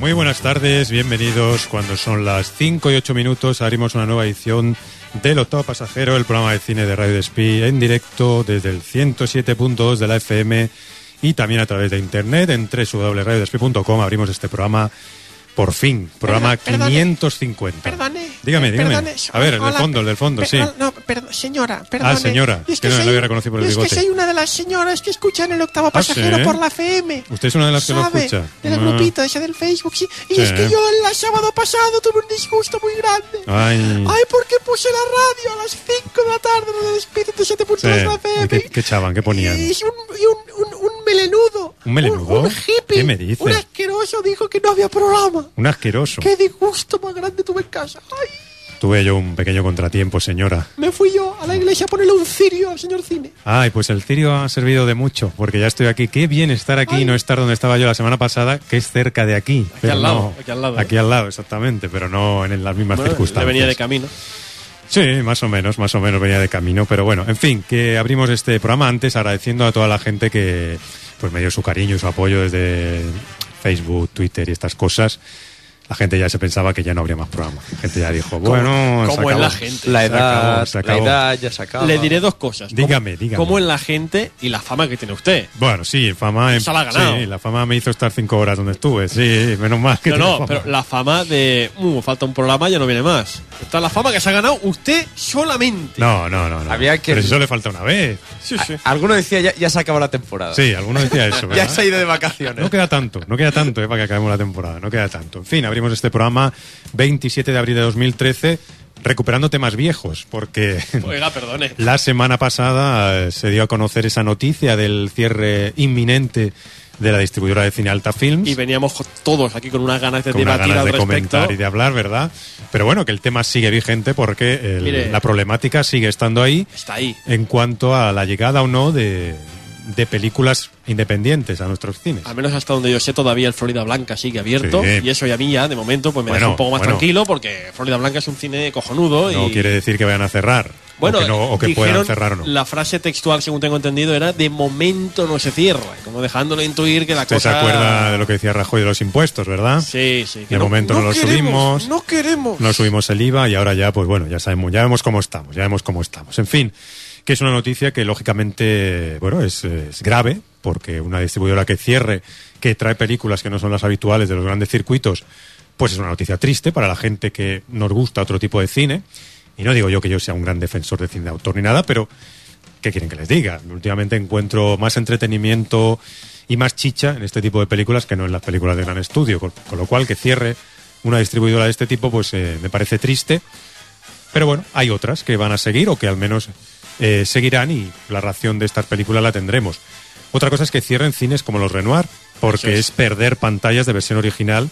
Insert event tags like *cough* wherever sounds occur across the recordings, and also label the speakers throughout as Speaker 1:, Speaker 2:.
Speaker 1: Muy buenas tardes, bienvenidos cuando son las 5 y 8 minutos. Abrimos una nueva edición del Octavo Pasajero, el programa de cine de Radio Despí en directo desde el 107.2 de la FM y también a través de internet en www.radiodespí.com. Abrimos este programa por fin, programa
Speaker 2: Perdone, perdone.
Speaker 1: 550.
Speaker 2: Perdone.
Speaker 1: Dígame,
Speaker 2: Eh,
Speaker 1: dígame.
Speaker 2: perdone,
Speaker 1: a ver, el del
Speaker 2: hola,
Speaker 1: fondo, el del fondo,
Speaker 2: per-
Speaker 1: sí.
Speaker 2: ah, No, perdón, señora, perdone.
Speaker 1: Ah, señora,
Speaker 2: Yo es que
Speaker 1: que no,
Speaker 2: soy-
Speaker 1: lo había reconocido por el
Speaker 2: yo Es
Speaker 1: bigote.
Speaker 2: que soy una de las señoras que escuchan el octavo
Speaker 1: Ah, ¿sí?
Speaker 2: pasajero por la FM.
Speaker 1: Usted es una de las que lo
Speaker 2: ¿Sabe?
Speaker 1: escucha.
Speaker 2: Del
Speaker 1: Ah.
Speaker 2: grupito ese del Facebook, sí. Y
Speaker 1: Sí.
Speaker 2: es que yo el sábado pasado tuve un disgusto muy grande.
Speaker 1: Ay,
Speaker 2: Ay, porque puse la radio a las 5 de la tarde en el espíritu 7.2
Speaker 1: sí.
Speaker 2: de la FM.
Speaker 1: ¿Qué, qué echaban? ¿Qué ponían?
Speaker 2: Y es un, y un, un, un melenudo.
Speaker 1: ¿Un melenudo?
Speaker 2: Un, un hippie.
Speaker 1: ¿Qué me dice?
Speaker 2: Un asqueroso dijo que no había programa.
Speaker 1: Un asqueroso.
Speaker 2: Qué disgusto más grande tuve en casa. Ay.
Speaker 1: Tuve yo un pequeño contratiempo, señora.
Speaker 2: Me fui yo a la iglesia a ponerle un cirio al señor cine.
Speaker 1: Ay, pues el cirio ha servido de mucho, porque ya estoy aquí. Qué bien estar aquí y
Speaker 2: Ay.
Speaker 1: no estar donde estaba yo la semana pasada, que es cerca de aquí. Aquí
Speaker 3: al lado, aquí al lado. ¿eh?
Speaker 1: Aquí al lado, exactamente, pero no en las mismas
Speaker 3: Bueno, le
Speaker 1: circunstancias.
Speaker 3: venía de camino.
Speaker 1: Sí, más o menos, más o menos venía de camino, pero bueno, en fin, que abrimos este programa antes agradeciendo a toda la gente que pues me dio su cariño y su apoyo desde Facebook, Twitter y estas cosas. La gente ya se pensaba que ya no habría más programa. La gente ya dijo, bueno, se
Speaker 3: como en
Speaker 1: acabó.
Speaker 3: la gente.
Speaker 4: La
Speaker 1: Se
Speaker 4: edad,
Speaker 1: acabó, se acabó.
Speaker 4: la edad ya se acaba.
Speaker 3: Le diré dos cosas.
Speaker 1: Dígame,
Speaker 3: Cómo-
Speaker 1: dígame.
Speaker 3: Cómo en la gente y la fama que tiene usted.
Speaker 1: Bueno, sí, fama. em-
Speaker 3: Se la ha ganado.
Speaker 1: Sí, la fama me hizo estar cinco horas donde estuve. Sí, menos mal que
Speaker 3: No,
Speaker 1: tiene
Speaker 3: no,
Speaker 1: fama.
Speaker 3: pero la fama de. "Uh, falta un programa, ya no viene más. Está la fama que se ha ganado usted solamente.
Speaker 1: No, no, no, no.
Speaker 4: Había que-
Speaker 1: Pero eso le falta una vez.
Speaker 3: Sí, sí.
Speaker 4: Alguno decía ya, ya se acaba la temporada.
Speaker 1: Sí, alguno decía eso. ¿verdad?
Speaker 4: *laughs* Ya se ha ido de
Speaker 1: No
Speaker 4: vacaciones.
Speaker 1: queda tanto, no queda tanto eh, para que acabemos la temporada, no queda tanto. En fin, abrimos este programa 27 de abril de 2013 recuperando temas viejos, porque
Speaker 3: Oiga, perdone.
Speaker 1: la semana pasada eh, se dio a conocer esa noticia del cierre inminente de la distribuidora de cine Alta Films.
Speaker 3: Y veníamos jo- todos aquí con unas ganas de
Speaker 1: con unas
Speaker 3: debatir
Speaker 1: ganas
Speaker 3: al
Speaker 1: de
Speaker 3: respecto.
Speaker 1: comentar y de hablar, ¿verdad? Pero bueno, que el tema sigue vigente porque el-
Speaker 3: Mire.
Speaker 1: la problemática sigue estando ahí
Speaker 3: Está ahí.
Speaker 1: en cuanto a la llegada o no de, de películas independientes a nuestros cines.
Speaker 3: Al menos hasta donde yo sé, todavía el Florida Blanca sigue abierto.
Speaker 1: Sí.
Speaker 3: Y eso ya a mí ya, de momento, pues me
Speaker 1: Bueno,
Speaker 3: deja un poco más
Speaker 1: bueno.
Speaker 3: tranquilo porque Florida Blanca es un cine cojonudo.
Speaker 1: No
Speaker 3: y...
Speaker 1: quiere decir que vayan a cerrar
Speaker 3: Bueno,
Speaker 1: o que, no- o que
Speaker 3: dijeron-
Speaker 1: puedan cerrar o no.
Speaker 3: La frase textual, según tengo entendido, era de momento no se cierra, como dejándole intuir que la
Speaker 1: Usted
Speaker 3: cosa.
Speaker 1: se acuerda de lo que decía Rajoy de los impuestos, ¿verdad?
Speaker 3: Sí, sí. que
Speaker 1: De
Speaker 3: no-
Speaker 1: momento no, lo subimos.
Speaker 2: No queremos.
Speaker 1: No subimos el IVA y ahora ya, pues bueno, ya sabemos, ya vemos cómo estamos, ya vemos cómo estamos. En fin, que es una noticia que lógicamente, bueno, es, es grave, porque una distribuidora que cierre, que trae películas que no son las habituales de los grandes circuitos, pues es una noticia triste para la gente que nos gusta otro tipo de cine. Y no digo yo que yo sea un gran defensor de cine de autor ni nada, pero ¿qué quieren que les diga? Últimamente encuentro más entretenimiento y más chicha en este tipo de películas que no en las películas de gran estudio, con, con lo cual que cierre una distribuidora de este tipo pues eh, me parece triste, pero bueno, hay otras que van a seguir o que al menos eh, seguirán y la ración de estas películas la tendremos. Otra cosa es que cierren cines como los Renoir, porque
Speaker 3: Eso es.
Speaker 1: es perder pantallas de versión original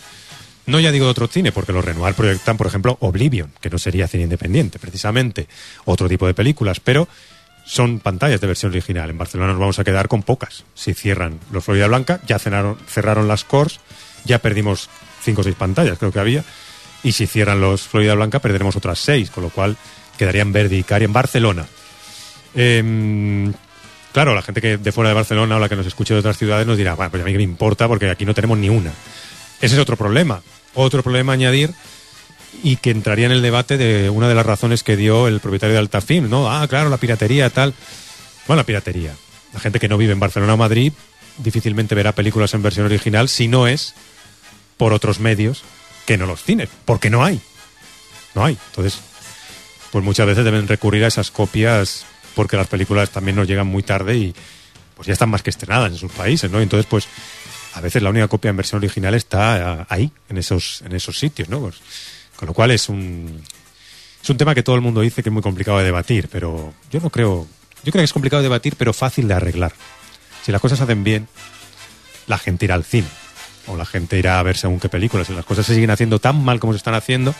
Speaker 1: no ya digo de otro cine, porque los Renoir proyectan, por ejemplo, Oblivion, que no sería cine independiente, precisamente, otro tipo de películas, pero son pantallas de versión original. En Barcelona nos vamos a quedar con pocas. Si cierran los Florida Blanca, ya cenaron- cerraron las Cors, ya perdimos cinco o seis pantallas, creo que había, y si cierran los Florida Blanca perderemos otras seis, con lo cual quedarían Verdi y Cari en Barcelona. Em, claro, la gente que de fuera de Barcelona o la que nos escuche de otras ciudades nos dirá, bueno, pues a mí que me importa porque aquí no tenemos ni una. Ese es otro problema. Otro problema a añadir y que entraría en el debate de una de las razones que dio el propietario de Altafilm, ¿no? Ah, claro, la piratería, tal. Bueno, la piratería. La gente que no vive en Barcelona o Madrid difícilmente verá películas en versión original si no es por otros medios que no los cines, porque no hay. No hay. Entonces, pues muchas veces deben recurrir a esas copias porque las películas también nos llegan muy tarde y pues ya están más que estrenadas en sus países, ¿no? Y entonces, pues a veces la única copia en versión original está ah, ahí, en esos, en esos sitios, ¿no? Pues, con lo cual es un, es un tema que todo el mundo dice que es muy complicado de debatir, pero yo no creo... Yo creo que es complicado de debatir, pero fácil de arreglar. Si las cosas se hacen bien, la gente irá al cine. O la gente irá a ver según qué películas. Si las cosas se siguen haciendo tan mal como se están haciendo,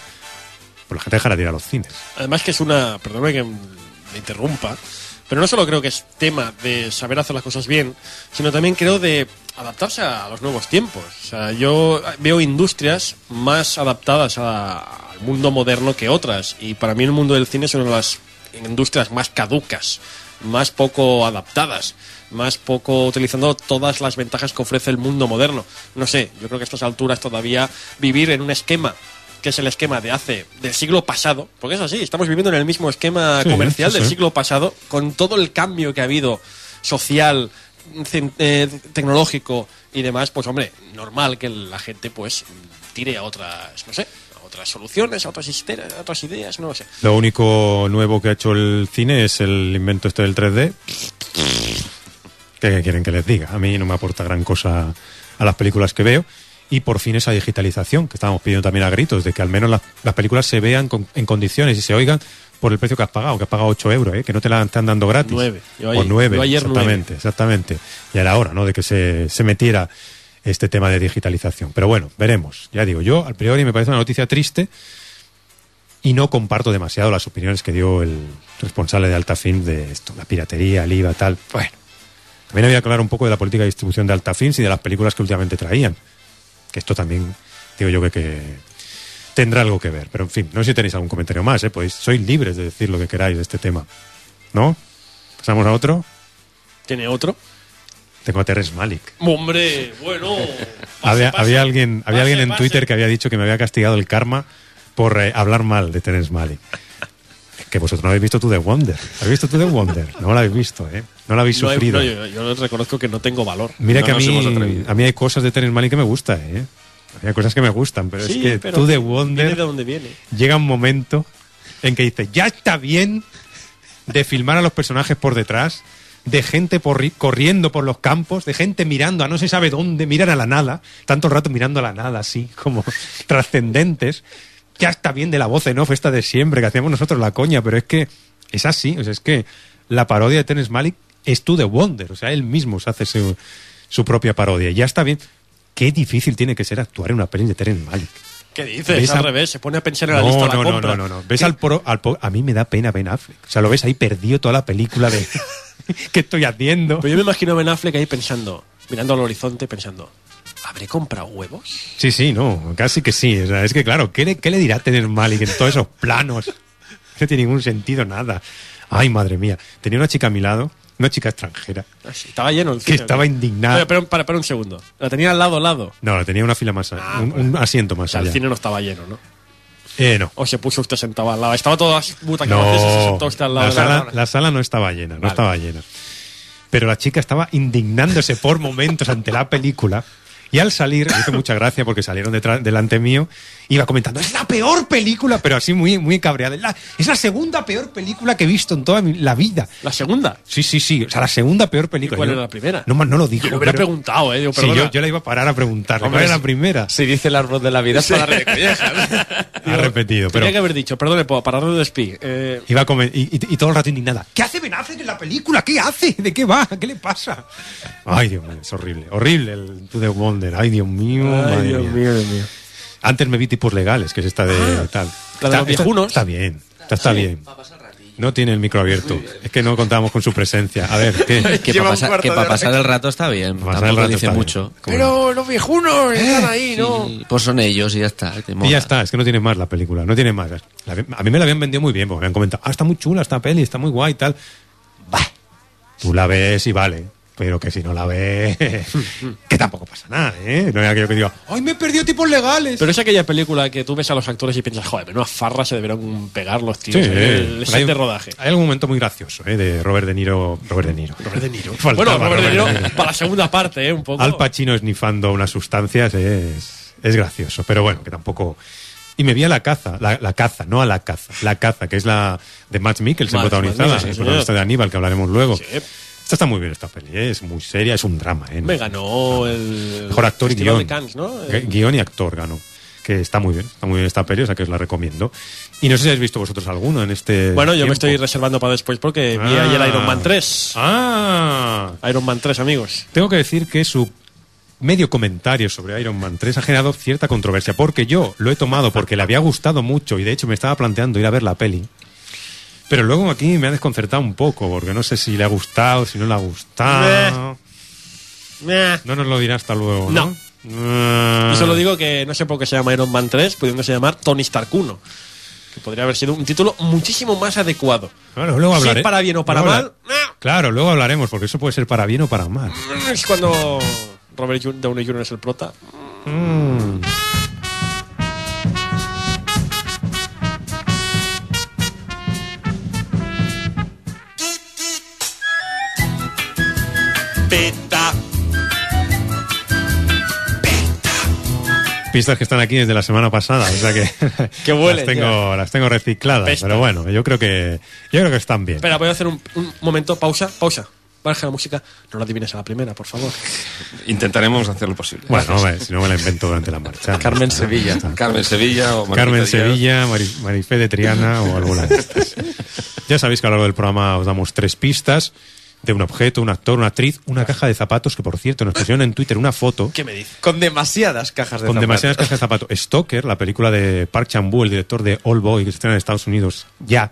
Speaker 1: pues la gente dejará de ir a los cines.
Speaker 3: Además, que es una. Perdóname que me interrumpa. Pero no solo creo que es tema de saber hacer las cosas bien, sino también creo de adaptarse a los nuevos tiempos. O sea, yo veo industrias más adaptadas a- al mundo moderno que otras. Y para mí el mundo del cine es una de las industrias más caducas, más poco adaptadas. más poco utilizando todas las ventajas que ofrece el mundo moderno. No sé, yo creo que a estas alturas todavía vivir en un esquema que es el esquema de hace del siglo pasado, porque es así, estamos viviendo en el mismo esquema
Speaker 1: Sí,
Speaker 3: comercial
Speaker 1: sí,
Speaker 3: del
Speaker 1: sí.
Speaker 3: siglo pasado, con todo el cambio que ha habido social, cen- eh, tecnológico y demás, pues hombre, normal que la gente pues tire a otras, no sé, a otras soluciones, a otras, histeras, a otras ideas, no lo sé.
Speaker 1: Lo único nuevo que ha hecho el cine es el invento este del 3D. ¿Qué quieren que les diga? A mí no me aporta gran cosa a las películas que veo. Y por fin esa digitalización que estábamos pidiendo también a gritos, de que al menos las, las películas se vean con- en condiciones y se oigan por el precio que has pagado, que has pagado 8 euros, ¿eh? que no te la están dando gratis.
Speaker 3: Nueve. Yo
Speaker 1: o
Speaker 3: ayer-
Speaker 1: 9,
Speaker 3: yo ayer
Speaker 1: exactamente, exactamente. Y era hora, ¿no? De que se, se metiera este tema de digitalización. Pero bueno, veremos. Ya digo, yo al priori me parece una noticia triste, y no comparto demasiado las opiniones que dio el responsable de Altafilm de esto, la piratería, el IVA, tal. Bueno, también había que hablar un poco de la política de distribución de Altafilm y de las películas que últimamente traían. Que esto también, digo yo que, que tendrá algo que ver. Pero en fin, no sé si tenéis algún comentario más, ¿eh? pues sois libres de decir lo que queráis de este tema. ¿No? Pasamos a otro.
Speaker 3: ¿Tiene otro?
Speaker 1: Tengo a Terrence Malik.
Speaker 3: Hombre, bueno.
Speaker 1: había, había alguien,
Speaker 3: Pase,
Speaker 1: había alguien en
Speaker 3: pase.
Speaker 1: Twitter que había dicho que me había castigado el karma por eh, hablar mal de Terence Malick. Es que vosotros no habéis visto tú The Wonder. ¿Habéis visto tú The Wonder? No la habéis visto, ¿eh? No la habéis
Speaker 3: No,
Speaker 1: sufrido.
Speaker 3: no, yo, yo reconozco que no tengo valor.
Speaker 1: Mira
Speaker 3: No
Speaker 1: que a
Speaker 3: nos hemos
Speaker 1: mí,
Speaker 3: atrevido.
Speaker 1: a mí hay cosas de Terence Malick que me gustan, ¿eh? Hay cosas que me gustan, pero
Speaker 3: Sí,
Speaker 1: es que
Speaker 3: pero
Speaker 1: tú The
Speaker 3: viene
Speaker 1: Wonder
Speaker 3: de dónde viene.
Speaker 1: llega un momento en que dices, ya está bien de filmar a los personajes por detrás, de gente porri- corriendo por los campos, de gente mirando a no se sabe dónde, miran a la nada, tanto rato mirando a la nada así, como *laughs* trascendentes. Ya está bien de la voz en off esta de siempre, que hacíamos nosotros la coña, pero es que es así, o sea, es que la parodia de Terence Malick es tú de Wonder, o sea, él mismo se hace su, su propia parodia. Ya está bien. Qué difícil tiene que ser actuar en una peli de Terence Malick.
Speaker 3: ¿Qué dices?
Speaker 1: ¿Ves
Speaker 3: al
Speaker 1: a-
Speaker 3: revés, se pone a pensar en la lista de la
Speaker 1: no,
Speaker 3: compra.
Speaker 1: No, no, no. Ves al, pro- al po- a mí me da pena Ben Affleck. O sea, lo ves ahí perdido toda la película
Speaker 3: *laughs*
Speaker 1: de qué estoy haciendo.
Speaker 3: Pero yo me imagino a Ben Affleck ahí pensando, mirando al horizonte, pensando, ¿habré comprado huevos?
Speaker 1: Sí, sí, no, casi que sí. O sea, es que claro, ¿qué le, qué le dirá tener Malik en todos esos planos? *laughs* No tiene ningún sentido nada. Ay, madre mía. Tenía una chica a mi lado, una chica extranjera,
Speaker 3: Ah, sí, Estaba lleno el
Speaker 1: que
Speaker 3: cine, ¿o
Speaker 1: estaba
Speaker 3: qué?
Speaker 1: indignada.
Speaker 3: Oye, pero para, para un segundo. La tenía al lado, al lado.
Speaker 1: No, tenía una fila más, a-
Speaker 3: Ah,
Speaker 1: un, un asiento
Speaker 3: O
Speaker 1: más
Speaker 3: sea, el
Speaker 1: Pues allá.
Speaker 3: cine no estaba lleno, ¿no?
Speaker 1: Eh, no.
Speaker 3: O se puso usted sentado al lado. Estaba todas butacas francesas, se
Speaker 1: No,
Speaker 3: sentó usted al lado
Speaker 1: la
Speaker 3: de la
Speaker 1: sala,
Speaker 3: tabla.
Speaker 1: la sala no estaba llena, no
Speaker 3: Vale.
Speaker 1: estaba llena. Pero la chica estaba indignándose por momentos ante la película. Y al salir, me hizo mucha gracia porque salieron detrás, delante mío, iba comentando, es la peor película, pero así muy, muy cabreada. "Es la- es la segunda peor película que he visto en toda mi- la vida.
Speaker 3: La segunda.
Speaker 1: Sí, sí, sí. O sea, la segunda peor película.
Speaker 3: ¿Y cuál
Speaker 1: Yo-
Speaker 3: era la primera?
Speaker 1: No, ma- no lo dijo.
Speaker 3: Yo le hubiera
Speaker 1: pero-
Speaker 3: preguntado, ¿eh? Digo,
Speaker 1: Sí,
Speaker 3: perdona.
Speaker 1: yo, yo le iba a parar a preguntarle.
Speaker 4: Hombre,
Speaker 1: ¿Cuál era la
Speaker 4: sí.
Speaker 1: primera?
Speaker 4: Si dice el árbol de la vida es para darle
Speaker 1: *laughs* Ha repetido, pero
Speaker 3: Tenía que haber dicho, perdone, puedo parar de despí. Eh,
Speaker 1: Iba a comer- y, y- y todo el rato indignada. ¿Qué hace Ben Affleck en la película? ¿Qué hace? ¿De qué va? ¿Qué le pasa? Ay, Dios mío, es horrible. Horrible el To The Wonder. Ay, Dios mío, madre mía.
Speaker 3: Dios mío.
Speaker 1: Antes me vi tipos legales, que es esta de tal.
Speaker 3: la de
Speaker 1: Está-
Speaker 3: los viejunos.
Speaker 1: Está, está bien, está, está bien. No tiene el micro abierto. Es que no contábamos con su presencia. A ver, ¿qué?
Speaker 5: *laughs* Que para,
Speaker 4: Lleva un
Speaker 5: pasar-
Speaker 4: cuarto
Speaker 5: que
Speaker 4: de
Speaker 5: pa'
Speaker 4: hora.
Speaker 5: pasar el rato está bien.
Speaker 1: Pasar el
Speaker 5: Tampoco
Speaker 1: rato
Speaker 5: dice
Speaker 1: está
Speaker 5: mucho.
Speaker 1: bien. ¿Cómo
Speaker 5: Pero
Speaker 2: Pero los viejunos están ahí, ¿no?
Speaker 5: pues son ellos y ya está. te
Speaker 1: Y
Speaker 5: mola.
Speaker 1: ya está, es que no tiene más la película, no tiene más. La vi- a mí me la habían vendido muy bien, porque me habían comentado, ah, está muy chula esta peli, está muy guay y tal. Bah, tú la ves y vale, pero que si no la ves, *laughs* que tampoco pasa nada, ¿eh? No es aquello que diga, ¡ay, me he perdido tipos legales!
Speaker 3: Pero es aquella película que tú ves a los actores y piensas, joder, menuda farra se debieron pegar los tíos.
Speaker 1: Sí,
Speaker 3: en
Speaker 1: eh,
Speaker 3: el set
Speaker 1: hay un-
Speaker 3: de rodaje.
Speaker 1: Hay algún momento muy gracioso, ¿eh? De Robert De Niro. Robert De Niro. Robert De Niro.
Speaker 3: Bueno, Robert De Niro, para la segunda parte, ¿eh? Un poco.
Speaker 1: Al Pacino esnifando unas sustancias es, es gracioso, pero bueno, que tampoco... Y me vi a La Caza, La, La Caza, no a La Caza, La Caza, que es la de Matt Mikkelsen
Speaker 3: Mads
Speaker 1: protagonizada,
Speaker 3: Mikkelsen,
Speaker 1: el
Speaker 3: sí,
Speaker 1: protagonista de Aníbal, que hablaremos luego.
Speaker 3: Sí.
Speaker 1: Esta está muy bien esta peli, ¿eh? es muy seria, es un drama. ¿eh?
Speaker 3: Me ganó el.
Speaker 1: Mejor actor y
Speaker 3: Festival
Speaker 1: guión.
Speaker 3: de Cannes, ¿no?
Speaker 1: Gu- Guión y actor ganó. Que está muy bien, está muy bien esta peli, o sea que os la recomiendo. Y no sé si habéis visto vosotros alguno en este
Speaker 3: Bueno, yo me
Speaker 1: tiempo.
Speaker 3: estoy reservando para después porque vi
Speaker 1: Ah.
Speaker 3: ayer Iron Man 3.
Speaker 1: Ah,
Speaker 3: Iron Man 3, amigos.
Speaker 1: Tengo que decir que su medio comentario sobre Iron Man 3 ha generado cierta controversia, porque yo lo he tomado porque le había gustado mucho y de hecho me estaba planteando ir a ver la peli. Pero luego aquí me ha desconcertado un poco, porque no sé si le ha gustado, si no le ha
Speaker 3: Eh,
Speaker 1: gustado. No nos lo dirá hasta luego, ¿no? Eh. Ah.
Speaker 3: Y solo digo que no sé por qué se llama Iron Man 3, pudiéndose llamar Tony Stark 1. que podría haber sido un título muchísimo más adecuado.
Speaker 1: Claro, luego
Speaker 3: Si
Speaker 1: hablaré.
Speaker 3: es para bien o para
Speaker 1: Luego
Speaker 3: mal,
Speaker 1: habla- Claro, luego hablaremos, porque eso puede ser para bien o para mal.
Speaker 3: es cuando Robert Ju- Downey Jr. es el prota. Mm.
Speaker 1: Pistas que están aquí desde la semana pasada, o sea
Speaker 3: *laughs*
Speaker 1: que,
Speaker 4: Que huelen,
Speaker 1: las tengo, las tengo recicladas,
Speaker 3: Pestas.
Speaker 1: pero bueno, yo creo que yo creo que están bien.
Speaker 3: Espera, voy a hacer un, un momento, pausa, pausa. Baja la música, no la adivines a la primera, por favor.
Speaker 6: Intentaremos hacer lo posible.
Speaker 1: bueno, hombre, si no me la invento durante la marcha.
Speaker 4: Carmen
Speaker 1: Ya está.
Speaker 4: Sevilla.
Speaker 1: Ya está.
Speaker 6: Carmen Sevilla o Margarita
Speaker 1: Carmen
Speaker 6: Díaz.
Speaker 1: Sevilla, Mari- Marifé de Triana o alguna de estas.
Speaker 3: *laughs*
Speaker 1: Ya sabéis que a lo largo del programa os damos tres pistas de un objeto, un actor, una actriz, una caja de zapatos, que por cierto nos pusieron en Twitter una foto
Speaker 3: ¿Qué me dices?
Speaker 4: Con demasiadas cajas de
Speaker 1: con
Speaker 4: zapatos.
Speaker 1: demasiadas cajas de zapatos. Stalker, la película de Park Chan-wook, el director de All Boy, que se estrena en Estados Unidos ya.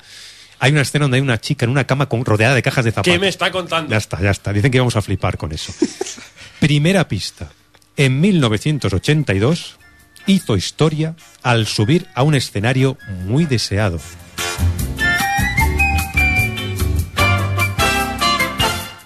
Speaker 1: Hay una escena donde hay una chica en una cama con- rodeada de cajas de zapatos.
Speaker 3: ¿Qué me está contando?
Speaker 1: Ya está, ya está. Dicen que vamos a flipar
Speaker 3: *laughs*
Speaker 1: con eso. Primera pista. En 1982 hizo historia al subir a un escenario muy deseado.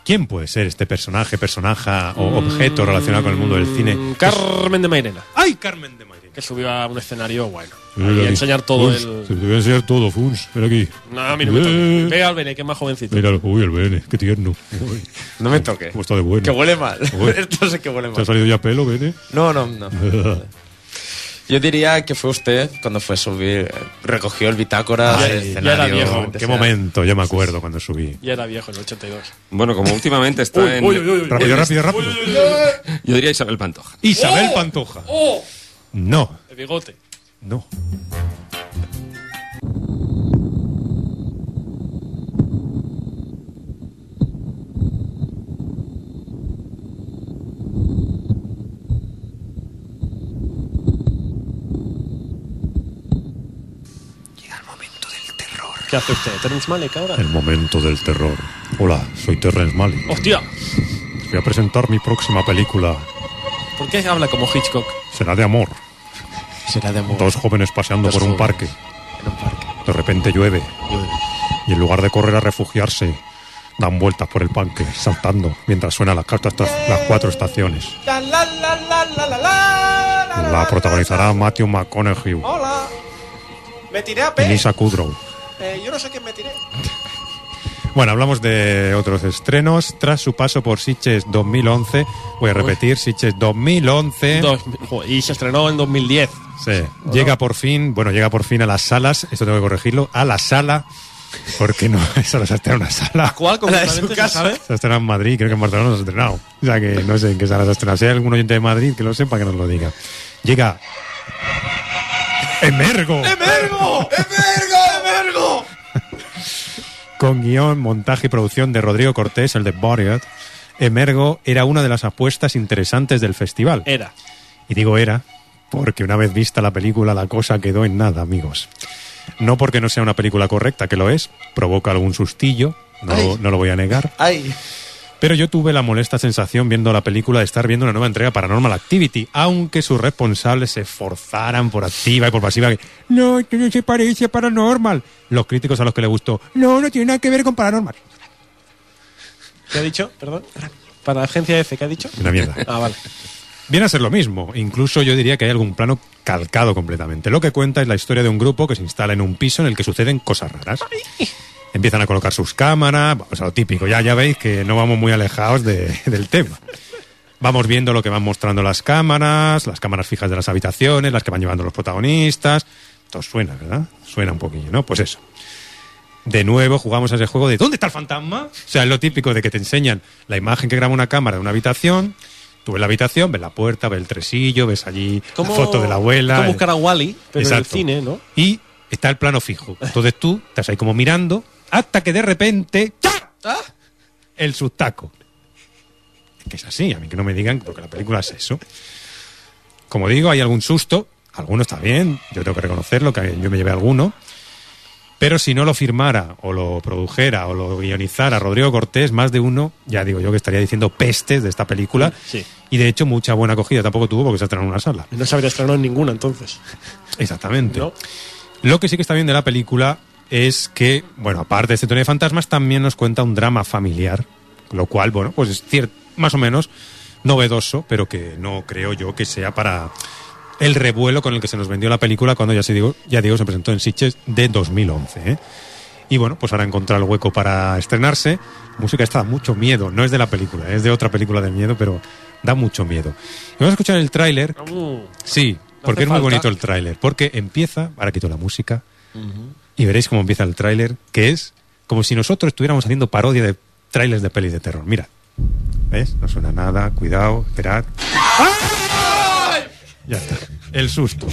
Speaker 1: ¿Quién puede ser este personaje, personaja o objeto relacionado con el mundo del
Speaker 3: Mm,
Speaker 1: cine?
Speaker 3: Carmen de Mairena,
Speaker 1: ¡Ay, Carmen de Mairena!
Speaker 3: que subió a un escenario bueno. Y a enseñar todo
Speaker 1: Te
Speaker 3: el.
Speaker 1: voy a enseñar todo, Funs. Ven aquí.
Speaker 3: No, a mí no me toca. Ve al Bene, que es más jovencito.
Speaker 4: *laughs*
Speaker 1: Míralo. Uy, el Bene. Qué tierno. Eh. Uy,
Speaker 4: No me toque.
Speaker 1: está de bueno.
Speaker 4: Que huele mal.
Speaker 1: Uy.
Speaker 4: *laughs* Esto sé que huele mal.
Speaker 1: salido ya pelo, Bene? *laughs*
Speaker 4: No, no, no. *laughs* Yo diría que fue usted cuando fue a subir, eh, recogió el bitácora
Speaker 3: Ya-
Speaker 4: del
Speaker 3: ya
Speaker 4: escenario.
Speaker 3: era viejo.
Speaker 4: donde
Speaker 1: Qué
Speaker 4: sea.
Speaker 1: momento, yo me acuerdo cuando subí.
Speaker 3: Ya era viejo, el 82.
Speaker 6: Bueno, como últimamente está en.
Speaker 1: Rápido, rápido, rápido.
Speaker 6: Yo diría Isabel Pantoja.
Speaker 4: ¡Eh!
Speaker 1: Isabel Pantoja.
Speaker 3: ¡Oh!
Speaker 1: No,
Speaker 3: El bigote.
Speaker 1: no.
Speaker 3: ¿Qué hace usted? ¿Terence Malick ahora?
Speaker 1: El momento del terror. Hola, soy Terrence Malick.
Speaker 3: ¡Hostia!
Speaker 1: Voy a presentar mi próxima película.
Speaker 3: ¿Por qué habla como Hitchcock?
Speaker 1: Será de amor.
Speaker 4: Será de amor.
Speaker 1: Dos jóvenes paseando
Speaker 4: Dos
Speaker 1: por un
Speaker 4: jóvenes.
Speaker 1: parque.
Speaker 4: en un parque.
Speaker 1: De repente llueve. Y en lugar de correr a refugiarse, dan vueltas por el parque, saltando, mientras suenan las, cartas, las cuatro estaciones.
Speaker 2: La la la la la la la.
Speaker 1: La protagonizará Matthew McConaughey
Speaker 2: Hola. Me tiré a
Speaker 1: y
Speaker 2: pez.
Speaker 1: Lisa Kudrow.
Speaker 2: Eh, yo no sé quién me tiré.
Speaker 1: Bueno, hablamos de otros estrenos. Tras su paso por Sitges 2011, voy a repetir, Sitges 2011.
Speaker 3: Dos- jo, y se estrenó en 2010.
Speaker 1: Sí. Llega por fin, bueno, llega por fin a las salas, esto tengo que corregirlo, a la sala, porque no, *laughs* eso no se ha estrenado en una sala.
Speaker 3: ¿Cuál concretamente? ¿Se sabe?
Speaker 1: Se ha estrenado en Madrid, creo que en Barcelona no se ha estrenado. O sea que no sé en qué sala se ha estrenado. Si hay algún oyente de Madrid que lo sepa, que nos lo diga. Llega. ¡Emergo!
Speaker 2: ¡Emergo! ¡Emergo! ¡Emergo!
Speaker 1: con guión, montaje y producción de Rodrigo Cortés, el de Bodyguard, Emergo era una de las apuestas interesantes del festival.
Speaker 3: Era.
Speaker 1: Y digo era, porque una vez vista la película la cosa quedó en nada, amigos. No porque no sea una película correcta, que lo es, provoca algún sustillo, no, lo- no lo voy a negar,
Speaker 4: Ay,
Speaker 1: pero yo tuve la molesta sensación viendo la película de estar viendo una nueva entrega Paranormal Activity, aunque sus responsables se esforzaran por activa y por pasiva que no, esto no se parece a Paranormal. Los críticos a los que le gustó, no, no tiene nada que ver con Paranormal.
Speaker 3: ¿Qué ha dicho? Perdón. Para la agencia F, ¿qué ha dicho?
Speaker 1: Una mierda.
Speaker 3: *laughs* Ah, vale.
Speaker 1: Viene a ser lo mismo, incluso yo diría que hay algún plano calcado completamente. Lo que cuenta es la historia de un grupo que se instala en un piso en el que suceden cosas raras. Empiezan a colocar sus cámaras, o sea, lo típico, ya, ya veis que no vamos muy alejados de- *laughs* del tema. Vamos viendo lo que van mostrando las cámaras, las cámaras fijas de las habitaciones, las que van llevando los protagonistas. Todo suena, ¿verdad? Suena un poquillo, ¿no? Pues eso. De nuevo jugamos a ese juego de ¿dónde está el fantasma? O sea, es lo típico de que te enseñan la imagen que graba una cámara de una habitación. Tú ves la habitación, ves la puerta, ves el tresillo, ves allí
Speaker 3: ¿Cómo-
Speaker 1: la foto de la abuela.
Speaker 3: ¿Cómo
Speaker 1: el-
Speaker 3: buscar a Wally? Pero en el
Speaker 1: Exacto.
Speaker 3: cine, ¿no?
Speaker 1: Y está el plano fijo. Entonces tú estás ahí como mirando hasta que de repente ¡cha! el sustaco. Es que es así, a mí que no me digan porque la película es eso. Como digo, hay algún susto, alguno está bien, yo tengo que reconocerlo, que yo me llevé alguno. Pero si no lo firmara, o lo produjera, o lo guionizara Rodrigo Cortés, más de uno, ya digo yo que estaría diciendo pestes de esta película.
Speaker 3: Sí.
Speaker 1: Y de hecho, mucha buena acogida tampoco tuvo porque se estrenó en una sala.
Speaker 3: No se habría estrenado en ninguna entonces.
Speaker 1: Exactamente.
Speaker 3: ¿No?
Speaker 1: Lo que sí que está bien de la película es que, bueno, aparte de este tono de fantasmas, también nos cuenta un drama familiar, lo cual, bueno, pues es cier- más o menos novedoso, pero que no creo yo que sea para el revuelo con el que se nos vendió la película cuando ya se digo, ya digo, se presentó en Sitges de 2011, ¿eh? Y bueno, pues ahora encontrar el hueco para estrenarse. La música está mucho miedo, no es de la película, es de otra película de miedo, pero da mucho miedo. Y vamos a escuchar el tráiler
Speaker 3: Uh,
Speaker 1: Sí,
Speaker 3: hace
Speaker 1: porque es muy
Speaker 3: falta.
Speaker 1: bonito el tráiler. Porque empieza, ahora quito la música, y veréis cómo empieza el tráiler, que es como si nosotros estuviéramos haciendo parodia de trailers de pelis de terror. Mira, ¿ves? No suena nada, cuidado, esperad. Ya está, el susto.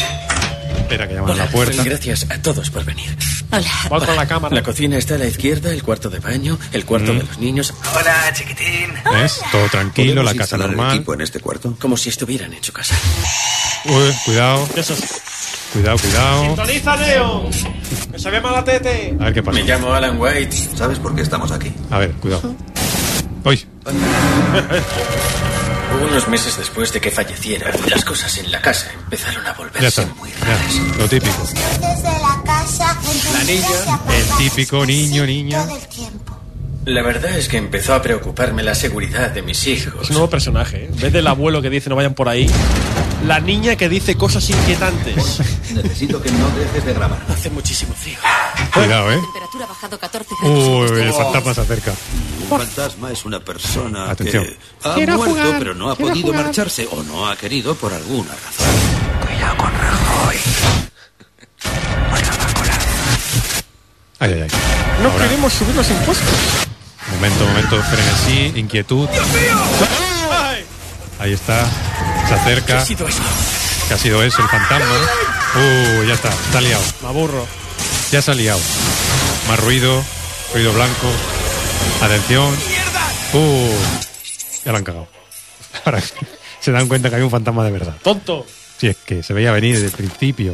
Speaker 1: Espera que llaman a la puerta.
Speaker 7: Gracias a todos por venir.
Speaker 8: Hola.
Speaker 3: voy con la cámara.
Speaker 7: La cocina está a la izquierda, el cuarto de baño, el cuarto
Speaker 1: Mm.
Speaker 7: de los niños.
Speaker 9: Hola, chiquitín.
Speaker 1: ¿Ves? Todo tranquilo,
Speaker 3: pues
Speaker 1: la
Speaker 10: ¿Podemos
Speaker 1: casa
Speaker 10: instalar el
Speaker 1: normal.
Speaker 10: equipo en este cuarto?
Speaker 7: Como si estuvieran en su casa.
Speaker 1: Uy, cuidado,
Speaker 3: Eso.
Speaker 1: cuidado, cuidado.
Speaker 3: ¡Sintoniza, Leo! ¡Que se ve mala tete!
Speaker 1: A ver qué pasa.
Speaker 7: Me llamo Alan White.
Speaker 10: ¿Sabes por qué estamos
Speaker 7: *laughs*
Speaker 10: aquí?
Speaker 1: A ver, cuidado. Uy,
Speaker 7: Unos meses después de que falleciera, las cosas en la casa empezaron a
Speaker 1: ya
Speaker 7: volverse
Speaker 1: está.
Speaker 7: muy raras.
Speaker 1: Ya, lo típico.
Speaker 8: Desde la casa,
Speaker 7: La niña,
Speaker 1: el típico niño, niña.
Speaker 8: Todo el tiempo.
Speaker 7: La verdad es que empezó a preocuparme la seguridad de mis hijos.
Speaker 3: Es un nuevo personaje, ¿eh? En vez del abuelo que dice no vayan por ahí, la niña que dice cosas inquietantes.
Speaker 10: *laughs* Necesito que no dejes de grabar.
Speaker 7: Hace muchísimo frío.
Speaker 1: Cuidado, eh.
Speaker 8: Temperatura ha bajado 14
Speaker 1: Uy, el fantasma eh, se acerca.
Speaker 10: Un fantasma es una persona
Speaker 1: Atención.
Speaker 10: que ha muerto pero no ha podido marcharse o no ha querido por alguna razón.
Speaker 1: Ay, ay, ay.
Speaker 3: No queremos subir los impuestos.
Speaker 1: Momento, momento, frenesí, inquietud.
Speaker 3: ¡Ay!
Speaker 1: Ahí está, se acerca.
Speaker 7: Ha sido eso.
Speaker 1: ¿Qué ha sido eso? El fantasma. ¿no? Uh, ya está, está liado.
Speaker 3: Me aburro.
Speaker 1: Ya se ha liado. Más ruido, ruido blanco. Atención. Uh, ya lo han cagado. *laughs* Ahora se dan cuenta que hay un fantasma de verdad.
Speaker 3: ¡Tonto!
Speaker 1: Si es que se veía venir desde el principio.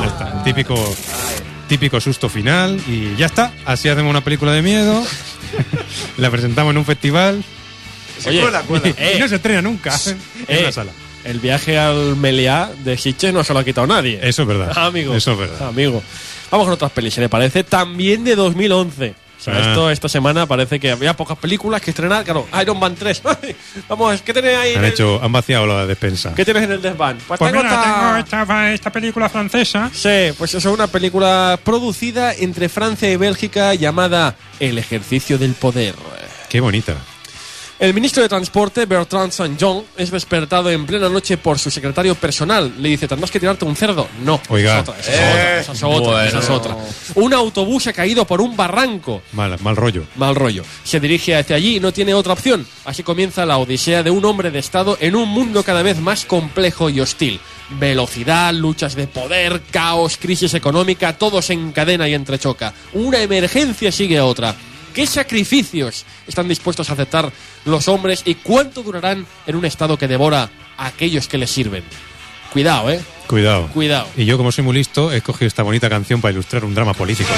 Speaker 1: Ya está, típico, típico susto final y ya está. Así hacemos una película de miedo. *laughs* la presentamos en un festival
Speaker 3: Oye,
Speaker 1: y
Speaker 3: eh,
Speaker 1: no se estrena nunca en
Speaker 3: eh,
Speaker 1: la sala.
Speaker 3: El viaje al Meliá de Hitches no se lo ha quitado nadie.
Speaker 1: Eso es verdad.
Speaker 3: Amigo.
Speaker 1: Eso es verdad.
Speaker 3: Amigo. Vamos con otras pelis, si le parece. También de 2011. O sea,
Speaker 1: Ah.
Speaker 3: esto, esta semana parece que había pocas películas que estrenar. Claro, Iron Man *laughs* 3. Vamos, ¿qué tenés ahí? en
Speaker 1: Han
Speaker 3: el-
Speaker 1: hecho, han vaciado la despensa.
Speaker 3: ¿Qué tienes en el desván? Pues, tengo esta-
Speaker 1: esta, película francesa.
Speaker 3: Sí, pues eso es una película producida entre Francia y Bélgica llamada El ejercicio del poder.
Speaker 1: Qué bonita.
Speaker 3: El ministro de Transporte, Bertrand Saint-Jean, es despertado en plena noche por su secretario personal. Le dice, tendrás que tirarte un cerdo. No,
Speaker 1: Oiga.
Speaker 3: esa es otra, esa es otra, esa es otra, esa es otra. Un autobús ha caído por un barranco.
Speaker 1: Mal, mal rollo.
Speaker 3: Mal rollo. Se dirige hacia allí y no tiene otra opción. Así comienza la odisea de un hombre de Estado en un mundo cada vez más complejo y hostil. Velocidad, luchas de poder, caos, crisis económica, todo se encadena y entrechoca. Una emergencia sigue a otra. ¿Qué sacrificios están dispuestos a aceptar los hombres y cuánto durarán en un Estado que devora a aquellos que les sirven? Cuidado, ¿eh?
Speaker 1: Cuidado.
Speaker 3: Cuidado.
Speaker 1: Y yo, como soy muy listo, he escogido esta bonita canción para ilustrar un drama político.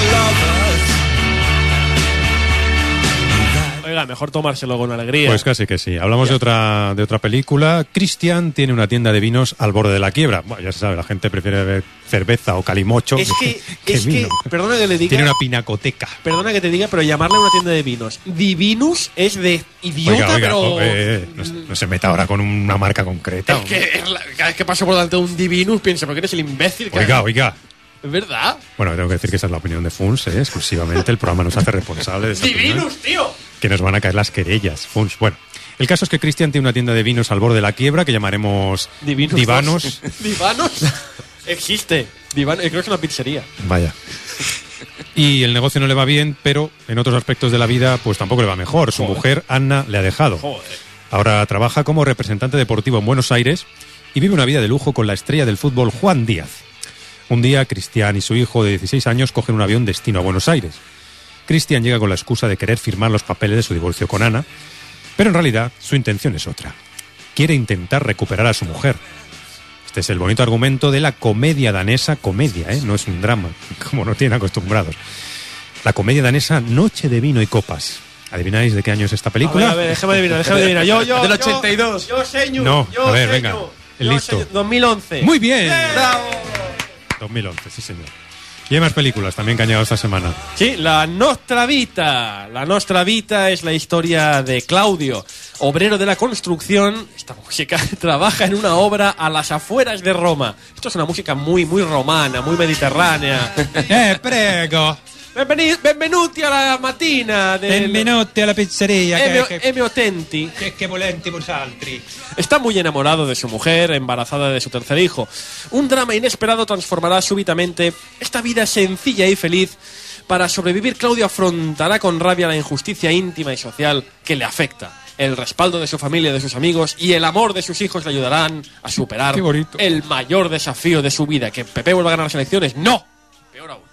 Speaker 3: Oiga, mejor tomárselo con alegría.
Speaker 1: Pues casi que sí. Hablamos de otra, de otra película. Cristian tiene una tienda de vinos al borde de la quiebra. Bueno, ya se sabe, la gente prefiere beber cerveza o calimocho
Speaker 3: es que,
Speaker 1: que
Speaker 3: es que,
Speaker 1: vino.
Speaker 3: perdona que le diga.
Speaker 1: Tiene una pinacoteca.
Speaker 3: Perdona que te diga, pero llamarle a una tienda de vinos Divinus es de idiota,
Speaker 1: Oiga, oiga,
Speaker 3: pero.
Speaker 1: oh, eh, eh, no, se- no se meta ahora con una marca concreta.
Speaker 3: Es que es la- cada vez que paso por delante de un Divinus pienso, pero que eres el imbécil que.
Speaker 1: Oiga, oiga.
Speaker 3: ¿Es verdad?
Speaker 1: Bueno, tengo que decir que esa es la opinión de Funs, eh, exclusivamente. El programa nos hace responsable de esa opinión.
Speaker 3: ¡Divinus, tío!
Speaker 1: que nos van a caer las querellas. Funs. Bueno, el caso es que Cristian tiene una tienda de vinos al borde de la quiebra que llamaremos
Speaker 3: Divinus. *laughs*
Speaker 1: Divanos.
Speaker 3: ¿Divanos? Existe. Divan, eh, creo que es una pizzería.
Speaker 1: Vaya. Y el negocio no le va bien, pero en otros aspectos de la vida pues tampoco le va mejor. Su mujer, Anna, le ha dejado. Ahora trabaja como representante deportivo en Buenos Aires y vive una vida de lujo con la estrella del fútbol Juan Díaz. Un día, Cristian y su hijo de 16 años cogen un avión destino a Buenos Aires. Cristian llega con la excusa de querer firmar los papeles de su divorcio con Ana, pero en realidad su intención es otra. Quiere intentar recuperar a su mujer. Este es el bonito argumento de la comedia danesa, comedia, ¿eh? no es un drama, *laughs* como nos tienen acostumbrados. La comedia danesa Noche de vino y copas. ¿Adivináis de qué año es esta película?
Speaker 3: A ver, a ver, déjame adivinar, déjame adivinar. Yo, yo.
Speaker 4: Del
Speaker 3: yo,
Speaker 4: 82.
Speaker 3: Yo, señor.
Speaker 1: No,
Speaker 3: yo,
Speaker 1: a ver,
Speaker 3: señor.
Speaker 1: venga. Listo.
Speaker 3: No, es el 2011.
Speaker 1: Muy bien.
Speaker 3: ¡Bravo!
Speaker 1: 2011, sí, señor. Y hay más películas también que han llegado esta semana.
Speaker 3: Sí, la Nostra Vita. La Nostra Vita es la historia de Claudio, obrero de la construcción. Esta música *laughs* trabaja en una obra a las afueras de Roma. Esto es una música muy, muy romana, muy mediterránea.
Speaker 1: *laughs* ¡Eh, prego!
Speaker 3: Benveni- benvenuti Eh, a la matina del
Speaker 1: a la pizzería.
Speaker 3: Emio, Emio Tenti.
Speaker 1: volenti altri.
Speaker 3: Está muy enamorado de su mujer, embarazada de su tercer hijo. Un drama inesperado transformará súbitamente esta vida sencilla y feliz. Para sobrevivir, Claudio afrontará con rabia la injusticia íntima y social que le afecta. El respaldo de su familia, de sus amigos y el amor de sus hijos le ayudarán a superar
Speaker 1: Qué bonito.
Speaker 3: el mayor desafío de su vida. Que Pepe vuelva a ganar las elecciones. ¡No! Peor aún.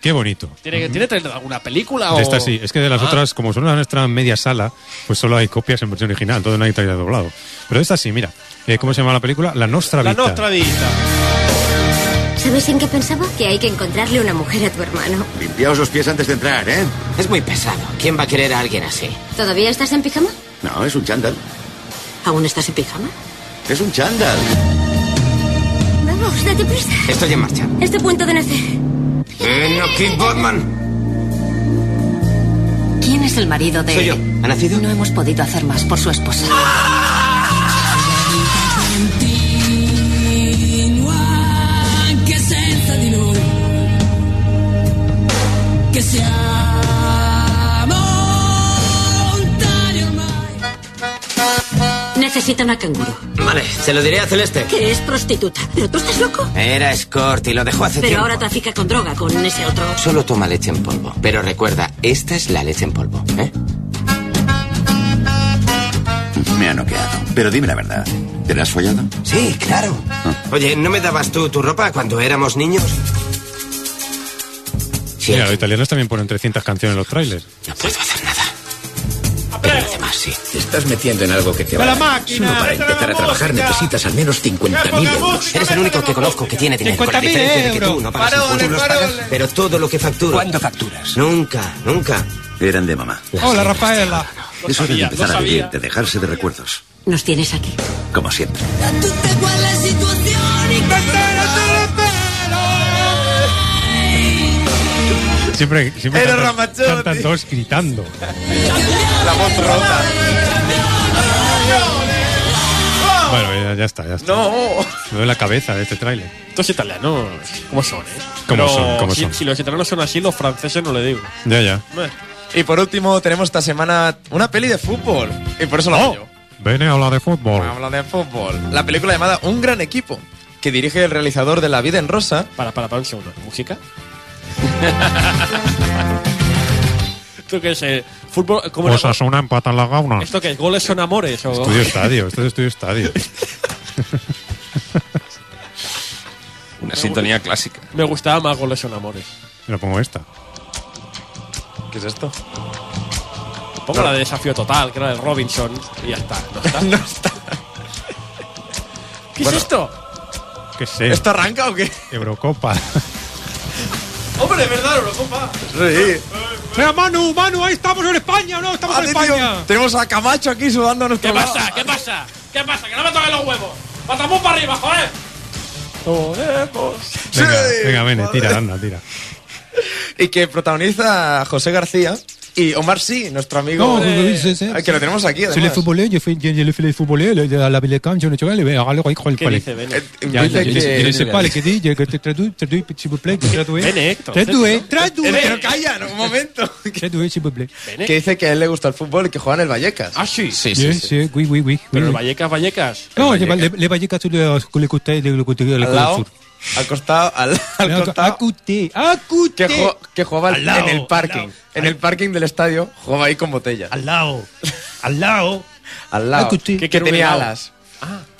Speaker 1: Qué bonito.
Speaker 3: ¿Tiene, ¿tiene traído alguna película?
Speaker 1: De
Speaker 3: o...
Speaker 1: esta sí, es que de las
Speaker 3: Ah.
Speaker 1: otras, como son las nuestra media sala, pues solo hay copias en versión original, todo no hay traído doblado. Pero de esta sí, mira. Eh, ¿Cómo se llama la película? La Nostra
Speaker 3: La
Speaker 1: Vita.
Speaker 3: Nostra Vita.
Speaker 11: ¿Sabes en qué pensaba? Que hay que encontrarle una mujer a tu hermano.
Speaker 12: Limpiaos los pies antes de entrar, ¿eh?
Speaker 13: Es muy pesado. ¿Quién va a querer a alguien así?
Speaker 11: ¿Todavía estás en pijama?
Speaker 12: No, es un chándal.
Speaker 11: ¿Aún estás en pijama?
Speaker 12: Es un chándal.
Speaker 11: Vamos, date prisa.
Speaker 13: Estoy en marcha.
Speaker 11: Estoy a punto de nacer.
Speaker 13: ¡Ven aquí, Botman!
Speaker 14: ¿Quién es el marido de.?
Speaker 13: Soy yo. ¿Ha nacido?
Speaker 14: No hemos podido hacer más por su esposa.
Speaker 11: Ah.
Speaker 2: anche senza di noi che siamo lontani ormai
Speaker 11: Necesita una canguro.
Speaker 13: Vale, se lo diré a Celeste.
Speaker 11: Que es prostituta. ¿Pero tú estás loco?
Speaker 13: Era escort y lo dejó hace
Speaker 11: Pero
Speaker 13: tiempo.
Speaker 11: ahora trafica con droga con ese otro.
Speaker 13: Solo toma leche en polvo. Pero recuerda, esta es la leche en polvo, ¿eh?
Speaker 12: Me ha noqueado. Pero dime la verdad. ¿Te la has follado?
Speaker 13: Sí, claro. Oye, ¿no me dabas tú tu ropa cuando éramos niños?
Speaker 1: Mira, los italianos también ponen 300 canciones en los trailers.
Speaker 13: No puedo hacer nada. Pero los demás sí.
Speaker 15: Te estás metiendo en algo que te
Speaker 13: ¡A la
Speaker 15: va a dar.
Speaker 13: máquina!
Speaker 15: Solo para
Speaker 13: ¡Vete a la
Speaker 15: empezar a trabajar
Speaker 13: música!
Speaker 15: necesitas al menos 50.000 euros.
Speaker 13: Eres el único que conozco que tiene dinero. Con la
Speaker 15: 50.000
Speaker 13: diferencia de que tú
Speaker 15: euros.
Speaker 13: no pagas
Speaker 15: Varones,
Speaker 13: impuestos, los pagas,
Speaker 15: varones.
Speaker 13: pero todo lo que facturas. ¿Cuándo facturas? Nunca, nunca.
Speaker 12: Eran de mamá.
Speaker 13: Hola,
Speaker 1: Rafaela.
Speaker 12: Eso de
Speaker 13: sabía,
Speaker 12: empezar
Speaker 13: lo
Speaker 12: a
Speaker 13: sabía.
Speaker 12: vivir, de dejarse de recuerdos.
Speaker 11: Nos tienes aquí.
Speaker 12: Como siempre.
Speaker 2: da tutte quelle situazioni
Speaker 1: Siempre, siempre
Speaker 2: Era
Speaker 1: cantan-
Speaker 2: Ramazzotti.
Speaker 1: cantan todos gritando.
Speaker 2: la voz rota
Speaker 1: Bueno, ya, ya está, ya está.
Speaker 3: No.
Speaker 1: Me duele la cabeza de este tráiler.
Speaker 3: Estos italianos, ¿cómo son, eh?
Speaker 1: ¿Cómo
Speaker 3: Pero
Speaker 1: son? ¿Cómo
Speaker 3: si, *laughs*
Speaker 1: son?
Speaker 3: si los italianos son así, los franceses no le digo.
Speaker 1: Ya, ya.
Speaker 4: Y por último, tenemos esta semana una peli de fútbol. Y por
Speaker 1: Oh.
Speaker 4: eso la hago yo.
Speaker 1: Viene a hablar de fútbol.
Speaker 4: Vamos a hablar de fútbol. La película llamada Un gran equipo, que dirige el realizador de La vida en rosa.
Speaker 3: Para, para, para un segundo. ¿Música? ¿Esto qué es? eh, ¿Fútbol? ¿Cómo era?
Speaker 1: Osasuna Pues empata en la gauna.
Speaker 3: ¿Esto qué es? ¿Goles son amores? O...
Speaker 1: Estudio Estadio, esto es Estudio Estadio.
Speaker 16: Una sintonía clásica.
Speaker 3: *laughs* Me gustaba más goles son amores.
Speaker 1: Lo pongo esta.
Speaker 4: ¿Qué es esto?
Speaker 3: Pongo la de desafío total, que era de Robinson, y ya está. No
Speaker 4: *laughs*
Speaker 3: está. ¿Qué
Speaker 1: Bueno.
Speaker 3: es esto?
Speaker 1: ¿Qué sé?
Speaker 4: ¿Esto arranca o qué?
Speaker 1: Eurocopa.
Speaker 3: Hombre, de verdad, Eurocopa.
Speaker 1: Mira, Manu, Manu, ahí estamos en España, ¿no? Estamos en España.
Speaker 4: Ah, Tenemos a Camacho aquí sudando a nuestro
Speaker 3: ¿Qué
Speaker 4: lado.
Speaker 3: pasa? Ah, ¿Qué pasa? ¿Qué pasa? Que no me toquen los huevos. ¡Matamos para arriba, joder!
Speaker 1: Venga,
Speaker 4: Sí,
Speaker 1: venga, vene,
Speaker 4: madre.
Speaker 1: tira, anda, tira.
Speaker 4: Y que protagoniza a José García y Omar Sí, nuestro amigo.
Speaker 1: No,
Speaker 4: eh,
Speaker 1: no, sí, sí, sí.
Speaker 4: Que lo tenemos aquí,
Speaker 1: Soy el
Speaker 4: además.
Speaker 1: futbolero, yo fui yo- yo fui el futbolero, yo a la Vilecam, yo no he hecho gol, venga, hágalo ahí, joder,
Speaker 3: ¿Qué
Speaker 1: vale.
Speaker 3: dice Bene?
Speaker 4: Eh,
Speaker 1: Ya, ya, yo- yo no sé cuál,
Speaker 4: Bene,
Speaker 1: que di, yo que te tradu- tradu- si vous plaît, que tradué.
Speaker 4: Bene, Héctor.
Speaker 1: Tradué, tradué.
Speaker 4: Pero calla, no, un momento.
Speaker 1: *laughs* Tradué, eh, si vous plaît.
Speaker 4: Que dice que a él le gusta el fútbol y que juega en el Vallecas.
Speaker 3: Ah, sí.
Speaker 1: Sí, sí, oui, oui, oui,
Speaker 3: Pero
Speaker 1: oui.
Speaker 3: el Vallecas, Vallecas.
Speaker 1: No, le le- le Vallecas, tú le le gusté, le le gusté, le
Speaker 4: Al
Speaker 1: gusté
Speaker 4: lado,
Speaker 1: sur.
Speaker 4: al costado,
Speaker 1: *laughs*
Speaker 4: al, al
Speaker 1: Al-
Speaker 4: costado.
Speaker 1: Acute, acute.
Speaker 4: Que, jo- que jugaba
Speaker 1: Al lado,
Speaker 4: en el parking.
Speaker 1: al lado.
Speaker 4: En el parking del estadio jugaba ahí con botella.
Speaker 1: Al lado, al lado.
Speaker 4: *laughs* Al lado.
Speaker 1: Acute.
Speaker 4: Que,
Speaker 1: Que quiero
Speaker 4: tenía
Speaker 1: un helado.
Speaker 4: alas.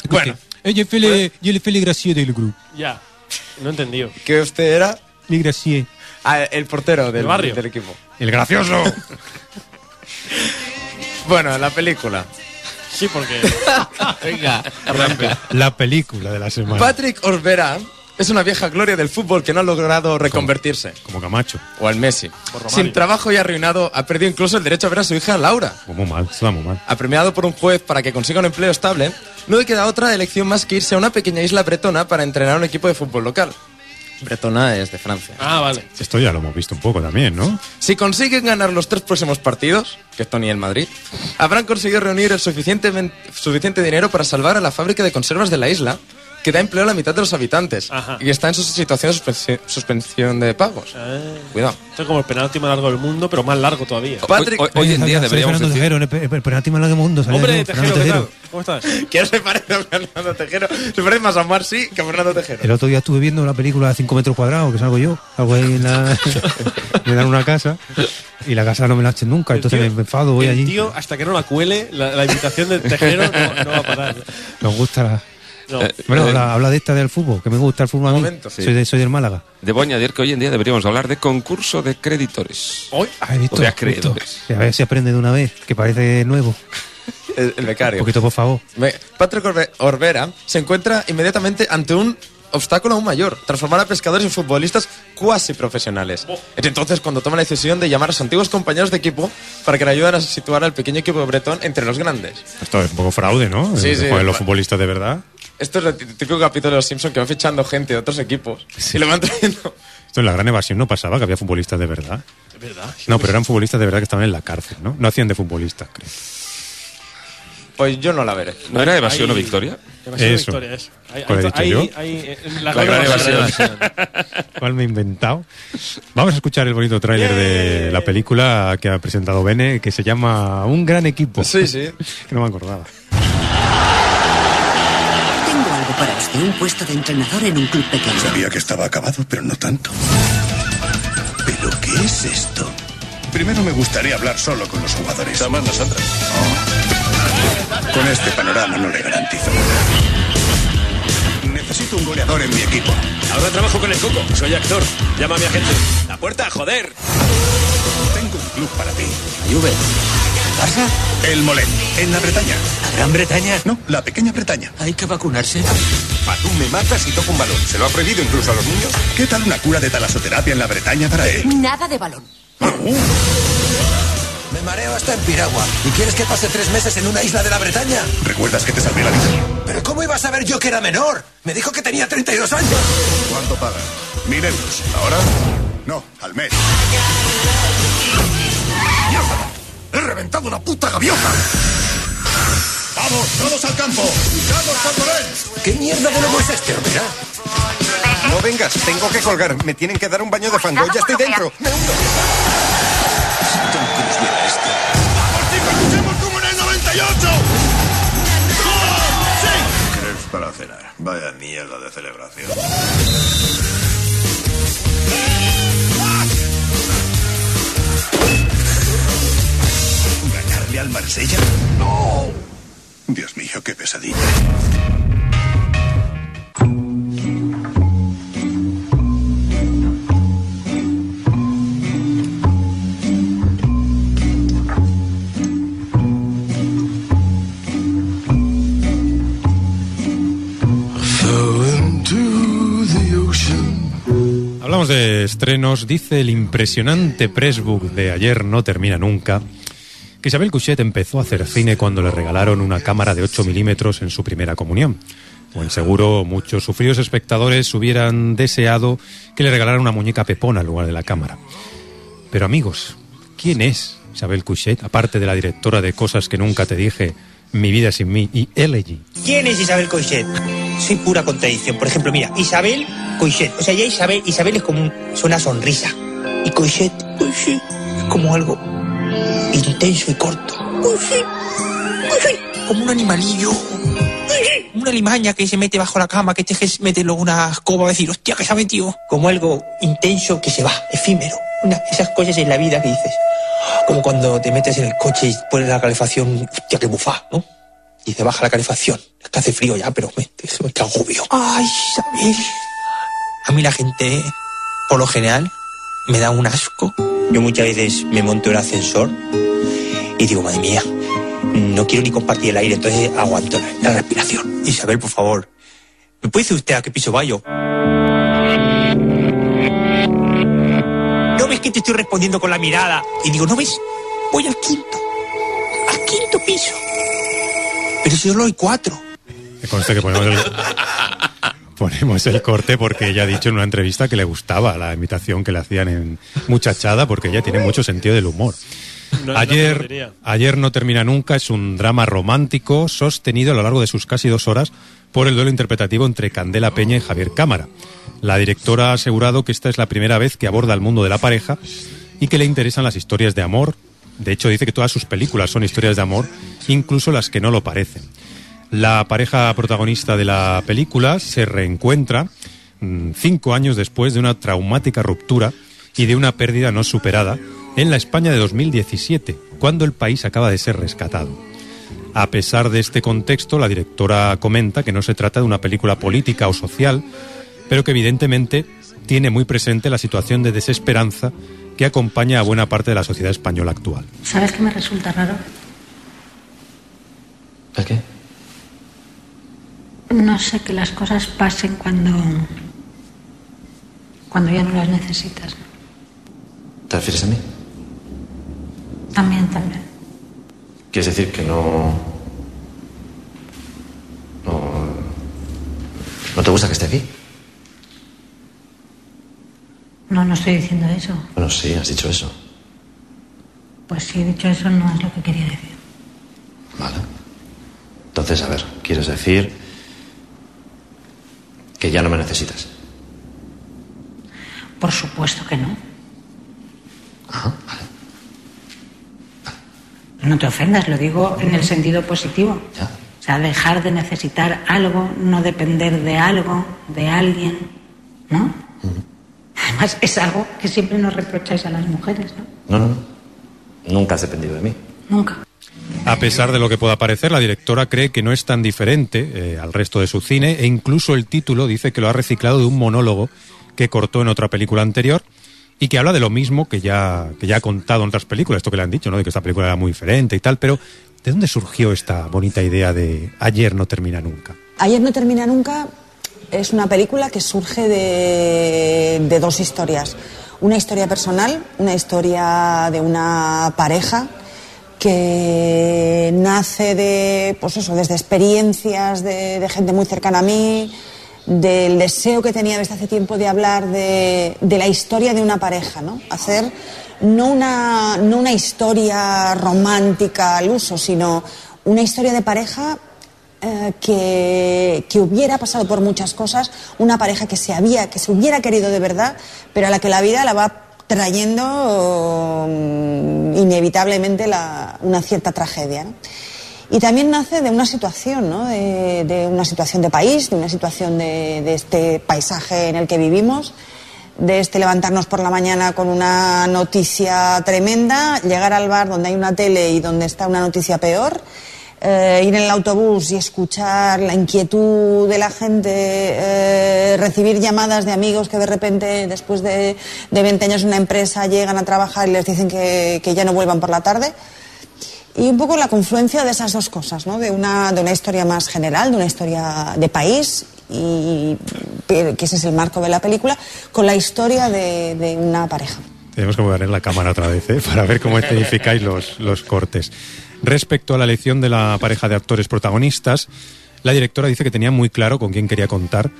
Speaker 1: Bueno. Yo fui le- yo le fui le gracieux del grupo.
Speaker 3: Ya. No he entendido.
Speaker 4: Que usted era
Speaker 1: Le gracieux.
Speaker 4: ah, el portero del,
Speaker 3: Del barrio.
Speaker 4: del equipo.
Speaker 1: El gracioso.
Speaker 4: *laughs* Bueno, la película.
Speaker 3: Sí,
Speaker 4: *laughs*
Speaker 3: porque.
Speaker 17: Venga, arranca.
Speaker 1: La película de la semana.
Speaker 4: Patrick Orbera Es una vieja gloria del fútbol que no ha logrado reconvertirse.
Speaker 1: Como Camacho.
Speaker 4: O al Messi.
Speaker 1: Romario.
Speaker 4: Sin trabajo y arruinado, ha perdido incluso el derecho a ver a su hija Laura.
Speaker 1: Muy mal, se da muy mal.
Speaker 4: Apremiado por un juez para que consiga un empleo estable, no le queda otra elección más que irse a una pequeña isla bretona para entrenar a un equipo de fútbol local. Bretona es de Francia.
Speaker 3: Ah, vale.
Speaker 1: Esto ya lo hemos visto un poco también, ¿no?
Speaker 4: Si consiguen ganar los tres próximos partidos, que esto ni el Madrid, habrán conseguido reunir el suficiente, ven- suficiente dinero para salvar a la fábrica de conservas de la isla, que da empleo a la mitad de los habitantes y que está en su situación de suspensi- suspensión de pagos. Cuidado.
Speaker 3: Esto es como el penalti más largo del mundo, pero más largo todavía.
Speaker 4: Patrick- Hoy- hoy en día
Speaker 18: Fernando Tejero, en el, pe- el penalti más largo del mundo. salió
Speaker 4: Hombre,
Speaker 18: yo,
Speaker 4: Tejero,
Speaker 18: Fernando
Speaker 4: ¿qué
Speaker 18: Tejero.
Speaker 4: tal? ¿Cómo estás? *laughs* ¿Qué se parece a Fernando Tejero? Se parece más a Omar, sí, que a Fernando Tejero.
Speaker 18: El otro día estuve viendo una película de 5 metros cuadrados, que salgo yo, salgo ahí en la... me dan una casa y la casa no me la echen nunca, entonces me enfado, voy
Speaker 3: el
Speaker 18: allí.
Speaker 3: tío, hasta que no la cuele, la, la invitación del tejero no, no va a
Speaker 4: *laughs*
Speaker 3: parar.
Speaker 4: Eh,
Speaker 18: Nos gusta la...
Speaker 3: No.
Speaker 18: Bueno,
Speaker 6: eh,
Speaker 18: habla, habla de esta del fútbol, que me gusta el fútbol a mí.
Speaker 6: momento, sí.
Speaker 18: soy, de- soy del Málaga.
Speaker 6: Debo añadir que hoy en día deberíamos hablar de concurso de creditores.
Speaker 3: ¿Hoy?
Speaker 18: Ah, he visto,
Speaker 6: O de
Speaker 18: justo.
Speaker 6: acreedores.
Speaker 18: A ver si aprende de una vez, que parece nuevo.
Speaker 4: El, el
Speaker 18: Un
Speaker 4: becario.
Speaker 18: poquito, por favor.
Speaker 4: Me- Patrick Orbe- Orbera se encuentra inmediatamente ante un obstáculo aún mayor, transformar a pescadores en futbolistas cuasi profesionales. Es entonces cuando toma la decisión de llamar a sus antiguos compañeros de equipo para que le ayuden a situar al pequeño equipo bretón entre los grandes.
Speaker 1: Esto es un poco fraude, ¿no?
Speaker 4: Sí,
Speaker 1: Eh,
Speaker 4: sí.
Speaker 1: joder, los futbolistas de verdad.
Speaker 4: Esto es el tí- típico capítulo de los Simpsons que van fichando gente de otros equipos y le van trayendo...
Speaker 1: Esto en la gran evasión no pasaba, que había futbolistas de verdad.
Speaker 4: ¿Verdad?
Speaker 1: No, pero eran futbolistas de verdad que estaban en la cárcel, ¿no? No hacían de futbolistas, creo.
Speaker 4: Pues yo no la veré.
Speaker 6: ¿No era evasión o victoria?
Speaker 3: Evasión o
Speaker 1: Eso.
Speaker 3: victoria, eso. Hay-
Speaker 1: ¿Cuál he
Speaker 3: hay-
Speaker 1: dicho
Speaker 3: hay-
Speaker 1: yo?
Speaker 3: hay, eh, la La gran gran evasión. evasión.
Speaker 1: *laughs* ¿Cuál me he inventado? Vamos a escuchar el bonito tráiler de la película que ha presentado Bene, que se llama Un gran equipo.
Speaker 4: Sí, sí.
Speaker 1: *laughs* que no me acordaba.
Speaker 19: Tengo algo para usted, un puesto de entrenador en un club pequeño.
Speaker 13: Sabía que estaba acabado, pero no tanto. ¿Pero qué es esto? Primero me gustaría hablar solo con los jugadores. Somos nosotros. Con este panorama no le garantizo nada. Necesito un goleador en mi equipo.
Speaker 7: Ahora trabajo con el coco. Soy actor. Llama a mi agente. La puerta, joder.
Speaker 13: Tengo un club para ti. Juve. ¿Pasa? El Molén, en la Bretaña. ¿La Gran Bretaña? No, la Pequeña Bretaña. Hay que vacunarse. Tú me matas y toco un balón. ¿Se lo ha prohibido incluso a los niños? ¿Qué tal una cura de talasoterapia en la Bretaña para él?
Speaker 19: Nada de balón.
Speaker 4: Uh,
Speaker 13: Me mareo hasta en Piragua. ¿Y quieres que pase tres meses en una isla de la Bretaña? ¿Recuerdas que te salvé la vida? ¿Pero cómo iba a saber yo que era menor? Me dijo que tenía 32 años. ¿Cuánto pagas? Mil euros. ¿Ahora? No, al mes. ¡Mierda! ¡He reventado una puta gaviota! ¡Vamos, todos al campo! ¡Vamos, Santorén! ¿Qué mierda de lobo es este, Rivera?
Speaker 20: No vengas, tengo que colgar. Me tienen que dar un baño de fango. Ya estoy dentro. Me hundo.
Speaker 13: Crepes para cenar. Vaya mierda de celebración. ¿Ganarle al Marsella? ¡No! Dios mío, qué pesadilla.
Speaker 1: Hablamos de estrenos. Dice el impresionante pressbook de Ayer no termina nunca que Isabel Cuchet empezó a hacer cine cuando le regalaron una cámara de 8 milímetros en su primera comunión. Buen seguro, muchos sufridos espectadores hubieran deseado que le regalaran una muñeca pepona en lugar de la cámara. Pero amigos, ¿quién es Isabel Cuchet? Aparte de la directora de Cosas que nunca te dije, Mi vida sin mí y Elegy.
Speaker 15: ¿Quién es Isabel Coixet? Soy pura contradicción. Por ejemplo, mira, Isabel Coixet. O sea, ya Isabel, Isabel es como un- es una sonrisa. Y Coixet, Coixet, es como algo intenso y corto. Coixet, Coixet, como un animalillo. Coixet, Una limaña que se mete bajo la cama, que te jes- mete luego una escoba a decir, hostia, que se ha metido. Como algo intenso que se va, efímero. Una, esas cosas en la vida que dices. Como cuando te metes en el coche y pones la calefacción, hostia, que bufá, ¿no? Y te baja la calefacción. Es que hace frío ya, pero me, eso me- qué agobio. Ay, Isabel. A mí la gente, por lo general, me da un asco. Yo muchas veces me monto en el ascensor y digo, madre mía, no quiero ni compartir el aire, entonces aguanto la, la respiración. Isabel, por favor, ¿me puede decir usted a qué piso va yo? ¿No ves que te estoy respondiendo con la mirada? Y digo, ¿no ves? Voy al quinto. Al quinto piso. Pero si solo hay cuatro.
Speaker 1: Me consta que ponemos el, ponemos el corte porque ella ha dicho en una entrevista que le gustaba la imitación que le hacían en Muchachada porque ella tiene mucho sentido del humor.
Speaker 3: No es la
Speaker 1: Ayer,
Speaker 3: tontería.
Speaker 1: ayer no termina nunca es un drama romántico sostenido a lo largo de sus casi dos horas por el duelo interpretativo entre Candela Peña y Javier Cámara. La directora ha asegurado que esta es la primera vez que aborda el mundo de la pareja y que le interesan las historias de amor. De hecho, dice que todas sus películas son historias de amor, incluso las que no lo parecen. La pareja protagonista de la película se reencuentra mm, cinco años después de una traumática ruptura y de una pérdida no superada en la España de 2017, cuando el país acaba de ser rescatado. A pesar de este contexto, la directora comenta que no se trata de una película política o social, pero que evidentemente tiene muy presente la situación de desesperanza que acompaña a buena parte de la sociedad española actual.
Speaker 21: ¿Sabes qué me resulta raro?
Speaker 5: ¿El qué?
Speaker 21: No sé que las cosas pasen cuando. cuando ya no las necesitas.
Speaker 5: ¿Te refieres a mí?
Speaker 21: También, también.
Speaker 5: Quieres decir que no. No. ¿No te gusta que esté aquí?
Speaker 21: No, no estoy diciendo eso.
Speaker 5: Bueno, sí, has dicho eso.
Speaker 21: Pues si he dicho eso, no es lo que quería decir.
Speaker 5: Entonces, a ver, quieres decir. que ya no me necesitas.
Speaker 21: Por supuesto que no. No te ofendas, lo digo en el sentido positivo. O sea, dejar de necesitar algo, no depender de algo, de alguien, ¿no? Además, es algo que siempre nos reprocháis a las mujeres, ¿no?
Speaker 5: No, no, no. Nunca has dependido de mí.
Speaker 21: Nunca.
Speaker 1: A pesar de lo que pueda parecer, la directora cree que no es tan diferente eh, al resto de su cine e incluso el título dice que lo ha reciclado de un monólogo que cortó en otra película anterior y que habla de lo mismo que ya, que ya ha contado en otras películas, esto que le han dicho, ¿no? de que esta película era muy diferente y tal, pero ¿de dónde surgió esta bonita idea de ayer no termina nunca?
Speaker 22: Ayer no termina nunca es una película que surge de, de dos historias. Una historia personal, una historia de una pareja que nace de, pues eso, desde experiencias de, de gente muy cercana a mí, del deseo que tenía desde hace tiempo de hablar de, de la historia de una pareja, ¿no? Hacer no una, no una historia romántica al uso, sino una historia de pareja eh, que, que hubiera pasado por muchas cosas, una pareja que se había, que se hubiera querido de verdad, pero a la que la vida la va trayendo mm, inevitablemente la- una cierta tragedia. ¿no? Y también nace de una situación, ¿no? de, de una situación de país, de una situación de, de este paisaje en el que vivimos, de este levantarnos por la mañana con una noticia tremenda, llegar al bar donde hay una tele y donde está una noticia peor, eh, ir en el autobús y escuchar la inquietud de la gente, eh, recibir llamadas de amigos que de repente, después de, de 20 años en una empresa, llegan a trabajar y les dicen que, que ya no vuelvan por la tarde. Y un poco la confluencia de esas dos cosas, ¿no? de, una, de una historia más general, de una historia de país, y, que ese es el marco de la película, con la historia de, de una pareja.
Speaker 1: Tenemos que poner la cámara otra vez ¿eh? *laughs* para ver cómo escenificáis los, los cortes. Respecto a la elección de la pareja de actores protagonistas, la directora dice que tenía muy claro con quién quería contar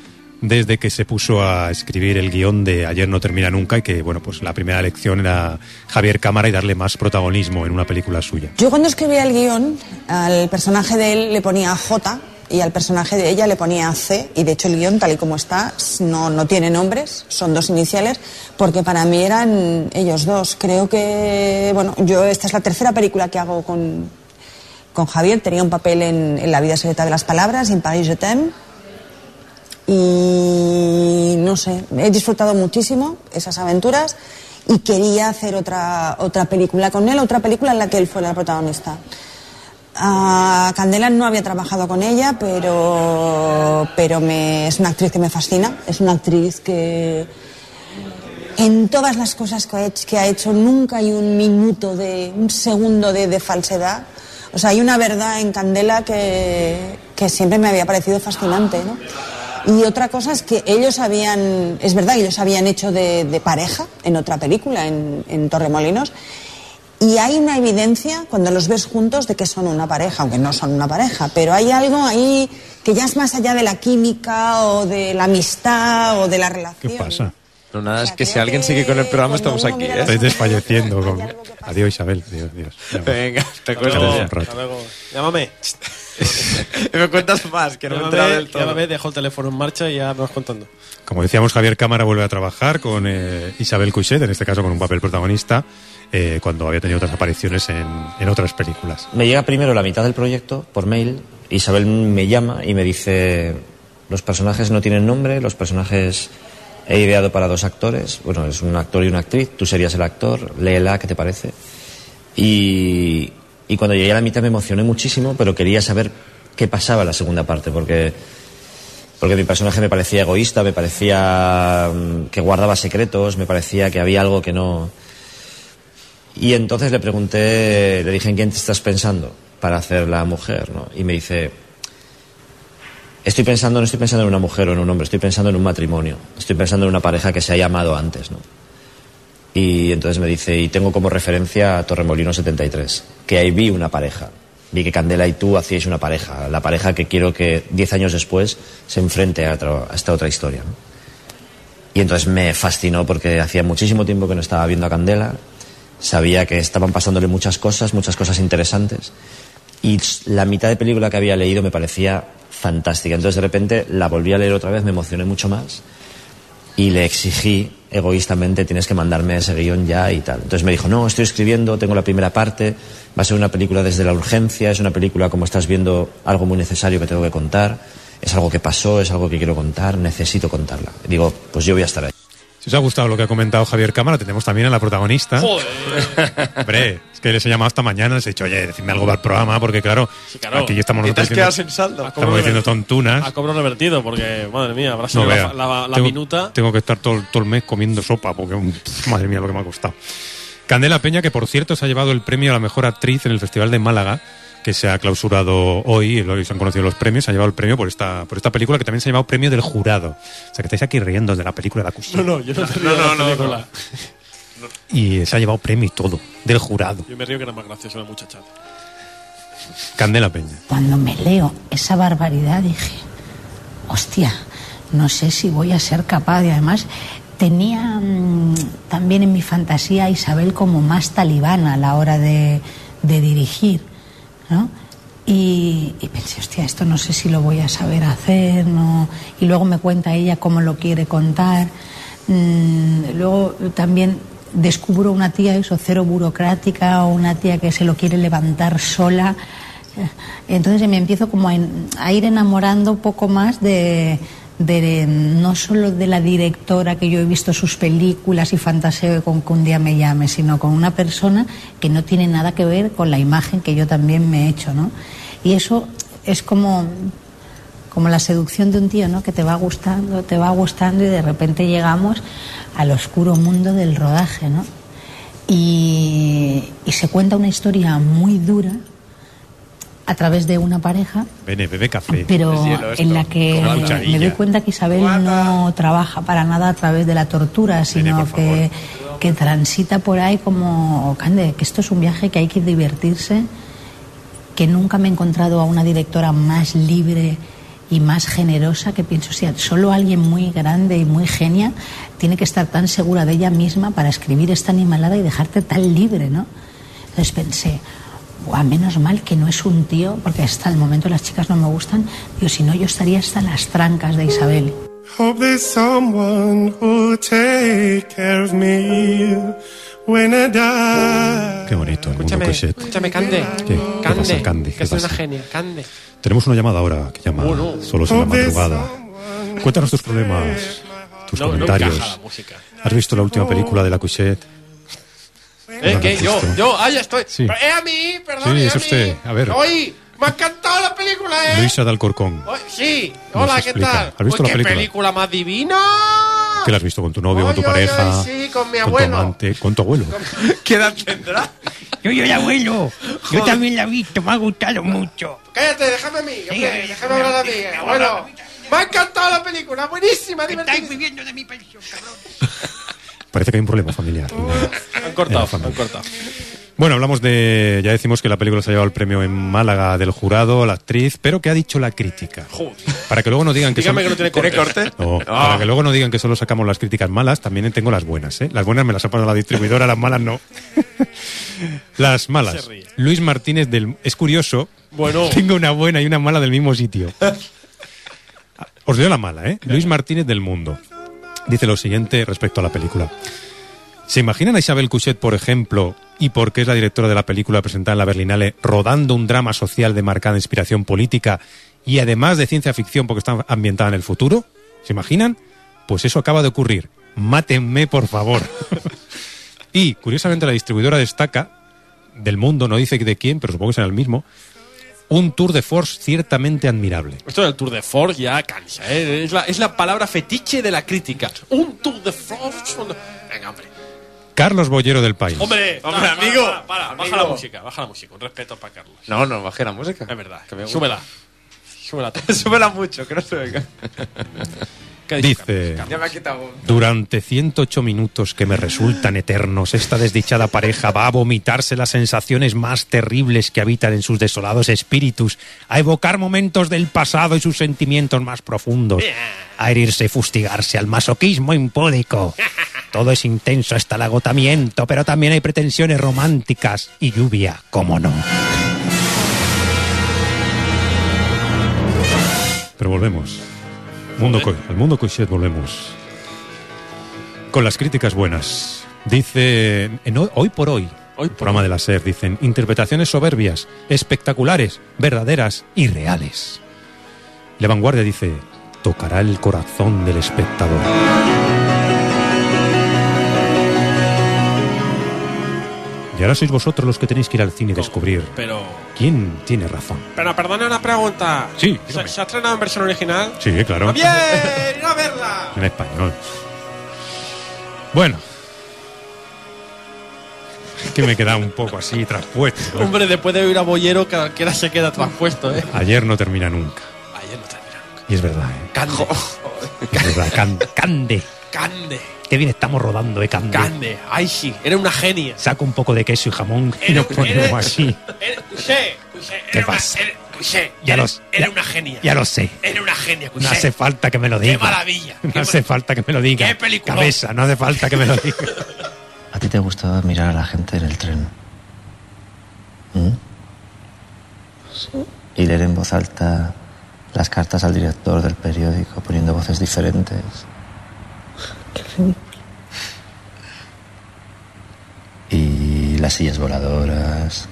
Speaker 1: desde que se puso a escribir el guión de Ayer no termina nunca y que, bueno, pues la primera elección era Javier Cámara y darle más protagonismo en una película suya.
Speaker 22: Yo cuando escribía el guión, al personaje de él le ponía J y al personaje de ella le ponía C. Y de hecho el guión, tal y como está, no, no tiene nombres, son dos iniciales, porque para mí eran ellos dos. Creo que, bueno, yo esta es la tercera película que hago con, con Javier. Tenía un papel en, en La vida secreta de las palabras, en Paris Je t'aime. Y no sé, he disfrutado muchísimo esas aventuras y quería hacer otra, otra película con él, otra película en la que él fuera el protagonista. Ah, Candela no había trabajado con ella, pero, pero me- es una actriz que me fascina, es una actriz que en todas las cosas que ha hecho, que ha hecho nunca hay un minuto, de un segundo de, de falsedad. O sea, hay una verdad en Candela que, que siempre me había parecido fascinante, ¿no? Y otra cosa es que ellos habían, es verdad, ellos habían hecho de, de pareja en otra película, en, en Torremolinos, y hay una evidencia cuando los ves juntos de que son una pareja, aunque no son una pareja, pero hay algo ahí que ya es más allá de la química o de la amistad o de la relación.
Speaker 1: ¿Qué pasa?
Speaker 4: No, nada, es que si alguien sigue con el programa estamos aquí, ¿eh?
Speaker 1: Estáis desfalleciendo. con- Adiós, Isabel. Adiós, adiós.
Speaker 4: Venga, te
Speaker 1: Hasta
Speaker 4: cuento.
Speaker 1: luego, un rato.
Speaker 3: Llámame.
Speaker 4: *laughs* me cuentas más, que no me he enterado del todo.
Speaker 3: Llámame, dejo el teléfono en marcha y ya me vas contando.
Speaker 1: Como decíamos, Javier Cámara vuelve a trabajar con eh, Isabel Cuchet, en este caso con un papel protagonista, eh, cuando había tenido otras apariciones en, en otras películas.
Speaker 23: Me llega primero la mitad del proyecto por mail. Isabel me llama y me dice: Los personajes no tienen nombre, los personajes he ideado para dos actores. Bueno, es un actor y una actriz. Tú serías el actor, léela, ¿qué te parece? Y, y cuando llegué a la mitad me emocioné muchísimo, pero quería saber qué pasaba en la segunda parte, porque, porque mi personaje me parecía egoísta, me parecía mm, que guardaba secretos, me parecía que había algo que no. Y entonces le pregunté, le dije, ¿en quién te estás pensando para hacer la mujer? ¿no? Y me dice, estoy pensando, no estoy pensando en una mujer o en un hombre, estoy pensando en un matrimonio, estoy pensando en una pareja que se haya amado antes. ¿no? Y entonces me dice, y tengo como referencia a Torremolino 73, que ahí vi una pareja. Vi que Candela y tú hacíais una pareja, la pareja que quiero que 10 años después se enfrente a, otra- a esta otra historia. ¿no? Y entonces me fascinó porque hacía muchísimo tiempo que no estaba viendo a Candela, sabía que estaban pasándole muchas cosas, muchas cosas interesantes, y s- la mitad de película que había leído me parecía fantástica. Entonces de repente la volví a leer otra vez, me emocioné mucho más, y le exigí egoístamente, tienes que mandarme ese guión ya y tal. Entonces me dijo, no, estoy escribiendo, tengo la primera parte, va a ser una película desde la urgencia, es una película como estás viendo, algo muy necesario que tengo que contar, es algo que pasó, es algo que quiero contar, necesito contarla. Digo, pues yo voy a estar ahí.
Speaker 1: Si os ha gustado lo que ha comentado Javier Cámara, tenemos también a la protagonista. Hombre, es que les he llamado hasta mañana, les he dicho, oye, decidme algo para el programa, porque claro,
Speaker 3: claro.
Speaker 1: aquí estamos
Speaker 3: Y te
Speaker 1: nosotros
Speaker 3: has quedado sin saldo.
Speaker 1: Estamos diciendo tontunas.
Speaker 3: A cobro revertido, porque, madre mía, habrá
Speaker 1: No
Speaker 3: sido la,
Speaker 1: vea.
Speaker 3: la- la
Speaker 1: tengo,
Speaker 3: minuta.
Speaker 1: Tengo que estar todo, todo el mes comiendo sopa, porque um, madre mía lo que me ha costado. Candela Peña, que por cierto se ha llevado el premio a la mejor actriz en el Festival de Málaga, que se ha clausurado hoy, hoy se han conocido los premios, se ha llevado el premio por esta, por esta película, que también se ha llevado premio del jurado. O sea, que estáis aquí riendo de la película de
Speaker 3: No,
Speaker 1: la
Speaker 3: no, yo no te río de la película.
Speaker 1: Y se ha llevado premio y todo, del jurado.
Speaker 3: Yo me río que era más gracioso la muchacha.
Speaker 1: Candela Peña.
Speaker 11: Cuando me leo esa barbaridad dije, hostia, no sé si voy a ser capaz. Y además tenía mm, también en mi fantasía a Isabel como más talibana a la hora de, de dirigir, ¿no? Y, y pensé, hostia, esto no sé si lo voy a saber hacer, ¿no? Y luego me cuenta ella cómo lo quiere contar. Mm, luego también descubro una tía eso, cero burocrática, o una tía que se lo quiere levantar sola. Entonces me empiezo como a, en- a ir enamorando un poco más de, de- no solo de la directora que yo he visto sus películas y fantaseo con que un día me llame, sino con una persona que no tiene nada que ver con la imagen que yo también me he hecho, ¿no? Y eso es como como la seducción de un tío, ¿no? Que te va gustando, te va gustando y de repente llegamos al oscuro mundo del rodaje, ¿no? Y, y se cuenta una historia muy dura a través de una pareja
Speaker 1: Bene, bebe café.
Speaker 11: pero en la que
Speaker 1: Con una
Speaker 11: me doy
Speaker 1: cucharilla.
Speaker 11: cuenta que Isabel no trabaja para nada a través de la tortura, sino que, que transita por ahí como, oh, Cande, que esto es un viaje que hay que divertirse, que nunca me he encontrado a una directora más libre y más generosa que pienso, si solo alguien muy grande y muy genia tiene que estar tan segura de ella misma para escribir esta animalada y dejarte tan libre, ¿no? Entonces pensé, a menos mal que no es un tío, porque hasta el momento las chicas no me gustan. Digo, si no, yo estaría hasta las trancas de Isabel.
Speaker 24: Hope there's someone who'll take care of me when I die.
Speaker 1: Qué bonito el mundo
Speaker 24: Escúchame,
Speaker 1: Cochet.
Speaker 24: escúchame, Cande.
Speaker 1: ¿Qué, ¿Qué
Speaker 24: Cande,
Speaker 1: pasa, Candy?
Speaker 24: que
Speaker 1: ¿Qué
Speaker 24: soy
Speaker 1: pasa?
Speaker 24: una genia, Cande.
Speaker 1: Tenemos una llamada ahora que llama
Speaker 24: Oh, no.
Speaker 1: Solo es la madrugada. Cuéntanos tus problemas, tus
Speaker 3: No, no
Speaker 1: comentarios.
Speaker 3: encaja la música.
Speaker 1: ¿Has visto la última película de la Couchette?
Speaker 3: ¿Eh? ¿Qué? Yo, yo, ah, ya estoy.
Speaker 1: Sí.
Speaker 3: Pero, eh, a mí, perdón.
Speaker 1: Sí,
Speaker 3: eh,
Speaker 1: es
Speaker 3: a mí.
Speaker 1: usted. A ver.
Speaker 3: Hoy, me ha encantado la película, ¿eh?
Speaker 1: Luisa de Alcorcón.
Speaker 3: Hoy- sí,
Speaker 1: Nos
Speaker 3: hola, ¿qué
Speaker 1: explica.
Speaker 3: tal?
Speaker 1: ¿Has visto
Speaker 3: Uy, ¿Qué
Speaker 1: la película?
Speaker 3: película más divina?
Speaker 1: ¿Qué la has visto con tu novio, con tu
Speaker 3: Ay, ay,
Speaker 1: pareja?
Speaker 3: ay, sí, con mi
Speaker 1: tu
Speaker 3: abuelo.
Speaker 1: amante, con tu abuelo.
Speaker 3: *laughs* ¿Qué edad tendrá?
Speaker 25: *laughs* Yo, yo, el abuelo. Yo también la he visto, me ha gustado mucho.
Speaker 3: Cállate, déjame a mí. hombre, déjame hablar a mí, eh, abuelo.
Speaker 2: Me ha encantado la película, buenísima, divertida. Estáis viviendo de mi pensión, cabrón.
Speaker 1: Parece que hay un problema familiar.
Speaker 3: Han cortado,
Speaker 1: Eh, Juan.
Speaker 3: han cortado.
Speaker 1: Bueno, hablamos de. Ya decimos que la película se ha llevado el premio en Málaga del jurado, la actriz, pero ¿qué ha dicho la crítica?
Speaker 3: Joder.
Speaker 1: Para que luego no digan que.
Speaker 3: Dígame
Speaker 1: solo-
Speaker 3: que no tiene corte. ¿Tiene corte?
Speaker 1: No,
Speaker 3: Ah.
Speaker 1: Para que luego no digan que solo sacamos las críticas malas, también tengo las buenas, ¿eh? Las buenas me las ha pasado la distribuidora, las
Speaker 3: *laughs*
Speaker 1: malas no. las malas. Luis Martínez del. Es curioso.
Speaker 3: Bueno.
Speaker 1: Tengo una buena y una mala del
Speaker 15: *laughs*
Speaker 1: mismo sitio. Os leo la mala, ¿eh? Luis Martínez del Mundo. Dice lo siguiente respecto a la película. ¿Se imaginan a Isabel Couchet, por ejemplo, y porque es la directora de la película presentada en la Berlinale, rodando un drama social de marcada inspiración política y además de ciencia ficción porque está ambientada en el futuro? ¿Se imaginan? Pues eso acaba de ocurrir. Mátenme, por favor. y, curiosamente, la distribuidora destaca, del mundo, no dice de quién, pero supongo que será el mismo, un tour de force ciertamente admirable.
Speaker 3: Esto del Tour de Force ya cansa, ¿eh? Es la, es la palabra fetiche de la crítica. Un Tour de Force. un- Venga, hombre.
Speaker 1: Carlos Bollero del País.
Speaker 3: Hombre,
Speaker 4: Hombre,
Speaker 3: para,
Speaker 4: amigo.
Speaker 3: Para, para, para, baja la
Speaker 4: Amigo.
Speaker 3: música, baja la música. Un respeto para Carlos.
Speaker 4: No, no, bajé la música. Es verdad.
Speaker 3: Súbela. Súbela.
Speaker 4: Súbela *laughs* mucho, que no se
Speaker 1: *laughs*
Speaker 4: oiga.
Speaker 1: Dice,
Speaker 4: Ya me ha quitado.
Speaker 1: durante 108 minutos que me resultan eternos, esta desdichada pareja va a vomitarse las sensaciones más terribles que habitan en sus desolados espíritus, a evocar momentos del pasado y sus sentimientos más profundos, a herirse y fustigarse al masoquismo impúdico. Todo es intenso hasta el agotamiento, pero también hay pretensiones románticas y lluvia, cómo no. Pero volvemos. Mundo Co- al mundo Coixet volvemos. Con las críticas buenas. Dice, en ho- hoy por hoy, el programa de la SER, dicen, interpretaciones soberbias, espectaculares, verdaderas y reales. La vanguardia dice, tocará el corazón del espectador. Y ahora sois vosotros los que tenéis que ir al cine y descubrir
Speaker 3: Pero.
Speaker 1: quién tiene razón.
Speaker 3: Pero perdona una pregunta.
Speaker 1: Sí,
Speaker 3: ¿Se, se ha estrenado en versión original? Ah,
Speaker 1: Sí, claro.
Speaker 3: ¡Bien! ¡Ir a verla!
Speaker 1: En español. Bueno. Es que me queda un poco así
Speaker 3: *laughs*
Speaker 1: traspuesto.
Speaker 3: Hombre, después de oír a Bollero, cualquiera se queda traspuesto, ¿eh?
Speaker 1: Ayer no termina nunca.
Speaker 3: Ayer no termina.
Speaker 1: Y es verdad, ¿eh?
Speaker 3: Cande.
Speaker 1: Es verdad. Can- Cande.
Speaker 3: Cande.
Speaker 1: Qué bien estamos rodando, ¿eh, Cande?
Speaker 3: Cande. Ay, sí. Era una genia.
Speaker 1: Saca un poco de queso y jamón y nos
Speaker 3: ¿Eh?
Speaker 1: ponemos así.
Speaker 3: Era- Cuixé, Cuixé, era
Speaker 1: ¿Qué
Speaker 3: una-
Speaker 1: pasa?
Speaker 3: era- Cuixé,
Speaker 1: Ya
Speaker 3: era-
Speaker 1: lo sé,
Speaker 3: Era
Speaker 1: ya-
Speaker 3: una genia.
Speaker 1: ya lo sé.
Speaker 3: Era una genia,
Speaker 1: No
Speaker 3: Cuixé.
Speaker 1: hace falta que me lo diga.
Speaker 3: ¡Qué maravilla!
Speaker 1: No hace falta que me lo diga.
Speaker 3: ¡Qué peliculón!
Speaker 1: Cabeza, no hace falta que me lo
Speaker 3: *laughs*
Speaker 1: diga.
Speaker 23: ¿A ti te gustaba mirar a la gente en el tren? ¿Mm? Y leer en voz alta las cartas al director del periódico poniendo voces diferentes. Y las sillas voladoras.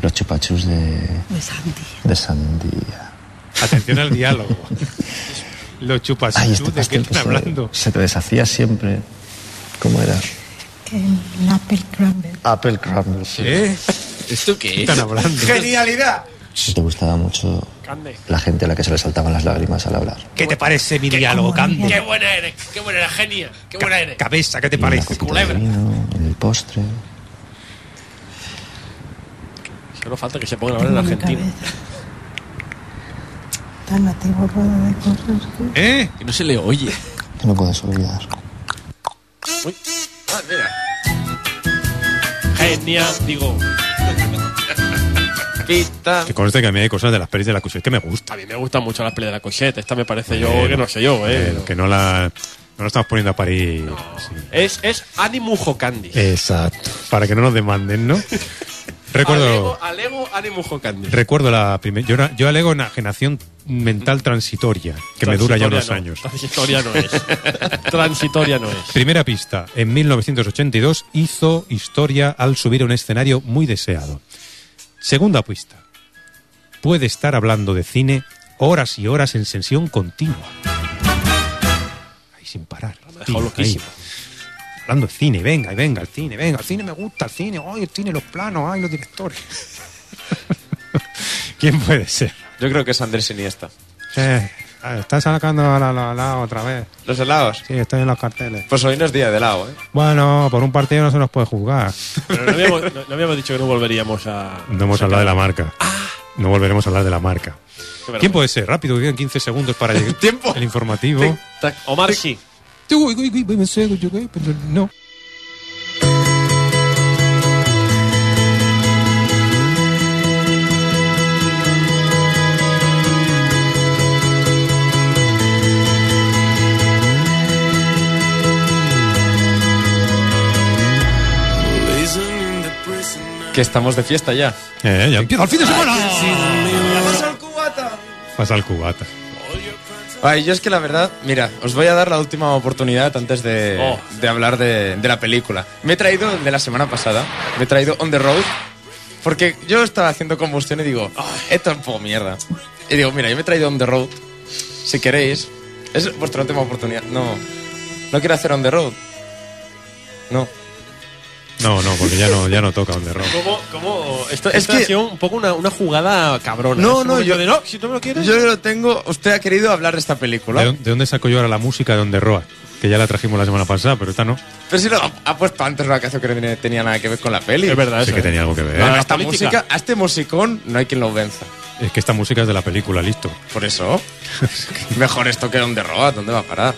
Speaker 23: Los chupachus de.
Speaker 11: De sandía.
Speaker 23: De sandía.
Speaker 1: Atención al diálogo. Los chupas
Speaker 23: Ay, este
Speaker 1: de qué
Speaker 23: pastel que
Speaker 1: están
Speaker 23: se,
Speaker 1: hablando.
Speaker 23: se te deshacía siempre. ¿Cómo era?
Speaker 11: El Apple Crumble.
Speaker 23: Apple crumble. sí.
Speaker 7: ¿Esto qué
Speaker 23: es? ¿Eh? Están hablando.
Speaker 3: ¡Genialidad!
Speaker 23: Si te gustaba mucho
Speaker 3: Cande.
Speaker 23: la gente a la que se le saltaban las lágrimas al hablar.
Speaker 1: ¿Qué te parece mi diálogo, Cande?
Speaker 3: ¡Qué buena eres! ¡Qué buena eres, genia! ¡Qué buena eres!
Speaker 1: Cabeza, ¿qué te parece?
Speaker 3: Culebra.
Speaker 23: En el postre.
Speaker 3: Solo falta que se pongan a hablar en argentino.
Speaker 1: ¿Eh?
Speaker 7: Que no se le oye.
Speaker 23: Tú no puedes olvidar.
Speaker 7: Ah, mira.
Speaker 3: Genia, digo.
Speaker 1: Que conste que a mí hay cosas de las pelis de la Cuchet que me gustan.
Speaker 3: A mí me gustan mucho las pelis de la cocheta. Esta me parece yo que no sé yo, ¿eh?
Speaker 1: Que no la, no la estamos poniendo a parir. sí.
Speaker 3: Es, es Animu Jocandi.
Speaker 1: Exacto. Para que no nos
Speaker 3: *laughs*
Speaker 1: demanden, ¿no? Recuerdo,
Speaker 3: Alego, alego Animu Jocandi.
Speaker 1: recuerdo la primera. Yo, era- yo alego enajenación mental transitoria, que me dura ya unos
Speaker 3: Transitoria no,
Speaker 1: años.
Speaker 3: Transitoria no es.
Speaker 1: *laughs*
Speaker 3: transitoria no es.
Speaker 1: Primera pista. En 1982 hizo historia al subir a un escenario muy deseado. Segunda pista. Puede estar hablando de cine horas y horas en sesión continua. Ahí sin parar.
Speaker 3: dejado
Speaker 1: Ahí.
Speaker 3: loquísimo.
Speaker 1: Hablando de cine, venga, y venga, el cine, venga, el cine me gusta, el cine, ay, el cine, los planos, ay, los directores. ¿Quién puede ser?
Speaker 4: Yo creo que es Andrés Iniesta.
Speaker 1: Eh, están sacando a la, la- la otra vez.
Speaker 4: ¿Los helados?
Speaker 1: Sí, estoy en los carteles.
Speaker 4: Pues hoy no es día de helado, ¿eh?
Speaker 1: Bueno, por un partido no se nos puede juzgar.
Speaker 3: Pero no habíamos, no- no habíamos dicho que no volveríamos a.
Speaker 1: No hemos hablado de la marca. No volveremos a hablar de la marca. Tiempo ese, rápido, que quedan 15 segundos *laughs* para llegar.
Speaker 4: Tiempo.
Speaker 1: El informativo.
Speaker 3: Omar sí.
Speaker 1: No.
Speaker 4: Que estamos de fiesta ya.
Speaker 1: Eh, ya empieza el fin de semana.
Speaker 4: cubata!
Speaker 1: Pasa el cubata.
Speaker 4: Ay, yo es que la verdad, mira, os voy a dar la última oportunidad antes de,
Speaker 1: Oh.
Speaker 4: de hablar de, de la película. Me he traído el de la semana pasada, me he traído On the Road, porque yo estaba haciendo combustión y digo, "Ay, esto es un poco mierda. Y digo, mira, yo me he traído On the Road, si queréis, es vuestra última oportunidad. No, no quiero hacer On the Road. No.
Speaker 1: No, no, porque ya no, ya no toca donde rock.
Speaker 3: ¿Cómo? cómo? Oh, Esto,
Speaker 4: Es
Speaker 3: esto
Speaker 4: que-
Speaker 3: ha sido un poco una, una jugada cabrona. ¿eh?
Speaker 4: No,
Speaker 3: Es un
Speaker 4: no,
Speaker 3: momento
Speaker 4: yo-
Speaker 3: de, no, si tú me lo quieres.
Speaker 4: Yo lo tengo, usted ha querido hablar de esta película.
Speaker 1: ¿De, dónde- de dónde saco yo ahora la música de Donde Roa? Que ya la trajimos la semana pasada, pero esta no.
Speaker 4: Pero si lo ha- ha puesto antes una canción que no tenía- tenía nada que ver con la peli.
Speaker 1: Es verdad Sí eso, que ¿eh? tenía algo que ver.
Speaker 4: Bueno,
Speaker 1: La
Speaker 4: esta
Speaker 1: política.
Speaker 4: música, a este musicón no hay quien lo venza.
Speaker 1: Es que esta música es de la película, listo.
Speaker 4: Por eso. *laughs* Mejor esto que donde roba, ¿dónde va a parar?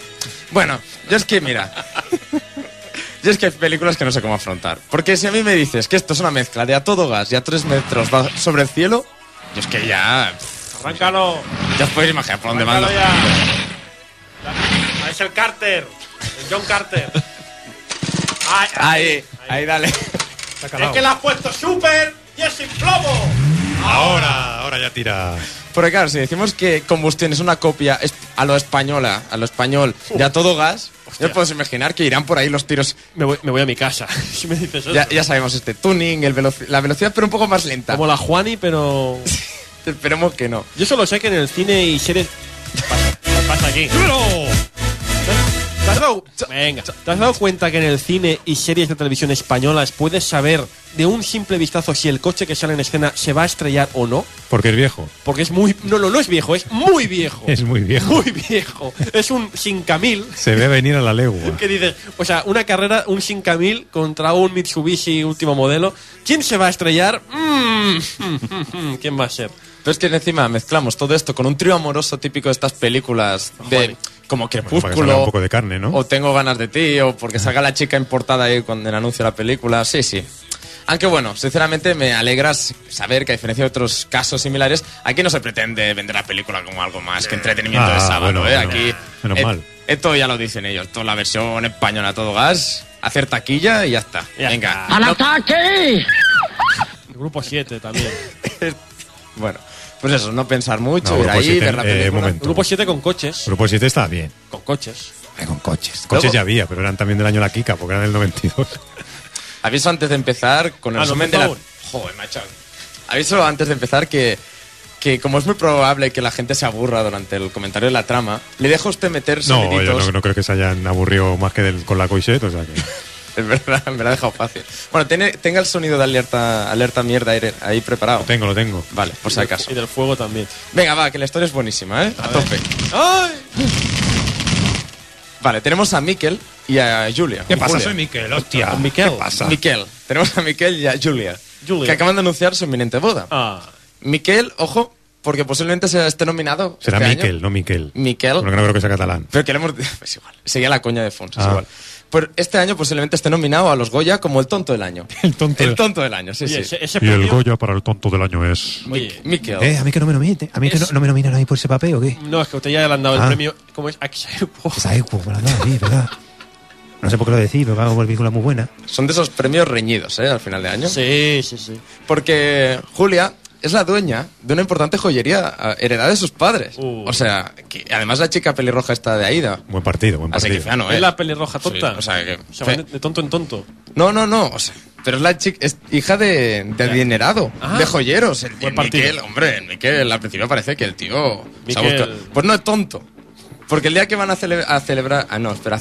Speaker 4: Bueno, yo es que, mira. *laughs* Yo es que hay películas que no sé cómo afrontar. Porque si a mí me dices que esto es una mezcla de a todo gas y a tres metros va sobre el cielo, yo es que ya.
Speaker 3: Arráncalo.
Speaker 4: Ya os podéis imaginar por dónde mando.
Speaker 3: Arráncalo ya. Ah, Es el Carter. El John Carter. Ay,
Speaker 4: Ahí, ahí, dale.
Speaker 3: es que la has puesto súper y es sin plomo.
Speaker 1: Ahora, ahora ya tira.
Speaker 4: Porque claro, si decimos que Combustión es una copia es- a lo española, a lo español, de a todo gas, ya puedes imaginar que irán por ahí los tiros.
Speaker 3: Me voy, me voy a mi casa. Si me dices eso.
Speaker 4: *laughs* Ya, ya sabemos este tuning, el veloci- la velocidad, pero un poco más lenta.
Speaker 3: Como la Juani, pero.
Speaker 4: *laughs* Esperemos que no.
Speaker 3: Yo solo sé que en el cine y series. Pasa, pasa aquí. ¿Te has dado- Venga, ¿te has dado cuenta que en el cine y series de televisión españolas puedes saber de un simple vistazo si el coche que sale en escena se va a estrellar o no?
Speaker 1: Porque es viejo.
Speaker 3: Porque es muy. No, no, no es viejo, es muy viejo.
Speaker 1: Es muy viejo.
Speaker 3: Muy viejo. Es un 5000
Speaker 1: Se ve venir a la legua.
Speaker 3: *laughs* que dices, o sea, una carrera, un 5000 contra un Mitsubishi último modelo. ¿Quién se va a estrellar? Mm, mm, mm, *laughs* mm, ¿Quién va a ser?
Speaker 4: Pero es que encima mezclamos todo esto con un trío amoroso típico de estas películas de como
Speaker 1: Para que salga un
Speaker 4: Crepúsculo
Speaker 1: poco de carne, ¿no? Ah.
Speaker 4: o Tengo ganas de ti o porque salga la chica importada ahí cuando el anuncio de la película. Sí, sí. Aunque bueno, sinceramente me alegra saber que a diferencia de otros casos similares, aquí no se pretende vender la película como algo más que entretenimiento
Speaker 1: Ah,
Speaker 4: de sábado.
Speaker 1: bueno,
Speaker 4: ¿eh?
Speaker 1: bueno.
Speaker 4: aquí
Speaker 1: Menos
Speaker 4: eh,
Speaker 1: mal.
Speaker 4: esto ya lo dicen ellos, toda la versión española a todo gas, hacer taquilla y ya está. Venga.
Speaker 26: ¡Al ataque!
Speaker 3: El grupo 7 también.
Speaker 4: Bueno, pues eso, no pensar mucho,
Speaker 1: No,
Speaker 4: ir
Speaker 1: Grupo
Speaker 4: ahí,
Speaker 1: siete,
Speaker 4: ver la
Speaker 1: eh,
Speaker 4: película.
Speaker 1: momento.
Speaker 3: Grupo 7 con coches.
Speaker 1: Grupo 7 está este bien.
Speaker 3: Con coches.
Speaker 1: Con coches. Coches
Speaker 4: Luego-
Speaker 1: ya había, pero eran también del año La Kika, porque eran del 92.
Speaker 4: Aviso antes de empezar con el
Speaker 1: Ah, no,
Speaker 4: resumen de
Speaker 1: por
Speaker 4: la...
Speaker 1: favor.
Speaker 4: Joder, macho. Aviso antes de empezar que, que como es muy probable que la gente se aburra durante el comentario de la trama, le dejo a usted meter
Speaker 1: No, yo
Speaker 4: soniditos.
Speaker 1: no, no creo que se hayan aburrido más que del- con la coixet, o sea que...
Speaker 4: *laughs* Es verdad, me lo ha dejado fácil. Bueno, tiene- tenga el sonido de alerta, alerta mierda ahí, ahí preparado. Lo
Speaker 1: tengo, lo tengo.
Speaker 4: Vale, por si acaso.
Speaker 3: Y del fuego también.
Speaker 4: Venga, va, que la historia es buenísima, ¿eh? A, tope.
Speaker 3: ¡Ay!
Speaker 4: Vale, tenemos a Miquel y a Julia.
Speaker 1: ¿Qué pasa?
Speaker 4: Julia.
Speaker 1: Soy Miquel, hostia. ¿Qué pasa?
Speaker 4: Miquel. Tenemos a Miquel y a Julia, Que acaban de anunciar su inminente boda.
Speaker 1: Ah.
Speaker 4: Miquel, ojo, porque posiblemente sea esté nominado.
Speaker 1: Será
Speaker 4: este año.
Speaker 1: Miquel, no Miquel.
Speaker 4: Miquel.
Speaker 1: Porque no creo que sea catalán.
Speaker 4: Pero que le
Speaker 1: *laughs*
Speaker 4: hemos. Es igual. Seguía la coña de Fons, es
Speaker 1: Ah.
Speaker 4: igual. Pues este año posiblemente esté nominado a los Goya como el tonto del año.
Speaker 1: *laughs* El tonto,
Speaker 4: El tonto del año, sí,
Speaker 1: Oye,
Speaker 4: sí.
Speaker 1: ese- ese Y el premio- Goya para el tonto del año es.
Speaker 4: Miquel.
Speaker 18: Eh, a mí que no me nominen, a mí que no, no me nominan ahí por ese papel o qué.
Speaker 3: No, es que a usted ya le han dado
Speaker 18: Ah.
Speaker 3: el premio. ¿Cómo es? Axepo.
Speaker 18: Pues ahí, pues, me lo han dado a mí, ¿verdad? No sé por qué lo decís, pero hago una película muy buena.
Speaker 4: Son de esos premios reñidos, ¿eh? Al final de año.
Speaker 3: Sí, sí, sí.
Speaker 4: Porque Julia es la dueña de una importante joyería eh, heredada de sus padres.
Speaker 3: Uh.
Speaker 4: O sea, que además la chica pelirroja está de Aida.
Speaker 1: Buen partido, buen
Speaker 4: Así
Speaker 1: partido.
Speaker 4: que fano, ¿eh?
Speaker 3: Es la pelirroja
Speaker 4: Sí,
Speaker 3: tonta.
Speaker 4: o sea, que-
Speaker 3: Se van de, de tonto en tonto.
Speaker 4: No, no, no. O sea, pero es la chica, es hija de, de adinerado,
Speaker 3: Ah.
Speaker 4: de joyeros. El, el
Speaker 3: partido.
Speaker 4: Miquel, hombre, el Miquel, al principio parece que el tío. se ha
Speaker 3: Miquel.
Speaker 4: buscado- Pues no es tonto. Porque el día que van a, cele- a celebrar. Ah, no, esperad.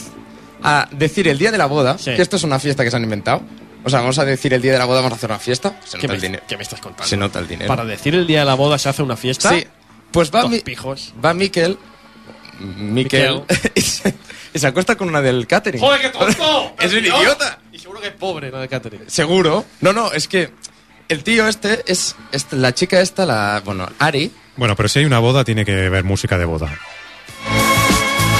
Speaker 4: A decir el día de la boda, que esto es una fiesta que se han inventado. O sea, vamos a decir el día de la boda, vamos a hacer una fiesta. Se
Speaker 3: ¿Qué
Speaker 4: nota
Speaker 3: me,
Speaker 4: el dinero.
Speaker 3: qué me estás contando?
Speaker 4: Se nota el dinero.
Speaker 3: Para decir el día de la boda se hace una fiesta.
Speaker 4: Sí. Pues va,
Speaker 3: Dos
Speaker 4: Mi-
Speaker 3: pijos.
Speaker 4: va Miquel. Miquel. *laughs* y, se, y se acuesta con una del catering.
Speaker 3: ¡Joder, qué tonto!
Speaker 4: *laughs* ¡Es un idiota!
Speaker 3: Y seguro que es pobre la de Catherine.
Speaker 4: Seguro. No, no, es que el tío este es, es la chica esta, la, bueno, Ari,
Speaker 1: Bueno, pero si hay una boda, tiene que haber música de boda.
Speaker 3: ¡Que aún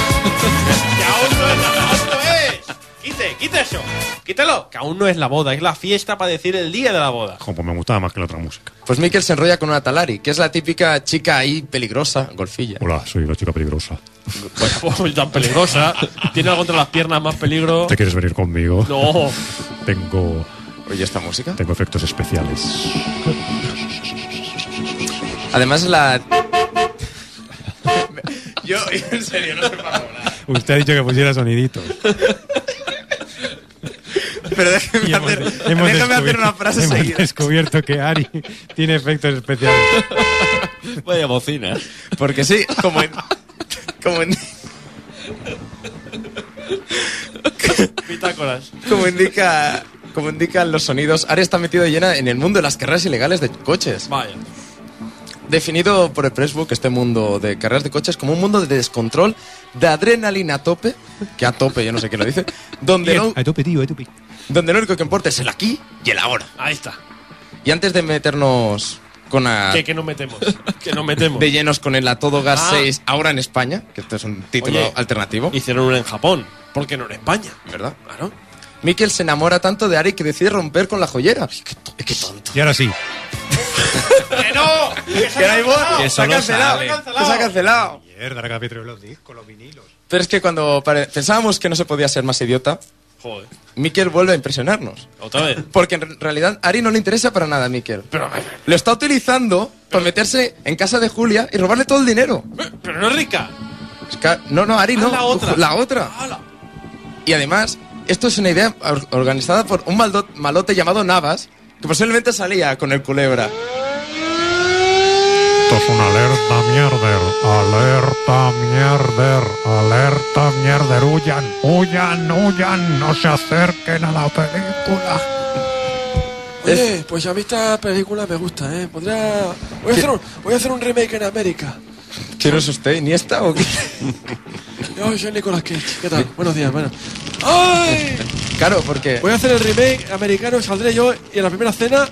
Speaker 3: no es la boda! ¡Esto es! ¡Quite, quite eso! ¡Quítalo! Que aún no es la boda, es la fiesta para decir el día de la boda.
Speaker 1: Jo, pues me gustaba más que la otra música.
Speaker 4: Pues Mikel se enrolla con una Talari, que es la típica chica ahí peligrosa, golfilla.
Speaker 1: Hola, soy la chica peligrosa.
Speaker 3: Bueno, *laughs* tan peligrosa. Tiene algo entre las piernas más peligro.
Speaker 1: ¿Te quieres venir conmigo? *laughs*
Speaker 3: No.
Speaker 1: Tengo.
Speaker 4: Oye, esta música.
Speaker 1: Tengo efectos especiales.
Speaker 4: Además, la. Yo, en serio, no sé para
Speaker 1: Usted ha dicho que
Speaker 4: *laughs*
Speaker 1: pusiera soniditos.
Speaker 4: Pero déjeme hacer, déjame hacer una frase
Speaker 1: hemos
Speaker 4: seguida.
Speaker 1: descubierto que Ari tiene efectos especiales.
Speaker 4: Vaya bocina. Porque sí, como en. Como en.
Speaker 3: Pitácoras.
Speaker 4: Como indica. Como indican los sonidos, Ari está metido llena en el mundo de las carreras ilegales de coches.
Speaker 3: Vaya.
Speaker 4: Definido por el Pressbook, este mundo de carreras de coches, como un mundo de descontrol, de adrenalina a tope, que a tope, yo no sé qué lo dice, donde, no,
Speaker 18: A tope, tío, a tope.
Speaker 4: donde lo único que importa es el aquí y el ahora.
Speaker 3: Ahí está.
Speaker 4: Y antes de meternos con
Speaker 1: Ah.
Speaker 4: la-
Speaker 3: Que, que nos metemos. Que nos metemos.
Speaker 4: de llenos con el A Todo Gas
Speaker 3: Ah.
Speaker 4: 6, ahora en España, que esto es un título
Speaker 3: Oye,
Speaker 4: alternativo.
Speaker 3: Hicieron uno en Japón. ¿Por qué no en España?
Speaker 4: ¿Verdad?
Speaker 3: Claro.
Speaker 4: Mikel se enamora tanto de Ari que decide romper con la joyera.
Speaker 1: Y ahora sí.
Speaker 3: ¡Que no! ¡Que
Speaker 4: Que no hay boda.
Speaker 1: Que
Speaker 4: Se ha
Speaker 1: solo
Speaker 4: cancelado.
Speaker 1: sale.
Speaker 4: Que se ha cancelado.
Speaker 1: Mierda, ahora que ha petreado los discos, los vinilos.
Speaker 4: Pero es que cuando pare- pensábamos que no se podía ser más idiota,
Speaker 3: Joder.
Speaker 4: Mikel vuelve a impresionarnos.
Speaker 3: Otra vez.
Speaker 4: *laughs* Porque en re- realidad a Ari no le interesa para nada a Mikel.
Speaker 3: Pero,
Speaker 4: Lo está utilizando para meterse en casa de Julia y robarle todo el dinero.
Speaker 3: pero no es rica.
Speaker 4: Es que- No, no, Ari,
Speaker 3: Ah,
Speaker 4: no.
Speaker 3: la otra.
Speaker 4: La otra.
Speaker 3: Ala.
Speaker 4: Y además, esto es una idea or- organizada por un maldo- malote llamado Navas, que posiblemente salía con el culebra.
Speaker 1: Esto es una alerta mierder. Alerta mierder. Alerta mierder. Huyan, huyan, huyan. No se acerquen a la película.
Speaker 8: Oye, pues a mí esta película me gusta, ¿eh? Podría... Voy a, hacer un, voy a hacer un remake en América.
Speaker 4: ¿Quién es usted, Iniesta o qué?
Speaker 8: Yo soy Nicolas Cage. ¿Qué tal? Buenos días, bueno. ¡Ay!
Speaker 4: Claro, porque...
Speaker 8: Voy a hacer el remake americano, saldré yo y en la primera cena...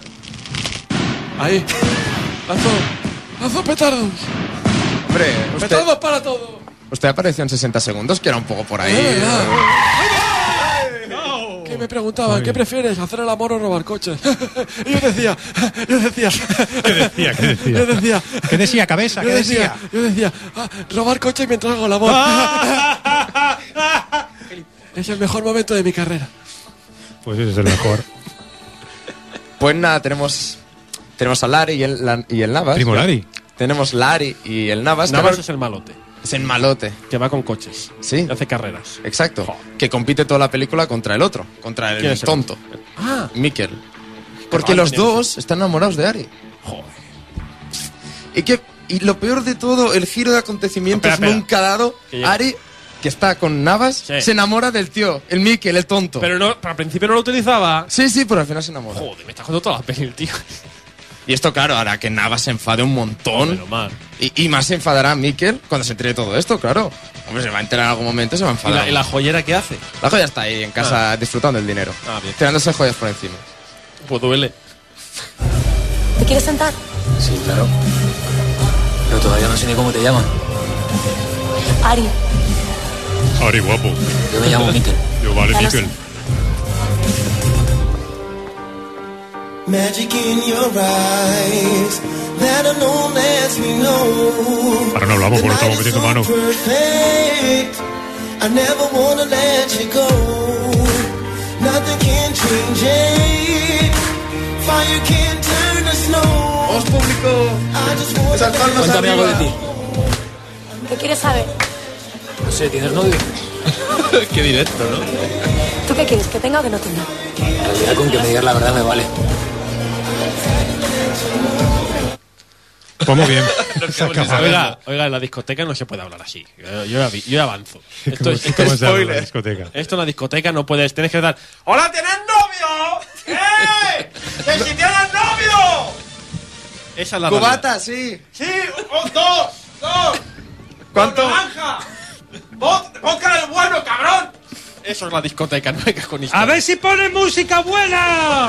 Speaker 8: Ahí. Lanzo... Lanzo petardos.
Speaker 4: Hombre, usted,
Speaker 8: Petardos para todo.
Speaker 4: usted apareció en 60 segundos, que era un poco por ahí.
Speaker 8: Eh,
Speaker 4: ¿no?
Speaker 8: Que me preguntaban, ¿qué prefieres? ¿Hacer el amor o robar coches? *laughs* y yo decía, yo decía,
Speaker 1: ¿Qué
Speaker 8: *laughs*
Speaker 1: decía? ¿Qué decía?
Speaker 8: yo decía,
Speaker 1: ¿Qué decía, cabeza?
Speaker 8: yo
Speaker 1: ¿Qué decía?
Speaker 8: decía, yo decía, "Ah, robar coches mientras hago el
Speaker 1: *laughs*
Speaker 8: amor. es el mejor momento de mi carrera.
Speaker 1: Pues ese es el mejor.
Speaker 4: *laughs* Pues nada, tenemos, tenemos a Lari y el, la- y el Navas.
Speaker 1: Primo Lari.
Speaker 4: Tenemos Lari y el Navas.
Speaker 3: Navas
Speaker 4: que-
Speaker 3: es el malote.
Speaker 4: es el malote.
Speaker 3: Que va con coches.
Speaker 4: Sí.
Speaker 3: Hace carreras.
Speaker 4: Exacto. Que compite toda la película contra el otro, contra
Speaker 3: ¿Quién
Speaker 4: el
Speaker 3: es el
Speaker 4: tonto,
Speaker 8: Ah,
Speaker 4: Mikel. Porque
Speaker 3: mal
Speaker 4: los
Speaker 3: tenemos.
Speaker 4: dos están enamorados de Ari. Y que y lo peor de todo, el giro de acontecimientos
Speaker 3: Espera, espera.
Speaker 4: nunca dado.
Speaker 3: Que llega.
Speaker 4: Ari, que está con Navas,
Speaker 3: Sí.
Speaker 4: se enamora del tío, el Mikel, el tonto.
Speaker 3: Pero no, pero al principio no lo utilizaba.
Speaker 4: Sí, sí, pero al final se enamora.
Speaker 3: Joder, me está jugando toda la peli el tío.
Speaker 4: Y esto, claro, hará que Navas se enfade un montón.
Speaker 3: Pero mal.
Speaker 4: Y, y más se enfadará Mikel cuando se entere todo esto, claro. Hombre, se va a enterar en algún momento, se va a
Speaker 3: ¿Y
Speaker 4: enfadar.
Speaker 3: la, y la joyera qué hace?
Speaker 4: La joya está ahí en casa disfrutando del dinero.
Speaker 3: Ah,
Speaker 1: *laughs*
Speaker 3: bien.
Speaker 4: Tirándose joyas por encima.
Speaker 3: Pues duele.
Speaker 10: ¿Te quieres sentar?
Speaker 8: Sí, claro. Pero todavía no sé ni cómo te llaman.
Speaker 10: Ari,
Speaker 1: Ari, guapo.
Speaker 8: Yo me llamo Mikel.
Speaker 1: Yo, vale,
Speaker 10: Ya lo
Speaker 1: Miquel.
Speaker 26: Magic in your eyes that unknown lets me know.
Speaker 1: Ahora no hablamos porque estamos metiendo mano.
Speaker 26: Perfect. I never wanna let you go. Nothing can change it. Fire can turn to snow. Os público. I just wanna
Speaker 8: Cuéntame algo de ti.
Speaker 10: ¿qué quieres saber?
Speaker 8: No sé, ¿tienes
Speaker 3: *laughs*
Speaker 8: novio? Qué directo, ¿no?
Speaker 10: ¿Tú qué quieres? ¿Que tenga o que no tenga?
Speaker 8: En realidad, con que me digas la verdad me vale.
Speaker 1: Pues muy bien. Se acaba.
Speaker 3: Oiga, oiga, en la discoteca no se puede hablar así. Yo, yo ya vi- yo ya avanzo. Esto,
Speaker 1: *laughs* ¿Cómo-
Speaker 3: es-
Speaker 1: cómo se habla en la
Speaker 3: spoiler.
Speaker 1: discoteca?
Speaker 3: Esto en la discoteca no puedes. Tienes que dar. ¡Hola, tenés novio! ¡Eh! ¡Que si tienes novio! Esa es la
Speaker 4: Cubata, sí.
Speaker 2: ¡Sí! ¡Oh, dos! ¡Dos!
Speaker 4: ¿Cuánto?
Speaker 2: ¡Con ¡Naranja! Vod- ¡Vodka del bueno,
Speaker 6: *laughs*
Speaker 2: cabrón!
Speaker 3: realidad. Eso es la discoteca, no hay que con *laughs*
Speaker 25: A ver si pone música buena.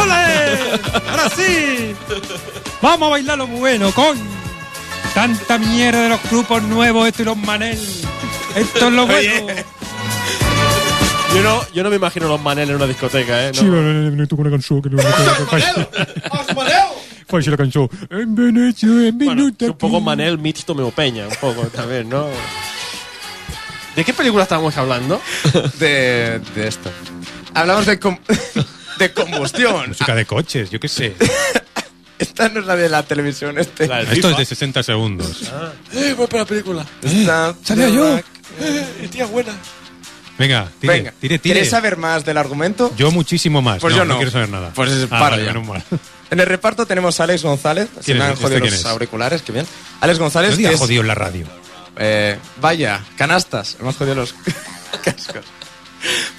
Speaker 25: ¡Ole!
Speaker 6: ¡Ahora sí! ¡Vamos a bailar lo bueno, con Tanta mierda de los grupos nuevos, esto y los manel. Esto es lo bueno.
Speaker 3: Yo no, yo no me imagino los Manel en una discoteca, ¿eh? No.
Speaker 1: Sí, no tengo una canción que no me
Speaker 2: *laughs*
Speaker 6: pues
Speaker 1: ¿Cuál es la canción? En Venecia, en
Speaker 3: Bueno,
Speaker 1: Venecia.
Speaker 3: es un poco Manel Mitch Tomeo Peña, un poco también, ¿no? ¿De qué película estábamos hablando?
Speaker 4: *laughs* De, Eh, de esto. Hablamos de, com- *laughs* de
Speaker 3: *laughs*
Speaker 4: combustión.
Speaker 1: Música de coches, yo qué sé.
Speaker 4: Esta no es la de la televisión. Este.
Speaker 1: Esto es de 60 segundos.
Speaker 8: ¡Eh, voy para la película!
Speaker 4: Esta-
Speaker 8: ¡Salió yo! ¡Eh, tía buena!
Speaker 1: Venga, tire,
Speaker 4: Venga.
Speaker 1: tire, tire.
Speaker 4: ¿Quieres saber más del argumento?
Speaker 1: Yo muchísimo más.
Speaker 4: Pues
Speaker 1: no,
Speaker 4: yo
Speaker 1: no.
Speaker 4: no.
Speaker 1: quiero saber nada.
Speaker 4: Pues es
Speaker 1: Ah,
Speaker 4: para
Speaker 1: vale,
Speaker 4: ya.
Speaker 1: menos mal.
Speaker 4: En el reparto tenemos a Alex González. Se
Speaker 1: ¿Quién
Speaker 4: me
Speaker 1: es?
Speaker 4: han
Speaker 1: ¿Este
Speaker 4: jodido
Speaker 1: quién
Speaker 4: los
Speaker 1: es?
Speaker 4: auriculares, qué bien. Alex
Speaker 1: ¿Qué
Speaker 4: González,
Speaker 1: día
Speaker 4: que es-
Speaker 1: jodido en la radio?
Speaker 4: Eh, vaya, canastas. Hemos jodido los *laughs* cascos.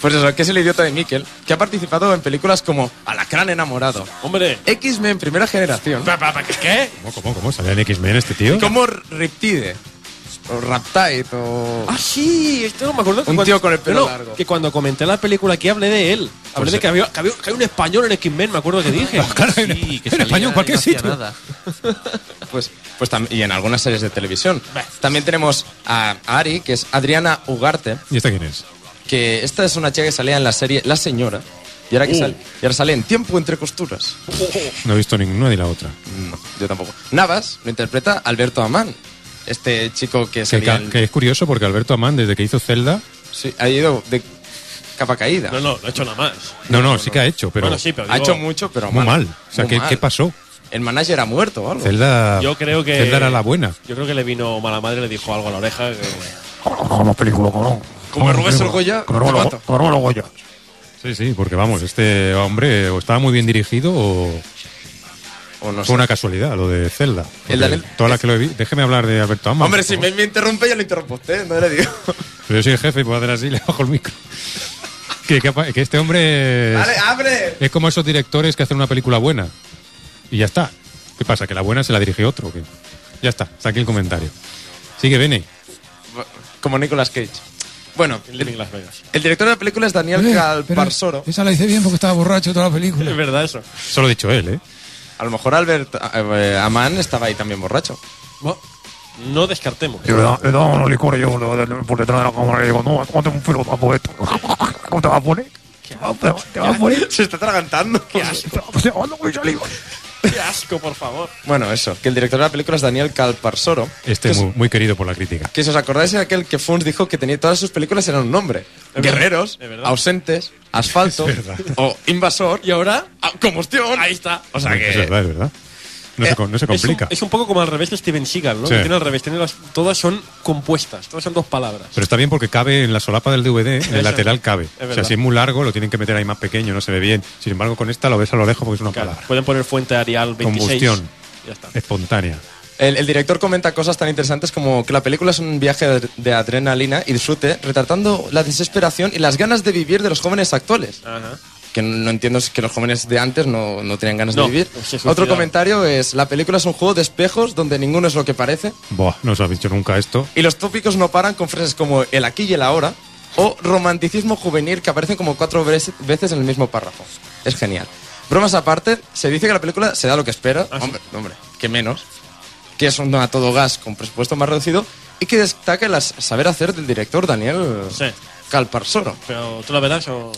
Speaker 4: Pues eso, que es el idiota de Miquel, que ha participado en películas como Alacrán enamorado.
Speaker 3: Hombre.
Speaker 4: X-Men primera generación.
Speaker 3: ¿Qué?
Speaker 1: ¿Cómo, cómo, cómo? ¿Salía en X-Men este tío?
Speaker 4: Como Riptide. O Raptide. O...
Speaker 3: Ah, sí, esto no me acuerdo. que
Speaker 4: Un
Speaker 3: cuando-
Speaker 4: tío con el
Speaker 3: No,
Speaker 4: pelo
Speaker 3: no,
Speaker 4: largo.
Speaker 3: Que cuando comenté la película aquí hablé de él. Hablé
Speaker 4: Pues
Speaker 3: de
Speaker 4: sí.
Speaker 3: que había, que había- que hay un español en X-Men, me
Speaker 4: *laughs*
Speaker 3: acuerdo que dije. sí, que
Speaker 4: en español,
Speaker 3: y
Speaker 4: cualquier
Speaker 3: no hacía
Speaker 4: sitio. Pues, pues tam- y en algunas series de televisión. También tenemos a Ari, que es Adriana Ugarte,
Speaker 1: ¿Y esta quién es?
Speaker 4: que esta es una chica que salía en la serie La Señora. Y ahora, que
Speaker 1: Uh.
Speaker 4: sale, y ahora sale en Tiempo entre costuras.
Speaker 1: No he visto ninguna ni la otra.
Speaker 4: No, yo tampoco. Navas lo interpreta Alberto Amán, este chico que
Speaker 1: Que,
Speaker 4: salía
Speaker 1: ca-
Speaker 4: en-
Speaker 1: que es curioso porque Alberto Amán, desde que hizo Zelda.
Speaker 4: sí, ha ido de capa caída.
Speaker 3: No, no, no he hecho nada más.
Speaker 1: No, no, sí que ha hecho, pero.
Speaker 3: Bueno, sí, pero
Speaker 4: ha
Speaker 3: digo-
Speaker 4: hecho mucho, pero
Speaker 1: Muy mal. O sea,
Speaker 4: muy
Speaker 1: ¿qué,
Speaker 4: mal.
Speaker 1: qué pasó?
Speaker 4: El manager ha muerto o algo.
Speaker 1: Zelda.
Speaker 3: Yo creo que.
Speaker 1: Zelda era la buena.
Speaker 3: Yo creo que le vino mala madre, le dijo algo a la oreja. que-
Speaker 1: Como película, como.
Speaker 3: Como me robes el
Speaker 4: Goya,
Speaker 3: Como me robo- te mato.
Speaker 1: Como Sí, sí, porque vamos, este hombre o estaba muy bien dirigido o.
Speaker 4: no
Speaker 1: Fue una casualidad lo de Zelda.
Speaker 4: El
Speaker 1: Porque
Speaker 4: talento-
Speaker 1: Todas las que lo he visto. Déjeme hablar de Alberto Amán.
Speaker 4: Hombre, si me, me interrumpe, yo lo interrumpo a usted, no le digo.
Speaker 1: Pero yo soy el jefe y puedo hacer así, *laughs* le bajo el micro. que, que apa- que este hombre. *laughs* es-
Speaker 4: ¡Vale, abre!
Speaker 1: Es como esos directores que hacen una película buena. Y ya está. ¿Qué pasa? ¿Que la buena se la dirige otro? o qué? Ya está, está aquí el comentario. Sigue, Bene.
Speaker 4: Como Nicolas Cage. Bueno, el, el director de la película es Daniel
Speaker 1: Eh,
Speaker 4: Calparsoro.
Speaker 18: Esa la hice bien porque estaba borracho toda la película.
Speaker 3: Es verdad eso.
Speaker 1: Solo dicho él, ¿eh?
Speaker 4: A lo mejor Albert eh, Amán estaba ahí también borracho.
Speaker 3: No descartemos.
Speaker 18: le daba unos licores yo le- le- por detrás de la cámara y le digo, no, hazte un pelo guapo esto. ¿Cómo te vas a poner? ¿Te vas a poner?
Speaker 4: Se está tragantando.
Speaker 3: Qué asco. Qué asco, por favor.
Speaker 4: Bueno, eso, que el director de la película es Daniel Calparsoro.
Speaker 1: Este
Speaker 4: que
Speaker 1: es
Speaker 4: es-
Speaker 1: muy, muy querido por la crítica.
Speaker 4: Que si os acordáis de aquel que Funs dijo que tenía todas sus películas eran un nombre. Guerreros, ausentes, asfalto o invasor. Y ahora, ah, combustión.
Speaker 3: Ahí está.
Speaker 4: O sea
Speaker 1: Es
Speaker 4: que... Eh,
Speaker 1: verdad, es verdad. No, se, con- no se
Speaker 3: Es un,
Speaker 1: complica.
Speaker 3: es un poco como al revés de Steven Seagal, ¿no?
Speaker 1: Sí.
Speaker 3: Que tiene al revés. tiene las- todas son compuestas, todas son dos palabras.
Speaker 1: Pero está bien porque cabe en la solapa del DVD, en
Speaker 3: Eso.
Speaker 1: el lateral cabe. O sea,
Speaker 3: verdad.
Speaker 1: si es muy largo, lo tienen que meter ahí más pequeño, no se ve bien. Sin embargo, con esta lo ves a lo lejos porque es una palabra.
Speaker 3: Pueden poner fuente Arial 26.
Speaker 1: Combustión.
Speaker 3: Ya está.
Speaker 1: Espontánea.
Speaker 4: El, el director comenta cosas tan interesantes como que la película es un viaje de, de adrenalina y disfrute, retratando la desesperación y las ganas de vivir de los jóvenes actuales.
Speaker 3: Ajá.
Speaker 4: Que no entiendo si que los jóvenes de antes no, no tenían ganas
Speaker 3: No,
Speaker 4: de vivir.
Speaker 3: se suicidaron.
Speaker 4: Otro comentario es, la película es un juego de espejos donde ninguno es lo que parece.
Speaker 1: Buah, no os ha dicho nunca esto.
Speaker 4: Y los tópicos no paran con frases como el aquí y el ahora o romanticismo juvenil que aparecen como cuatro ves- veces en el mismo párrafo. Es genial. Bromas aparte, se dice que la película se da lo que espera.
Speaker 3: Ah,
Speaker 4: hombre, hombre, que menos. Que es un a todo gas con presupuesto más reducido y que destaca el as- saber hacer del director Daniel
Speaker 3: Sí.
Speaker 4: Calparsoro.
Speaker 3: Pero tú la verás o.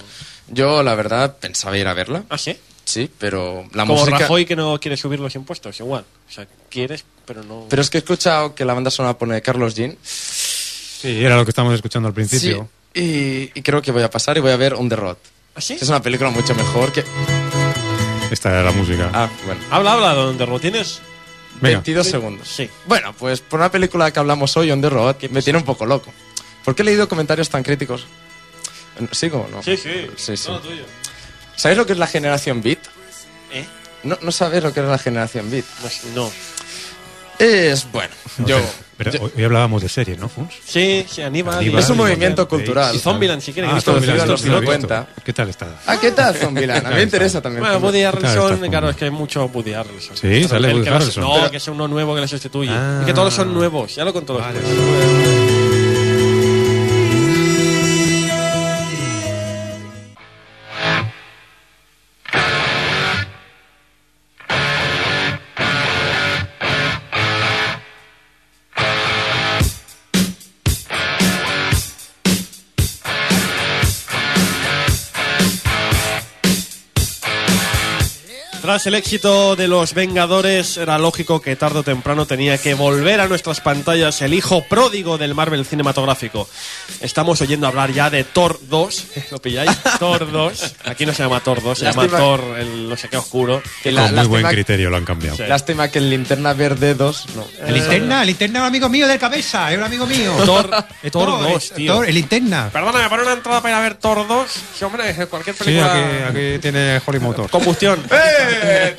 Speaker 4: Yo, la verdad, pensaba ir a verla.
Speaker 3: ¿Ah, sí?
Speaker 4: Sí, pero la
Speaker 3: como
Speaker 4: música...
Speaker 3: Rajoy que no quiere subir los impuestos, igual. O sea, quieres, pero no.
Speaker 4: Pero es que he escuchado que la banda sonora pone Carlos Jean.
Speaker 1: Sí, era lo que estábamos escuchando al principio.
Speaker 4: Sí, y, y creo que voy a pasar y voy a ver On the Road.
Speaker 3: ¿Ah, sí?
Speaker 4: que Es una película mucho mejor que...
Speaker 1: Esta era la música.
Speaker 4: Ah, bueno.
Speaker 3: Habla, habla, donde lo tienes.
Speaker 1: Venga.
Speaker 4: 22 segundos.
Speaker 3: Sí.
Speaker 4: Bueno, pues por una película que hablamos hoy, On the Road, me tiene un poco loco. ¿Por qué he leído comentarios tan críticos? ¿Sigo o no?
Speaker 3: Sí, sí.
Speaker 4: Sí, sí.
Speaker 3: Todo tuyo.
Speaker 4: ¿Sabéis lo que es la generación beat?
Speaker 3: ¿Eh?
Speaker 4: No, no sabéis lo que es la generación beat.
Speaker 3: No.
Speaker 4: Es, bueno,
Speaker 1: No,
Speaker 4: yo...
Speaker 1: pero- pero hoy- hoy hablábamos de series, ¿no, Funs?
Speaker 3: Sí, sí, Aníbal.
Speaker 1: Aníbal,
Speaker 4: Es un movimiento
Speaker 1: Aníbal,
Speaker 4: cultural.
Speaker 1: Bates,
Speaker 4: Y Zombieland, si quieres,
Speaker 1: Ah,
Speaker 4: que esto lo
Speaker 1: Zombieland,
Speaker 4: sigan los
Speaker 1: sí, lo he
Speaker 4: cincuenta.
Speaker 1: visto. ¿Qué tal está?
Speaker 4: Ah, ¿qué tal, Zombieland? A mí me interesa también.
Speaker 3: Bueno, Woody
Speaker 4: Zombieland.
Speaker 3: Harrelson, claro, es que hay mucho Woody Harrelson.
Speaker 1: Sí, sale
Speaker 3: El
Speaker 1: Woody
Speaker 3: que no se-
Speaker 1: Harrelson. Ah.
Speaker 3: No,
Speaker 1: Pero-
Speaker 3: que es uno nuevo que le sustituye. Y que todos son nuevos, ya lo contó los Tras el éxito de Los Vengadores, era lógico que tarde o temprano tenía que volver a nuestras pantallas el hijo pródigo del Marvel cinematográfico. Estamos oyendo hablar ya de Thor 2. *laughs* ¿Lo pilláis? Thor 2. Aquí no se llama Thor 2, se llama
Speaker 4: Lástima.
Speaker 3: Thor el no sé qué oscuro.
Speaker 4: Que la-
Speaker 1: Con muy
Speaker 4: lástima
Speaker 1: buen
Speaker 4: que-
Speaker 1: criterio lo han cambiado.
Speaker 4: Lástima que el linterna verde 2. No.
Speaker 18: El linterna, el linterna es un amigo mío del cabeza, es un amigo mío.
Speaker 3: Thor, eh,
Speaker 18: Es
Speaker 3: Thor 2,
Speaker 18: es-
Speaker 3: tío.
Speaker 18: Thor, el linterna.
Speaker 3: Perdóname, para una entrada para ir a ver Thor 2. Sí, hombre, cualquier película.
Speaker 1: Eh, tiene Holly Motor.
Speaker 3: Combustión.
Speaker 4: *laughs* Eh,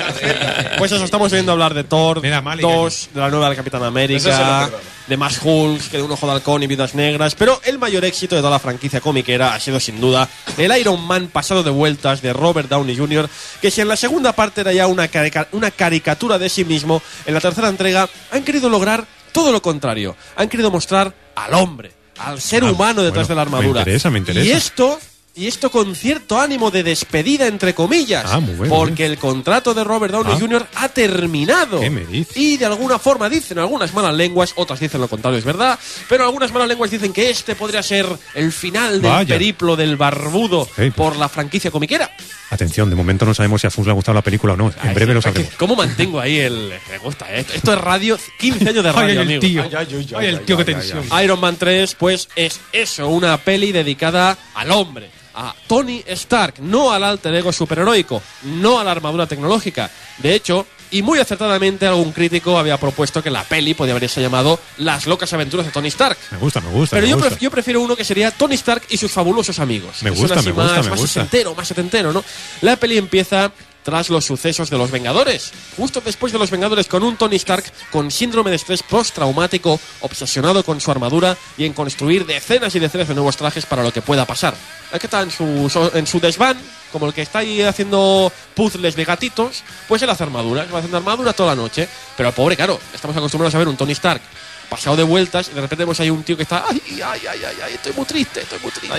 Speaker 3: Pues eso, estamos viendo hablar de Thor, 2, de la nueva del Capitán
Speaker 4: Eso se lo
Speaker 3: América,
Speaker 4: perdono.
Speaker 3: de más Hulk, que de un ojo de halcón y vidas negras. Pero el mayor éxito de toda la franquicia comiquera ha sido sin duda el Iron Man pasado de vueltas de Robert Downey Jr., que si en la segunda parte era ya una, carica- una caricatura de sí mismo, en la tercera entrega han querido lograr todo lo contrario. Han querido mostrar al hombre, al ser
Speaker 4: Ah,
Speaker 3: humano detrás de la
Speaker 1: me
Speaker 3: armadura.
Speaker 1: interesa, me interesa.
Speaker 3: Y esto. Y esto con cierto ánimo de despedida, entre comillas.
Speaker 1: Ah, muy bueno,
Speaker 3: porque el contrato de Robert Downey
Speaker 1: Ah.
Speaker 3: Jr. ha terminado.
Speaker 1: ¿Qué me dices?
Speaker 3: Y de alguna forma dicen algunas malas lenguas, otras dicen lo contrario, es verdad. Pero algunas malas lenguas dicen que este podría ser el final del
Speaker 1: Vaya.
Speaker 3: periplo del barbudo
Speaker 1: Ey, pues.
Speaker 3: por la franquicia comiquera.
Speaker 1: Atención, de momento no sabemos si a Fus le ha gustado la película o no. En breve lo sabremos.
Speaker 3: ¿Cómo mantengo ahí el.? Me gusta, ¿eh? Esto es radio, 15 años de radio.
Speaker 1: Ay, el
Speaker 3: amigo.
Speaker 1: tío. Ay, ay, ay, ay, Ay, el tío, ay, qué ay, tensión.
Speaker 3: Iron Man 3, pues es eso, una peli dedicada al hombre, a Tony Stark, no al alter ego superheroico, no a la armadura tecnológica. De hecho, y muy acertadamente, algún crítico había propuesto que la peli podía haberse llamado Las locas aventuras de Tony Stark.
Speaker 1: Me gusta, me gusta.
Speaker 3: Pero
Speaker 1: me
Speaker 3: yo,
Speaker 1: gusta.
Speaker 3: pref- yo prefiero uno que sería Tony Stark y sus fabulosos amigos.
Speaker 1: Me
Speaker 3: Que suena
Speaker 1: gusta,
Speaker 3: así
Speaker 1: me gusta,
Speaker 3: más,
Speaker 1: me
Speaker 3: más
Speaker 1: gusta.
Speaker 3: setentero, más setentero, ¿no? La peli empieza tras los sucesos de los Vengadores. Justo después de los Vengadores con un Tony Stark con síndrome de estrés postraumático, obsesionado con su armadura y en construir decenas y decenas de nuevos trajes para lo que pueda pasar. Aquí está en su, so- en su desván, como el que está ahí haciendo puzzles de gatitos, pues él hace armaduras, va haciendo armadura toda la noche. Pero pobre, claro, estamos acostumbrados a ver un Tony Stark pasado de vueltas y de repente vemos ahí un tío que está, ay, ay, ay, ay, ay, estoy muy triste, estoy muy triste.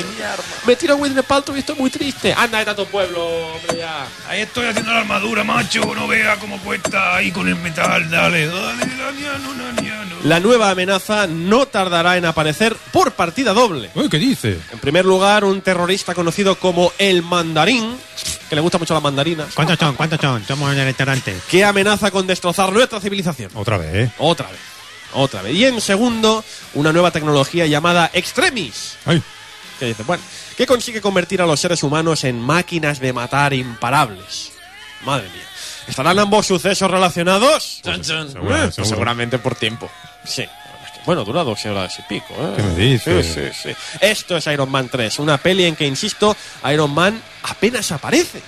Speaker 3: Me tiro a Winnie Paltrow y estoy muy triste. Anda, vete a tu pueblo, hombre, ya.
Speaker 25: Ahí estoy haciendo la armadura, macho. No vea cómo cuesta ahí con el metal. Dale, dale, dale, no, no, no, no.
Speaker 3: La nueva amenaza no tardará en aparecer por partida doble.
Speaker 1: ¿Qué dice?
Speaker 3: En primer lugar, un terrorista conocido como el Mandarín, que le gusta mucho las mandarinas,
Speaker 18: ¿Cuántos son? ¿Cuántos son? Somos en el restaurante.
Speaker 3: que amenaza con destrozar nuestra civilización.
Speaker 1: Otra vez, ¿eh?
Speaker 3: Otra vez. Otra vez. Y en segundo, una nueva tecnología llamada Extremis.
Speaker 1: Ay.
Speaker 3: Que dice, bueno, que consigue convertir a los seres humanos en máquinas de matar imparables. Madre mía. ¿Estarán ambos sucesos relacionados?
Speaker 4: segura-
Speaker 3: Eh,
Speaker 4: seguro.
Speaker 3: Seguramente por tiempo. Sí. la verdad es que, Bueno, dura 12 horas y pico. ¿eh?
Speaker 1: ¿Qué me dices?
Speaker 3: Sí, sí, sí. Esto es Iron Man 3, una peli en que, insisto, Iron Man apenas aparece.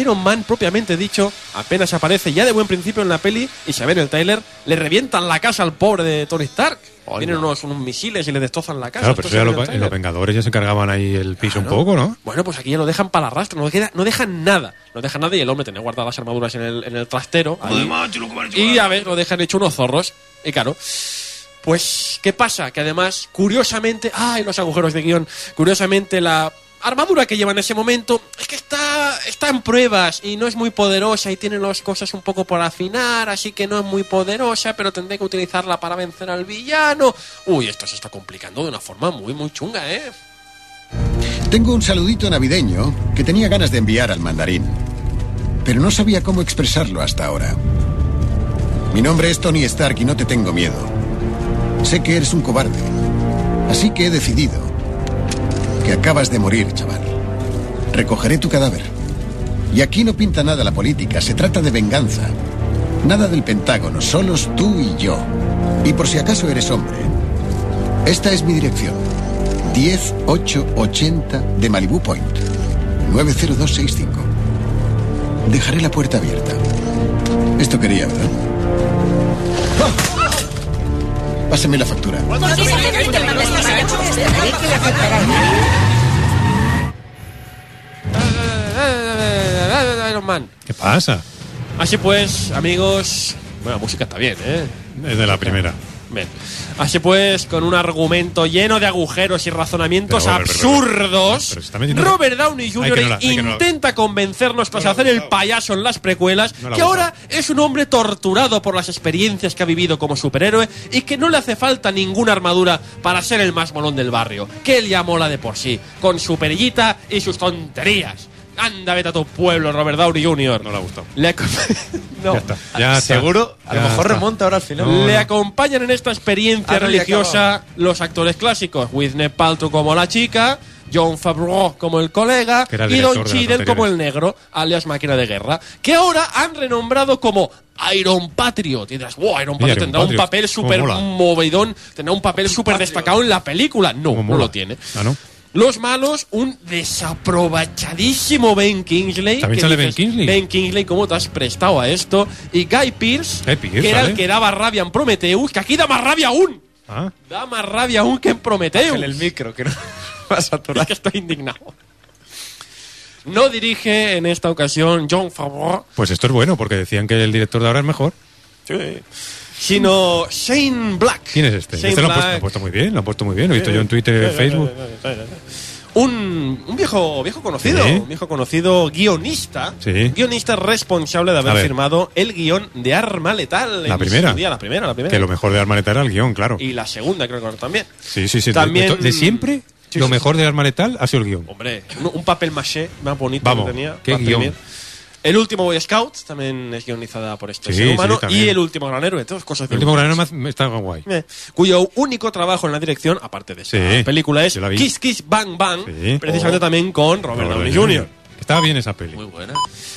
Speaker 3: Iron Man, propiamente dicho, apenas aparece ya de buen principio en la peli y se ve en el tráiler, le revientan la casa al pobre de Tony Stark. Tienen unos, unos misiles y le destrozan la casa.
Speaker 1: Claro,
Speaker 3: Esto
Speaker 1: pero
Speaker 3: se
Speaker 1: eso ya
Speaker 3: ve en
Speaker 1: lo-
Speaker 3: el
Speaker 1: en
Speaker 3: tráiler.
Speaker 1: Los Vengadores ya se encargaban ahí el piso
Speaker 3: Claro.
Speaker 1: un poco, ¿no?
Speaker 3: Bueno, pues aquí ya lo dejan para el rastro, no, queda, no dejan nada. No dejan nada y el hombre tiene guardadas las armaduras en el, en el trastero. ahí. y a ver, lo dejan hecho unos zorros. Y claro. Pues, ¿qué pasa? Que además, curiosamente. ¡Ay, los agujeros de guión! Curiosamente, la armadura que lleva en ese momento es que está, está en pruebas y no es muy poderosa y tiene las cosas un poco por afinar, así que no es muy poderosa, pero tendré que utilizarla para vencer al villano. Uy, esto se está complicando de una forma muy, muy chunga, ¿eh?
Speaker 9: Tengo un saludito navideño que tenía ganas de enviar al mandarín, pero no sabía cómo expresarlo hasta ahora. Mi nombre es Tony Stark y no te tengo miedo. Sé que eres un cobarde, así que he decidido que acabas de morir, chaval. Recogeré tu cadáver. Y aquí no pinta nada la política, se trata de venganza. Nada del Pentágono, solos tú y yo. Y por si acaso eres hombre, esta es mi dirección. 10880 de Malibu Point, 90265. Dejaré la puerta abierta. Esto quería, ¿verdad? ¡Ah! Pásame la factura.
Speaker 3: Eh, Iron Man.
Speaker 1: ¿Qué pasa?
Speaker 3: Así pues, amigos. Bueno, la música está bien, ¿eh?
Speaker 1: Es de la primera.
Speaker 3: Bien. Así pues, con un argumento lleno de agujeros y razonamientos
Speaker 1: Pero, pero,
Speaker 3: absurdos,
Speaker 1: pero se Pues está metiendo-
Speaker 3: Robert Downey
Speaker 1: Ay, que no la-
Speaker 3: Jr.
Speaker 1: ay, que no la-
Speaker 3: intenta convencernos tras hacer el payaso en las precuelas,
Speaker 1: No la
Speaker 3: que
Speaker 1: ha
Speaker 3: ahora es un hombre torturado por las experiencias que ha vivido como superhéroe y que no le hace falta ninguna armadura para ser el más molón del barrio, que él ya mola de por sí, con su perillita y sus tonterías. Anda, vete a tu pueblo, Robert Downey Jr. No
Speaker 1: le ha gustado.
Speaker 3: *laughs* no.
Speaker 1: Ya está, ya está.
Speaker 4: Seguro, a lo
Speaker 1: Ya
Speaker 4: mejor
Speaker 1: está.
Speaker 4: remonta ahora al final.
Speaker 3: Le acompañan en esta experiencia
Speaker 4: Ah, no, ya
Speaker 3: religiosa los actores clásicos, Whitney Paltrow como la chica, John Favreau como el colega
Speaker 1: Que era el
Speaker 3: y
Speaker 1: director
Speaker 3: Don
Speaker 1: de las
Speaker 3: Cheadle
Speaker 1: anteriores.
Speaker 3: como el negro, alias máquina de guerra, que ahora han renombrado como Iron Patriot. Y dirás, wow, Iron
Speaker 1: Mira,
Speaker 3: Patriot
Speaker 1: Iron
Speaker 3: tendrá un
Speaker 1: Patriot,
Speaker 3: papel
Speaker 1: cómo
Speaker 3: súper
Speaker 1: mola.
Speaker 3: movidón, tendrá un papel súper destacado en la película. No, no lo tiene.
Speaker 1: Ah, ¿no?
Speaker 3: Los malos, un desaprovechadísimo Ben Kingsley.
Speaker 1: También
Speaker 3: que
Speaker 1: sale Ben Kingsley.
Speaker 3: Ben Kingsley, ¿cómo te has prestado a esto? Y Guy Pearce,
Speaker 1: Guy Pearce,
Speaker 3: que era el
Speaker 1: ¿vale?
Speaker 3: que daba rabia en Prometheus, que aquí da más rabia aún.
Speaker 1: Ah.
Speaker 3: Da más rabia aún que en Prometheus.
Speaker 4: En el micro, que no *laughs* vas a aturar.
Speaker 3: que estoy indignado. No dirige en esta ocasión John Favreau,
Speaker 1: Pues esto es bueno, porque decían que el director de ahora es mejor.
Speaker 3: sino Shane Black.
Speaker 1: ¿Quién es este?
Speaker 3: Shane
Speaker 1: este lo han, puesto,
Speaker 3: Black. Eh,
Speaker 1: lo han puesto muy bien, lo han puesto muy bien. Lo he visto yo en Twitter, en Facebook.
Speaker 3: Un, un viejo, viejo conocido,
Speaker 1: Sí.
Speaker 3: un viejo conocido guionista,
Speaker 1: Sí.
Speaker 3: guionista responsable de
Speaker 1: A
Speaker 3: haber
Speaker 1: ver.
Speaker 3: firmado el guión de Arma Letal.
Speaker 1: La
Speaker 3: en
Speaker 1: primera.
Speaker 3: su día, la primera, la primera.
Speaker 1: Que lo mejor de Armaleta era el guión, claro.
Speaker 3: Y la segunda creo que también.
Speaker 1: Sí, sí, sí. de-
Speaker 3: También-
Speaker 1: De, to- de siempre,
Speaker 3: Sí,
Speaker 1: lo
Speaker 3: sí,
Speaker 1: mejor de Arma Letal ha sido el guión.
Speaker 3: Hombre, un, un papel maché más bonito
Speaker 1: Vamos,
Speaker 3: que tenía.
Speaker 1: qué
Speaker 3: para
Speaker 1: guión.
Speaker 3: imprimir. El último Boy Scout también es guionizada por este
Speaker 1: Sí,
Speaker 3: ser
Speaker 1: sí,
Speaker 3: humano.
Speaker 1: también.
Speaker 3: y el último gran héroe, todas cosas
Speaker 1: El último granero me- me está guay.
Speaker 3: Eh, cuyo único trabajo en la dirección, aparte de esta
Speaker 1: Sí,
Speaker 3: película, es
Speaker 1: yo la vi.
Speaker 3: Kiss Kiss Bang Bang,
Speaker 1: Sí.
Speaker 3: precisamente
Speaker 1: Oh.
Speaker 3: también con Robert Downey
Speaker 1: Robert Downey
Speaker 3: Jr.
Speaker 1: Estaba bien esa peli.
Speaker 3: Muy buena.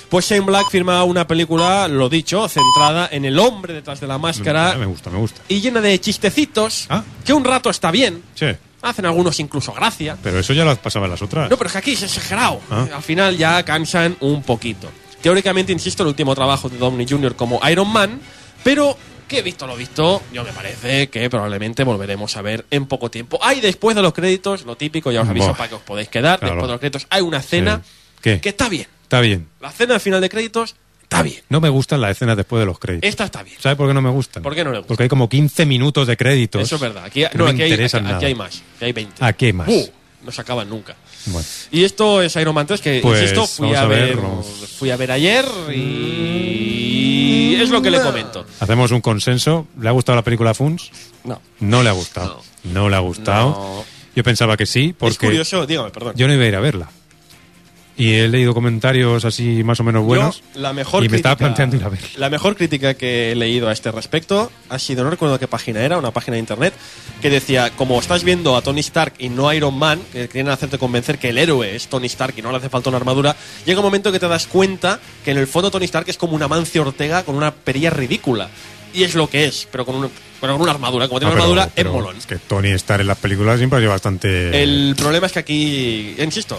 Speaker 3: Pues Shane Black firma una película, lo dicho, centrada en el hombre detrás de la máscara
Speaker 1: Mm, Me gusta, me gusta. Ah.
Speaker 3: y llena de chistecitos, que un rato está bien,
Speaker 1: Che,
Speaker 3: hacen algunos incluso gracia.
Speaker 1: pero eso ya lo pasaba en las otras.
Speaker 3: No, pero es que aquí es exagerado.
Speaker 1: Ah.
Speaker 3: Al final ya cansan un poquito. Teóricamente, insisto, el último trabajo de Downey Jr. como Iron Man, pero que visto lo visto, yo me parece que probablemente volveremos a ver en poco tiempo. Hay después de los créditos, lo típico, ya os aviso
Speaker 1: Buah.
Speaker 3: para que os podéis quedar,
Speaker 1: Claro.
Speaker 3: después de los créditos hay una cena
Speaker 1: ¿Qué?
Speaker 3: que está bien.
Speaker 1: Está bien.
Speaker 3: La cena al final de créditos,
Speaker 1: No me gustan las escenas después de los créditos.
Speaker 3: esta está bien.
Speaker 1: ¿Sabes por qué no me gustan?
Speaker 3: ¿Por qué no le gusta?
Speaker 1: Porque hay como 15 minutos de créditos.
Speaker 3: Eso es verdad. Aquí,
Speaker 1: que
Speaker 3: no,
Speaker 1: me
Speaker 3: aquí, hay,
Speaker 1: interesan
Speaker 3: aquí- aquí hay
Speaker 1: nada.
Speaker 3: más. Aquí hay 20.
Speaker 1: Aquí hay más.
Speaker 3: Uh, no se acaban nunca.
Speaker 1: Bueno.
Speaker 3: Y esto es Iron Man 3, que
Speaker 1: Pues,
Speaker 3: insisto, fui
Speaker 1: vamos
Speaker 3: a,
Speaker 1: a
Speaker 3: ver,
Speaker 1: ver, vamos.
Speaker 3: fui a ver ayer y es lo que le comento.
Speaker 1: Hacemos un consenso. ¿Le ha gustado la película a Funs?
Speaker 3: No.
Speaker 1: No le ha gustado. No, le ha gustado.
Speaker 3: No.
Speaker 1: Yo pensaba que sí, porque
Speaker 3: Es curioso, dígame, perdón.
Speaker 1: yo no iba a ir a verla. Y he leído comentarios así más o menos buenos.
Speaker 3: Yo, la mejor
Speaker 1: y me estaba
Speaker 3: crítica-
Speaker 1: planteando ir a verla.
Speaker 3: La mejor crítica que he leído a este respecto ha sido, no recuerdo qué página era, una página de internet, que decía, como estás viendo a Tony Stark y no a Iron Man, que quieren hacerte convencer que el héroe es Tony Stark y no le hace falta una armadura, llega un momento que te das cuenta que en el fondo Tony Stark es como una Mancio Ortega con una perilla ridícula. Y es lo que es, pero con, un- pero con una armadura. Como tiene
Speaker 1: Ah,
Speaker 3: una
Speaker 1: pero-
Speaker 3: armadura,
Speaker 1: pero eh,
Speaker 3: es molón.
Speaker 1: Es que Tony Stark en las películas siempre ha sido bastante...
Speaker 3: El problema es que aquí, insisto,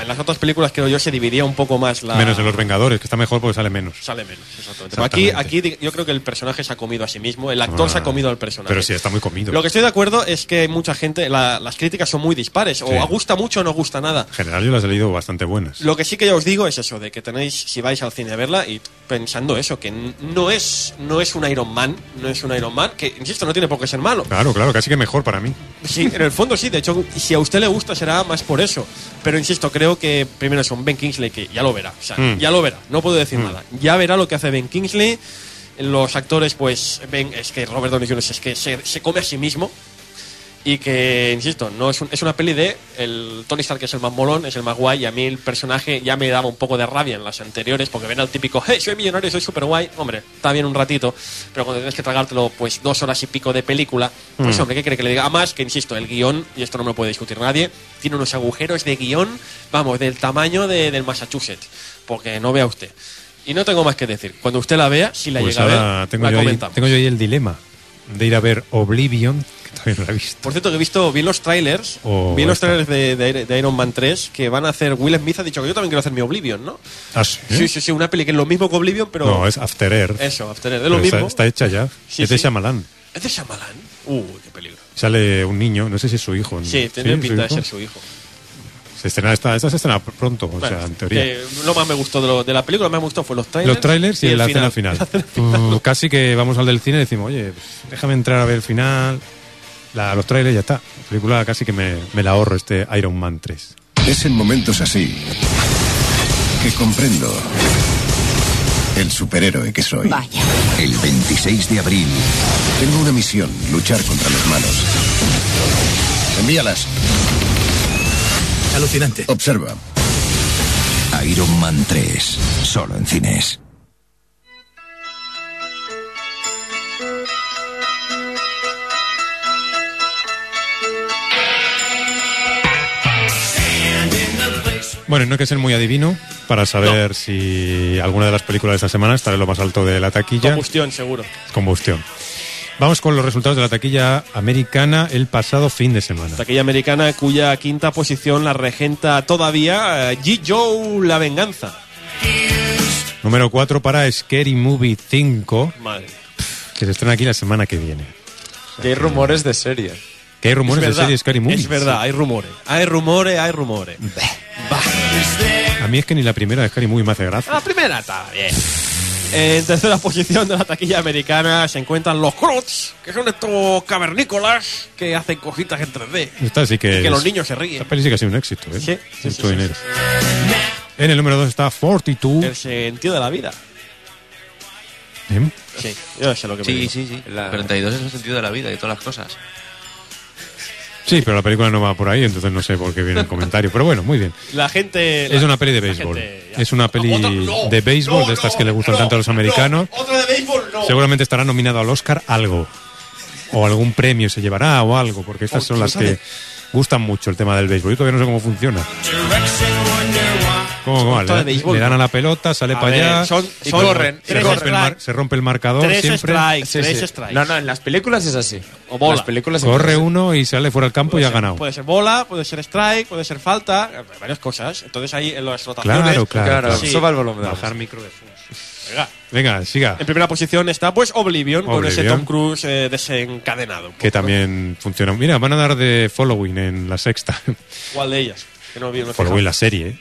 Speaker 3: en las otras películas creo yo se dividía un poco más la...
Speaker 1: Menos en Los Vengadores, que está mejor porque sale menos.
Speaker 3: Sale menos, exactamente. Pero aquí, aquí di- yo creo que el personaje se ha comido a sí mismo, el actor se ha
Speaker 1: Ah,
Speaker 3: comido al personaje.
Speaker 1: Pero sí, está muy comido.
Speaker 3: Lo que estoy de acuerdo es que mucha gente, la- las críticas son muy dispares,
Speaker 1: Sí.
Speaker 3: o gusta mucho o no gusta nada.
Speaker 1: En general yo las he leído bastante buenas.
Speaker 3: Lo que sí que ya os digo es eso, de que tenéis, si vais al cine a verla, y pensando eso, que n- no es, no es un Iron Man, no es un Iron Man, que, insisto, no tiene por qué ser malo.
Speaker 1: Claro, claro, casi que mejor para mí.
Speaker 3: Sí, en el fondo sí, de hecho, si a usted le gusta será más por eso. Pero insisto, creo que primero son Ben Kingsley, que ya lo verá, o sea,
Speaker 1: Mm.
Speaker 3: ya lo verá, no puedo decir
Speaker 1: Mm.
Speaker 3: nada. Ya verá lo que hace Ben Kingsley. Los actores, pues, ven, es que Robert Downey Jr. es que se, se come a sí mismo. Y que, insisto, no es, un- es una peli de el Tony Stark que es el más molón, es el más guay, y a mí el personaje ya me daba un poco de rabia en las anteriores, porque ven al típico, hey, soy millonario, soy super guay, hombre, está bien un ratito, pero cuando tienes que tragártelo, pues, dos horas y pico de película, pues,
Speaker 1: Mm.
Speaker 3: hombre, ¿qué quiere que le diga? Además, que, insisto, el guión, y esto no me lo puede discutir nadie, tiene unos agujeros de guión, vamos, del tamaño de- del Massachusetts, porque no vea usted. Y no tengo más que decir, cuando usted la vea, si la
Speaker 1: Pues
Speaker 3: llega a
Speaker 1: ahora
Speaker 3: ver,
Speaker 1: tengo,
Speaker 3: la
Speaker 1: yo ahí,
Speaker 3: comentamos.
Speaker 1: tengo yo ahí el dilema de ir a ver Oblivion, *laughs* que todavía no la he visto.
Speaker 3: Por cierto, que he visto, vi los trailers,
Speaker 1: Oh,
Speaker 3: vi los
Speaker 1: esta.
Speaker 3: trailers de, de- de Iron Man 3 que van a hacer, Will Smith ha dicho que yo también quiero hacer mi Oblivion, ¿no?
Speaker 1: Ah, sí,
Speaker 3: Sí, sí, sí, una peli que es lo mismo que Oblivion, pero...
Speaker 1: No, es After Earth.
Speaker 3: Eso, After Earth, es lo
Speaker 1: Pero está-
Speaker 3: mismo.
Speaker 1: Está, hecha ya.
Speaker 3: Sí,
Speaker 1: es de
Speaker 3: sí.
Speaker 1: Shyamalan.
Speaker 3: ¿Es de Shyamalan? Uh, qué peligro.
Speaker 1: Sale un niño, no sé si es su hijo. ¿no?
Speaker 3: Sí, tiene
Speaker 1: ¿su
Speaker 3: pinta de
Speaker 1: hijo?
Speaker 3: ser su hijo.
Speaker 1: Se estrena esta, esta se estrena pronto, o
Speaker 3: Bueno,
Speaker 1: sea, en teoría.
Speaker 3: que lo más me gustó de, lo- de la película, lo más me gustó fue los trailers.
Speaker 1: Los trailers y,
Speaker 3: el
Speaker 1: la
Speaker 3: *laughs*
Speaker 1: escena final. Uh, casi que vamos al del cine y decimos, oye, pues, déjame entrar a ver el final. La- los trailers y ya está. La película casi que me, me la ahorro este Iron Man 3.
Speaker 9: Es en momentos así que comprendo el superhéroe que soy.
Speaker 27: Vaya.
Speaker 9: El 26 de abril tengo una misión, luchar contra los malos. Envíalas. Alucinante. Observa.
Speaker 27: Iron Man 3, solo en cines.
Speaker 1: Bueno, no hay que ser muy adivino para saber si alguna de las películas de esta semana estará en lo más alto de la taquilla.
Speaker 3: Combustión, seguro.
Speaker 1: Combustión. Vamos con los resultados de la taquilla americana el pasado fin de semana.
Speaker 3: Taquilla americana cuya quinta posición la regenta todavía eh, G. Joe La Venganza.
Speaker 1: Número 4 para Scary Movie 5,
Speaker 3: Madre.
Speaker 1: que se estrena aquí la semana que viene.
Speaker 4: Que hay rumores de serie.
Speaker 1: Que hay rumores
Speaker 3: Es
Speaker 1: de
Speaker 3: verdad,
Speaker 1: serie Scary Movie.
Speaker 3: Es verdad, hay rumores. Hay rumores, hay rumores.
Speaker 1: A mí es que ni la primera de Scary Movie me hace gracia.
Speaker 3: La primera está bien. En tercera posición de la taquilla americana se encuentran los Crocs, que son estos cavernícolas que hacen cojitas en 3D.
Speaker 1: Esta sí que
Speaker 3: Y que
Speaker 1: es-
Speaker 3: los niños se ríen.
Speaker 1: Esta peli sí que ha sido un éxito, ¿eh?
Speaker 3: Sí, sí,
Speaker 1: Mucho
Speaker 3: sí, sí,
Speaker 1: dinero. En el número 2 está Fortitude.
Speaker 3: El sentido de la vida.
Speaker 1: ¿Eh?
Speaker 3: Sí, yo sé lo que me
Speaker 19: Sí,
Speaker 3: digo.
Speaker 19: sí, sí. 42 es el sentido de la vida y de todas las cosas.
Speaker 1: Sí, pero la película no va por ahí, entonces no sé por qué viene el comentario. Pero bueno, muy bien.
Speaker 3: La gente.
Speaker 1: Es
Speaker 3: la-
Speaker 1: una peli de
Speaker 3: la
Speaker 1: béisbol.
Speaker 3: gente-
Speaker 1: Es una peli de béisbol, de estas que le gustan tanto a los americanos.
Speaker 3: Otra de béisbol, no.
Speaker 1: Seguramente estará nominado al Oscar algo. O algún premio se llevará o algo, porque estas son las que gustan mucho el tema del béisbol. Yo todavía no sé cómo funciona. ¿Cómo, cómo?
Speaker 3: Esto de
Speaker 1: Le,
Speaker 3: béisbol,
Speaker 1: le dan
Speaker 3: ¿no?
Speaker 1: a la pelota, sale
Speaker 3: A
Speaker 1: para
Speaker 3: ver,
Speaker 1: allá.
Speaker 3: son-
Speaker 1: y
Speaker 3: son
Speaker 1: corren. Se
Speaker 3: tres
Speaker 1: rompe, el mar-
Speaker 3: strikes.
Speaker 1: se rompe el marcador
Speaker 3: Tres
Speaker 1: siempre.
Speaker 3: strikes, Sí, tres sí. strikes.
Speaker 4: No, no, en las películas es así.
Speaker 3: O bola.
Speaker 4: Las películas
Speaker 1: Corre uno y sale fuera del campo y ha ganado.
Speaker 3: Puede ser bola, puede ser strike, puede ser falta, eh, varias cosas. Entonces ahí en las rotaciones. pues
Speaker 1: Claro, claro, claro.
Speaker 3: Sí.
Speaker 1: Suba el volumen.
Speaker 3: Bajar
Speaker 1: micro de fútbol.
Speaker 3: Venga.
Speaker 1: Venga, siga.
Speaker 3: En primera posición está pues Oblivion, con ese
Speaker 1: Oblivion.
Speaker 3: Tom Cruise eh, desencadenado.
Speaker 1: Que también funciona. Mira, van a dar de Following en
Speaker 3: *laughs*
Speaker 1: la sexta.
Speaker 3: ¿Cuál de ellas? Que no vi no he fijado.
Speaker 1: Following la serie, ¿eh?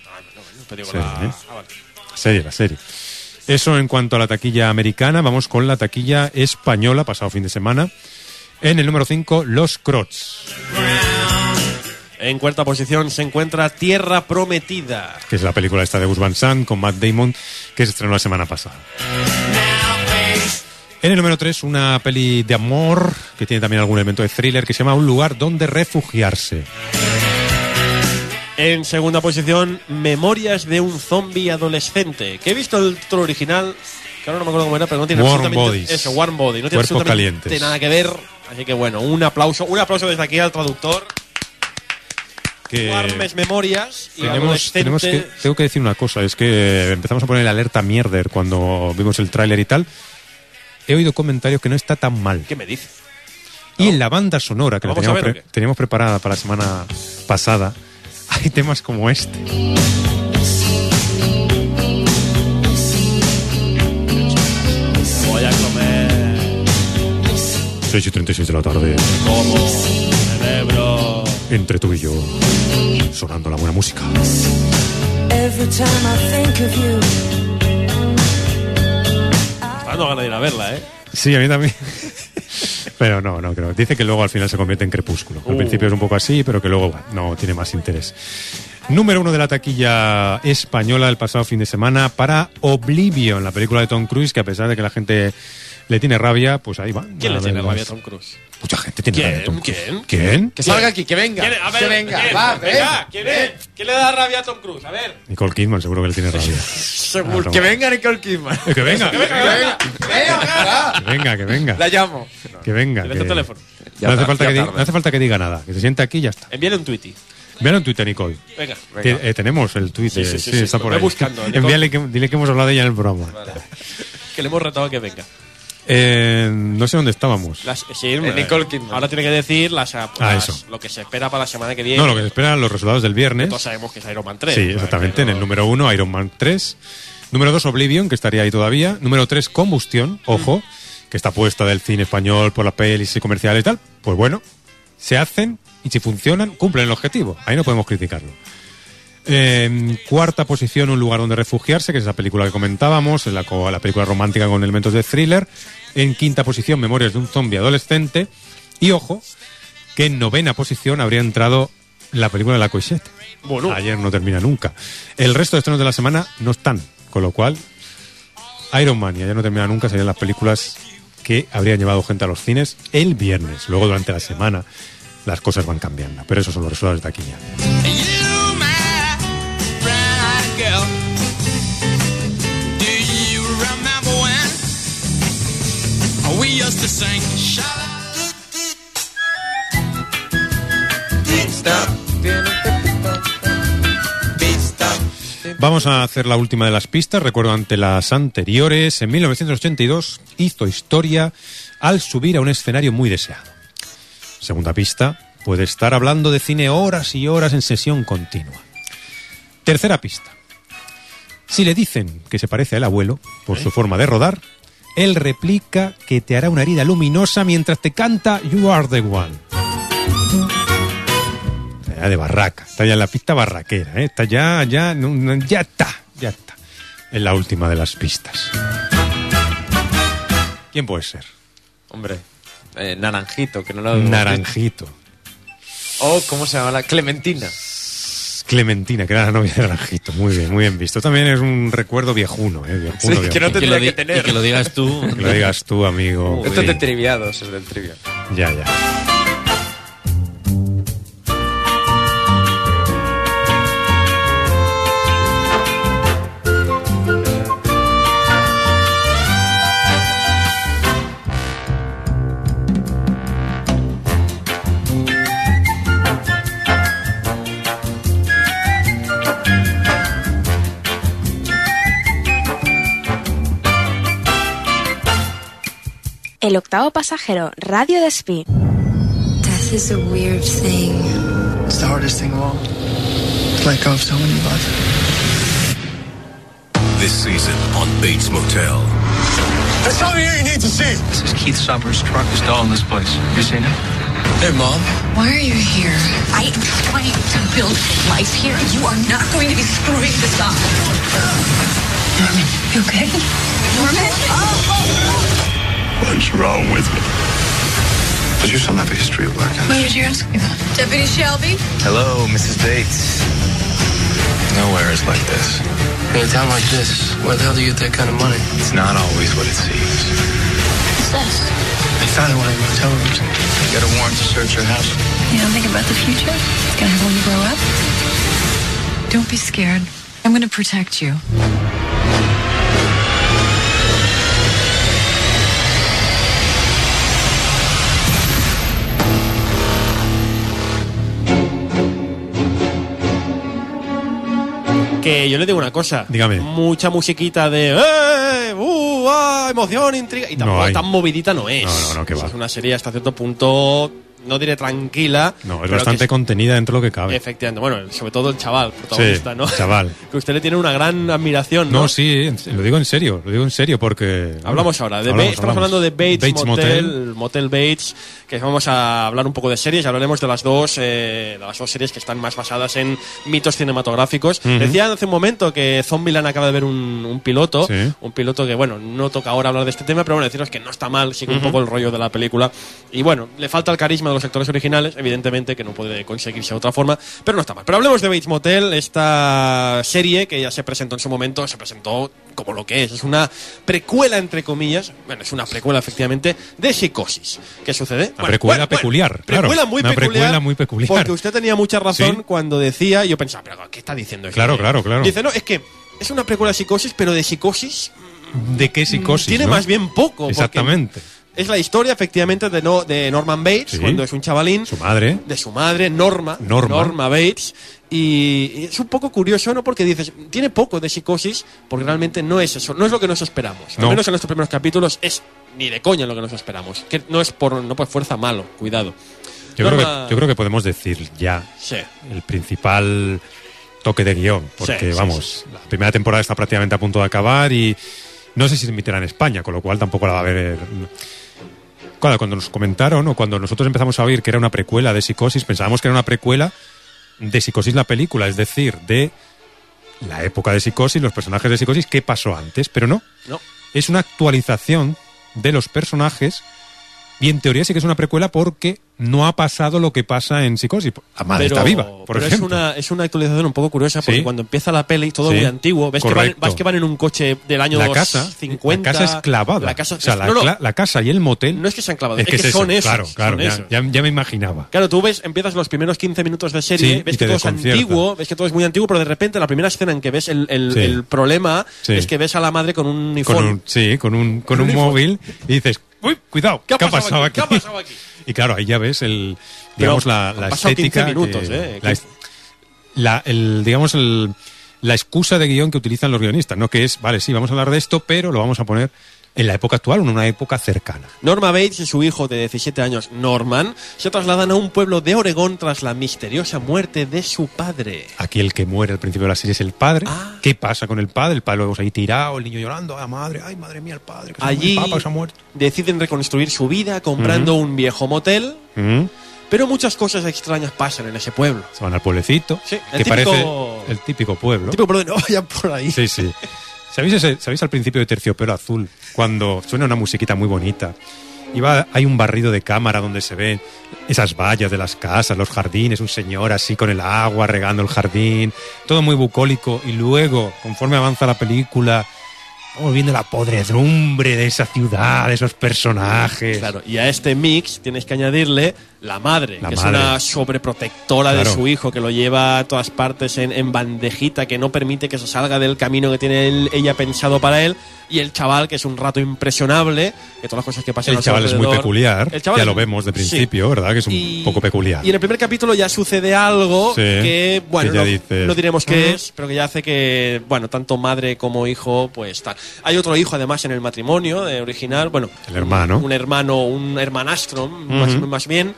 Speaker 3: Pero digo
Speaker 1: Sí,
Speaker 3: la-
Speaker 1: ¿eh?
Speaker 3: ah, vale.
Speaker 1: La serie, la serie. Eso en cuanto a la taquilla americana. Vamos con la taquilla española, pasado fin de semana. En el número 5, Los Crots,
Speaker 3: En cuarta posición se encuentra Tierra Prometida.
Speaker 1: que es la película esta de Gus Van Sant con Matt Damon, que se estrenó la semana pasada. En el número 3, una peli de amor, que tiene también algún elemento de thriller, que se llama Un lugar donde refugiarse.
Speaker 3: En segunda posición, Memorias de un zombie adolescente. Que he visto el título original, que ahora no me acuerdo cómo era, pero no tiene
Speaker 1: Warm
Speaker 3: absolutamente
Speaker 1: Bodies.
Speaker 3: eso, Warm Body, no tiene
Speaker 1: Cuerpos
Speaker 3: absolutamente
Speaker 1: calientes.
Speaker 3: nada que ver. Así que bueno, un aplauso, un aplauso desde aquí al traductor.
Speaker 1: Que
Speaker 3: Warmes Memorias y
Speaker 1: Tenemos, tenemos
Speaker 3: adolescente.
Speaker 1: que, tengo que decir una cosa, es que empezamos a poner alerta mierder cuando vimos el tráiler y tal. He oído comentarios que no está tan mal.
Speaker 3: ¿Qué me dice?
Speaker 1: Y en la banda sonora que la
Speaker 3: Vamos a
Speaker 1: teníamos,
Speaker 3: ver, ¿o
Speaker 1: pre- teníamos preparada para la semana pasada, *laughs* hay temas como este.
Speaker 3: Voy a comer
Speaker 1: 6 y 36 de la tarde,
Speaker 3: como cerebro.
Speaker 1: entre tú y yo, sonando la buena música.
Speaker 26: Every time I think of you.
Speaker 3: Está dando ganas de ir a verla, ¿eh?
Speaker 1: Sí, a mí también. *laughs* pero no, no creo. Dice que luego al final se convierte en crepúsculo. Al
Speaker 3: Uh.
Speaker 1: principio es un poco así, pero que luego va, no tiene más interés. Número uno de la taquilla española del pasado fin de semana para Oblivion, la película de Tom Cruise, que a pesar de que la gente le tiene rabia, pues ahí va.
Speaker 3: ¿Quién
Speaker 1: A
Speaker 3: le tiene
Speaker 1: ver,
Speaker 3: rabia a
Speaker 1: las-
Speaker 3: Tom Cruise?
Speaker 1: Mucha gente tiene
Speaker 3: ¿Quién?
Speaker 1: rabia a Tom Cruise.
Speaker 3: ¿Quién?
Speaker 1: ¿Quién?
Speaker 4: Que salga aquí, que venga.
Speaker 3: ¿Quién? A ver,
Speaker 4: que venga,
Speaker 3: ¿quién?
Speaker 4: va,
Speaker 3: Venga, ¿quién es? ¿Quién le da rabia a Tom Cruise? A ver.
Speaker 1: Nicole Kidman, seguro que le tiene rabia.
Speaker 4: Seguro. que venga Nicole Kidman.
Speaker 1: Que
Speaker 4: *laughs*
Speaker 1: venga.
Speaker 4: que venga.
Speaker 1: Que venga, que venga.
Speaker 4: La llamo.
Speaker 1: Que venga.
Speaker 3: Tienes tu
Speaker 1: que-
Speaker 3: teléfono.
Speaker 1: No hace, falta que diga, no hace falta que diga nada. Que se siente aquí y ya está.
Speaker 3: Envíale un tweet.
Speaker 1: Vean un tuit a Nicole.
Speaker 3: Venga.
Speaker 1: Te- eh, tenemos el tuit.
Speaker 3: Sí,
Speaker 1: eh,
Speaker 3: sí,
Speaker 1: sí,
Speaker 3: sí, sí,
Speaker 1: está
Speaker 3: lo
Speaker 1: por
Speaker 3: voy
Speaker 1: ahí.
Speaker 3: buscando, ¿eh? Nicole.
Speaker 1: Envíale que, dile que hemos hablado de ella en el programa.
Speaker 3: *laughs* Que le hemos retado a que venga.
Speaker 1: Eh, no sé dónde estábamos.
Speaker 3: Las- sí,
Speaker 4: El
Speaker 3: eh,
Speaker 4: Nicole Kidman.
Speaker 3: Ahora tiene que decir las, las-
Speaker 1: Ah, eso.
Speaker 3: lo que se espera para la semana que viene.
Speaker 1: No, lo que se esperan los resultados del
Speaker 3: Que
Speaker 1: viernes.
Speaker 3: Todos sabemos que es Iron Man 3.
Speaker 1: Sí, exactamente. En el número 1, Iron Man 3. Número 2, Oblivion, que estaría ahí todavía. Número 3, Combustión, ojo, que está puesta del cine español por las pelis y comerciales y tal. Pues bueno, se hacen y si funcionan, cumplen el objetivo. Ahí no podemos criticarlo. En cuarta posición, Un lugar donde refugiarse, que es la película que comentábamos, es la, co- la película romántica con elementos de thriller. En quinta posición, Memorias de un zombie adolescente. Y ojo, que en novena posición habría entrado la película de la Coixette. Ayer no termina nunca. El resto de estrenos de la semana no están, con lo cual Iron Man y Ayer no termina nunca serían las películas que habrían llevado gente a los cines el viernes. Luego durante la semana las cosas van cambiando, pero esos son los resultados de taquilla.
Speaker 27: Girl.
Speaker 13: sang sha Beat stop. Beat stop.
Speaker 1: Vamos a hacer la última de las pistas. Recuerdo ante las anteriores, en 1982 hizo historia al subir a un escenario muy deseado. Segunda pista, puede estar hablando de cine horas y horas en sesión continua. Tercera pista, si le dicen que se parece al abuelo por su forma de rodar, él replica que te hará una herida luminosa mientras te canta You Are the One. Está ya de barraca, está ya en la pista barraquera, ¿eh? está ya, ya, no, no, ya está, ya está. Es la última de las pistas. ¿Quién puede ser?
Speaker 4: Hombre, eh, naranjito, que no lo
Speaker 1: Naranjito.
Speaker 4: Oh, ¿cómo se llama la? Clementina.
Speaker 1: Clementina, que era la novia de Naranjito. Muy bien, muy bien visto. También es un recuerdo viejuno, ¿eh? Viejuno,
Speaker 4: Sí, *laughs* que no
Speaker 1: viejuno.
Speaker 4: tendría que, tener.
Speaker 1: *laughs* Que lo digas tú, amigo.
Speaker 4: Esto es
Speaker 1: Sí.
Speaker 4: de triviados, es del trivia.
Speaker 1: Ya, ya.
Speaker 20: El octavo pasajero, Radio Despí.
Speaker 13: Death is a weird thing. It's the hardest thing of all. To let go of someone you love.
Speaker 15: This season on Bates Motel.
Speaker 13: There's something here you need to see. This is Keith Summers' truck.
Speaker 15: It's all in this place. You seen it? Hey, Mom.
Speaker 13: Why are you here? I am trying to build life here. You are not going to be screwing this up. Norman, you okay? Oh. Norman?
Speaker 15: What's wrong with me? But you still have a history of black
Speaker 13: Why did you ask me that? Deputy Shelby?
Speaker 15: Hello, Mrs. Bates. Nowhere is like this.
Speaker 13: In a town like this, where the hell do you get that kind of money?
Speaker 15: It's not always what it seems.
Speaker 13: What's this?
Speaker 15: They found it one of the motel rooms. They got a warrant to search your house.
Speaker 13: You don't think about the future? Can I when you grow up? Don't be scared. I'm going to protect you.
Speaker 3: Que yo le digo una cosa.
Speaker 1: Dígame.
Speaker 3: Mucha musiquita de. ¡Eh! ¡Uh! ah, emoción, intriga. Y tampoco
Speaker 1: hay.
Speaker 3: tan movidita no es.
Speaker 1: No, no, no, que va.
Speaker 3: Es una serie hasta cierto punto. No diré tranquila.
Speaker 1: No, es
Speaker 3: pero
Speaker 1: bastante
Speaker 3: que
Speaker 1: contenida dentro de lo que cabe.
Speaker 3: Efectivamente, bueno, sobre todo el chaval, protagonista, ¿no?
Speaker 1: chaval.
Speaker 3: *laughs* Que usted le tiene una gran admiración, ¿no?
Speaker 1: No, sí, en- lo digo en serio, lo digo en serio porque...
Speaker 3: Hablamos ahora, de Ba-
Speaker 1: Hablamos,
Speaker 3: estamos
Speaker 1: hablamos.
Speaker 3: hablando de Bates, Motel, Motel, Bates, que vamos a hablar un poco de series, y hablaremos de las dos, eh, de las dos series que están más basadas en mitos cinematográficos.
Speaker 1: Ujú.
Speaker 3: Decían hace un momento que Zombieland acaba de ver un, un piloto,
Speaker 1: Sí.
Speaker 3: un piloto que bueno, no toca ahora hablar de este tema, pero bueno, deciros que no está mal, sigue un
Speaker 1: Ujú.
Speaker 3: poco el rollo de la película y bueno, le falta el carisma de los actores originales, evidentemente que no puede conseguirse de otra forma, pero no está mal. Pero hablemos de Bates Motel, esta serie que ya se presentó en su momento, se presentó como lo que es, es una precuela entre comillas, bueno, es una precuela efectivamente de Psicosis. ¿Qué sucede?
Speaker 1: Una Ah, precuela peculiar, claro.
Speaker 3: precuela muy
Speaker 1: Una
Speaker 3: peculiar.
Speaker 1: precuela muy peculiar.
Speaker 3: Porque usted tenía mucha razón
Speaker 1: Sí.
Speaker 3: cuando decía, yo pensaba, pero ¿qué está diciendo? este?
Speaker 1: Claro, claro, claro.
Speaker 3: Dice, no, es que es una precuela de Psicosis, pero de Psicosis mm,
Speaker 1: ¿De qué psicosis?
Speaker 3: tiene
Speaker 1: no?
Speaker 3: más bien poco. porque
Speaker 1: Exactamente.
Speaker 3: Es la historia, efectivamente, de, no, de Norman Bates,
Speaker 1: Sí.
Speaker 3: cuando es un chavalín.
Speaker 1: Su madre.
Speaker 3: De su madre, Norma.
Speaker 1: Norma.
Speaker 3: Bates. Y y es un poco curioso, ¿no? Porque dices, tiene poco de psicosis, porque realmente no es eso. No es lo que nos esperamos.
Speaker 1: No.
Speaker 3: Al menos en nuestros primeros capítulos es ni de coña lo que nos esperamos. Que no es por, no por fuerza malo, cuidado.
Speaker 1: Yo, creo
Speaker 3: Norma-
Speaker 1: que, yo creo que podemos decir ya
Speaker 3: Sí.
Speaker 1: el principal toque de guión,
Speaker 3: Sí,
Speaker 1: porque
Speaker 3: sí,
Speaker 1: vamos, la primera temporada está prácticamente a punto de acabar y no sé si se emitirá en España, con lo cual tampoco la va a ver. eh, Claro, cuando nos comentaron o cuando nosotros empezamos a oír que era una precuela de Psicosis, pensábamos que era una precuela de Psicosis la película, es decir, de la época de Psicosis, los personajes de Psicosis, qué pasó antes, pero no.
Speaker 3: No.
Speaker 1: Es una actualización de los personajes y en teoría sí que es una precuela porque no ha pasado lo que pasa en Psicosis. La madre
Speaker 3: Pero-
Speaker 1: está viva, por
Speaker 3: pero
Speaker 1: ejemplo.
Speaker 3: Es una, es una actualización un poco curiosa porque
Speaker 1: Sí.
Speaker 3: cuando empieza la peli todo
Speaker 1: Sí.
Speaker 3: muy antiguo. Ves que, van,
Speaker 1: Correcto.
Speaker 3: vas que van en un coche del año
Speaker 1: la casa,
Speaker 3: 50.
Speaker 1: la casa es clavada.
Speaker 3: La casa,
Speaker 1: o sea, la,
Speaker 3: no, no,
Speaker 1: cla- la casa y el motel.
Speaker 3: no es que sean clavados,
Speaker 1: es que, es eso,
Speaker 3: son esos.
Speaker 1: Claro, claro.
Speaker 3: son
Speaker 1: ya-
Speaker 3: esos.
Speaker 1: ya, ya me imaginaba.
Speaker 3: Claro, tú ves, empiezas los primeros 15 minutos de serie,
Speaker 1: Sí,
Speaker 3: ves
Speaker 1: y
Speaker 3: que
Speaker 1: te
Speaker 3: todo es
Speaker 1: desconcierta.
Speaker 3: antiguo, ves que todo es muy antiguo, pero de repente la primera escena en que ves el, el-
Speaker 1: Sí.
Speaker 3: el problema
Speaker 1: Sí.
Speaker 3: es que ves a la madre con un
Speaker 1: Con
Speaker 3: uniforme.
Speaker 1: un, sí, con un, con
Speaker 3: Un
Speaker 1: un
Speaker 3: iPhone.
Speaker 1: móvil y dices, uy, cuidado,
Speaker 3: ¿Qué ha pasado
Speaker 1: pasado
Speaker 3: aquí?
Speaker 1: aquí?
Speaker 3: ¿Qué ha pasado aquí?
Speaker 1: Y claro, ahí ya ves el, digamos,
Speaker 3: Pero
Speaker 1: la,
Speaker 3: han
Speaker 1: la
Speaker 3: pasado 15
Speaker 1: estética. que-
Speaker 3: minutos, ¿eh?
Speaker 1: La, est- la- el, digamos, el- la excusa de guión que utilizan los guionistas, ¿no? Que es, vale, sí, vamos a hablar de esto, pero lo vamos a poner en la época actual, en una época cercana.
Speaker 3: Norma Bates y su hijo de 17 años, Norman, se trasladan a un pueblo de Oregón tras la misteriosa muerte de su padre.
Speaker 1: Aquí el que muere al principio de la serie es el padre.
Speaker 3: Ah.
Speaker 1: ¿Qué pasa con el padre? El padre luego ahí tirado, el niño llorando, ah, madre, ay, madre mía, el padre, que se ha muerto,
Speaker 3: Allí
Speaker 1: el papa, que se ha muerto.
Speaker 3: deciden reconstruir su vida comprando un viejo motel,
Speaker 1: Mm.
Speaker 3: pero muchas cosas extrañas pasan en ese pueblo.
Speaker 1: Se van al pueblecito,
Speaker 3: el
Speaker 1: que
Speaker 3: típico-
Speaker 1: parece el típico pueblo.
Speaker 3: Tipo, pero no vayan por ahí.
Speaker 1: Sí, sí. ¿Sabéis, ese- ¿Sabéis al principio de Terciopelo Azul, cuando suena una musiquita muy bonita? Y va- hay un barrido de cámara donde se ven esas vallas de las casas, los jardines, un señor así con el agua regando el jardín, todo muy bucólico. Y luego, conforme avanza la película, vamos viendo la podredumbre de esa ciudad, de esos personajes.
Speaker 3: Claro, y a este mix tienes que añadirle la madre,
Speaker 1: La
Speaker 3: que
Speaker 1: madre.
Speaker 3: es una sobreprotectora de
Speaker 1: Claro.
Speaker 3: su hijo, que lo lleva a todas partes en, en bandejita, que no permite que se salga del camino que tiene él- ella pensado para él, y el chaval, que es un rato impresionable, que todas las cosas que pasan
Speaker 1: El
Speaker 3: a su
Speaker 1: chaval es muy
Speaker 3: alrededor.
Speaker 1: peculiar,
Speaker 3: El chaval
Speaker 1: ya
Speaker 3: es-
Speaker 1: lo vemos de principio, ¿verdad? Que es un poco peculiar.
Speaker 3: Y en el primer capítulo ya sucede algo
Speaker 1: Sí,
Speaker 3: que, bueno,
Speaker 1: que ya
Speaker 3: no,
Speaker 1: dices,
Speaker 3: no diremos qué
Speaker 1: "Ujú".
Speaker 3: es, pero que ya hace que, bueno, tanto madre como hijo, pues tal. Hay otro hijo además en el matrimonio eh, original, bueno,
Speaker 1: El hermano.
Speaker 3: un hermano, un hermanastro, más,
Speaker 1: Ah, Ujú.
Speaker 3: más bien,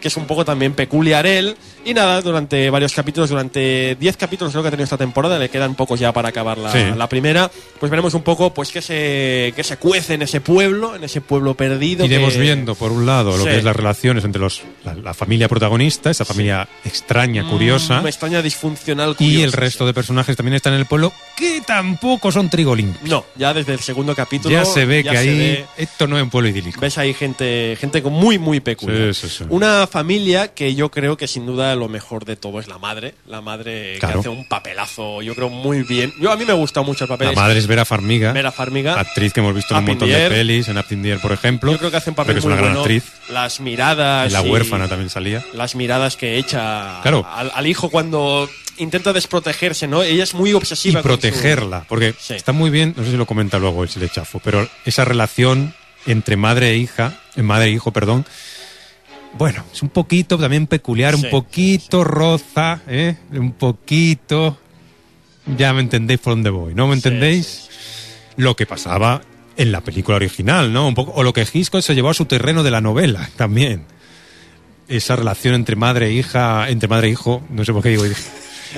Speaker 3: que es un poco también peculiar él. Y nada, durante varios capítulos, durante 10 capítulos creo que ha tenido esta temporada, le quedan pocos ya para acabar la,
Speaker 1: Sí.
Speaker 3: la primera, pues veremos un poco pues qué se, qué se cuece en ese pueblo, en ese pueblo perdido.
Speaker 1: Iremos
Speaker 3: que-
Speaker 1: viendo, por un lado, lo
Speaker 3: Sí.
Speaker 1: que es las relaciones entre los, la, la familia protagonista, esa familia extraña, curiosa.
Speaker 3: Mm, extraña disfuncional
Speaker 1: y
Speaker 3: curiosa,
Speaker 1: el resto de personajes también están en el pueblo, que tampoco son trigo limpio.
Speaker 3: No, ya desde el segundo capítulo.
Speaker 1: Ya se ve
Speaker 3: ya
Speaker 1: que
Speaker 3: se
Speaker 1: ahí
Speaker 3: ve-
Speaker 1: esto no es un pueblo idílico.
Speaker 3: ves ahí gente, gente con muy, muy peculiar.
Speaker 1: Sí, sí, sí.
Speaker 3: Una familia que yo creo que sin duda lo mejor de todo es la madre. La madre que
Speaker 1: Claro.
Speaker 3: hace un papelazo, yo creo, muy bien. Yo a mí me gusta mucho el papel.
Speaker 1: La madre es Vera Farmiga,
Speaker 3: Vera Farmiga.
Speaker 1: actriz que hemos visto en un
Speaker 3: Up in
Speaker 1: montón
Speaker 3: the
Speaker 1: de
Speaker 3: air.
Speaker 1: pelis, en Aptindier, por ejemplo.
Speaker 3: Yo creo que hace un papel
Speaker 1: Creo que es
Speaker 3: muy
Speaker 1: una gran
Speaker 3: bueno. Ah,
Speaker 1: actriz.
Speaker 3: Las miradas.
Speaker 1: En La
Speaker 3: y
Speaker 1: huérfana también salía.
Speaker 3: Las miradas que echa
Speaker 1: Claro.
Speaker 3: al, al hijo cuando intenta desprotegerse, ¿no? Ella es muy
Speaker 1: Y
Speaker 3: obsesiva. con su-
Speaker 1: protegerla, porque está muy bien, no sé si lo comenta luego el le chafo, pero esa relación entre madre e hija, eh, madre e hijo, perdón, bueno, es un poquito también peculiar,
Speaker 18: Sí,
Speaker 1: un poquito roza, ¿eh? un poquito... Ya me entendéis por dónde voy, ¿no? ¿Me entendéis? Lo que pasaba en la película original, ¿no? Un poco, o lo que Hitchcock se llevó a su terreno de la novela también. Esa relación entre madre e hija, entre madre e hijo, no sé por qué digo *laughs* hija.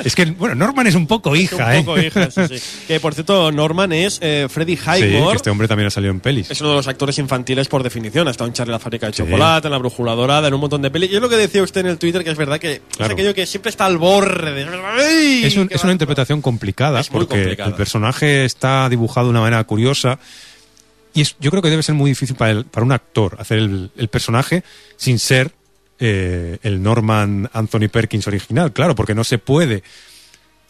Speaker 1: Es que, bueno, Norman es un poco hija,
Speaker 3: Un poco
Speaker 1: ¿eh?
Speaker 3: hija,
Speaker 1: *laughs*
Speaker 3: sí, sí. Que por cierto, Norman es eh, Freddy
Speaker 1: Sí, que
Speaker 3: Highmore.
Speaker 1: este hombre también ha salido en pelis.
Speaker 3: Es uno de los actores infantiles por definición. Ha estado en Charlie la fábrica de chocolate, en La brújula dorada, en un montón de pelis. Y es lo que decía usted en el Twitter, que es verdad que es
Speaker 1: Claro.
Speaker 3: aquello que siempre está al borde. de- ¡Ay!
Speaker 1: Es, un-
Speaker 3: Qué
Speaker 1: es una interpretación complicada
Speaker 3: muy
Speaker 1: porque
Speaker 3: complicada.
Speaker 1: el personaje está dibujado de una manera curiosa y es- yo creo que debe ser muy difícil para, el- para un actor hacer el, el personaje sin ser eh, el Norman Anthony Perkins original, claro, porque no se puede.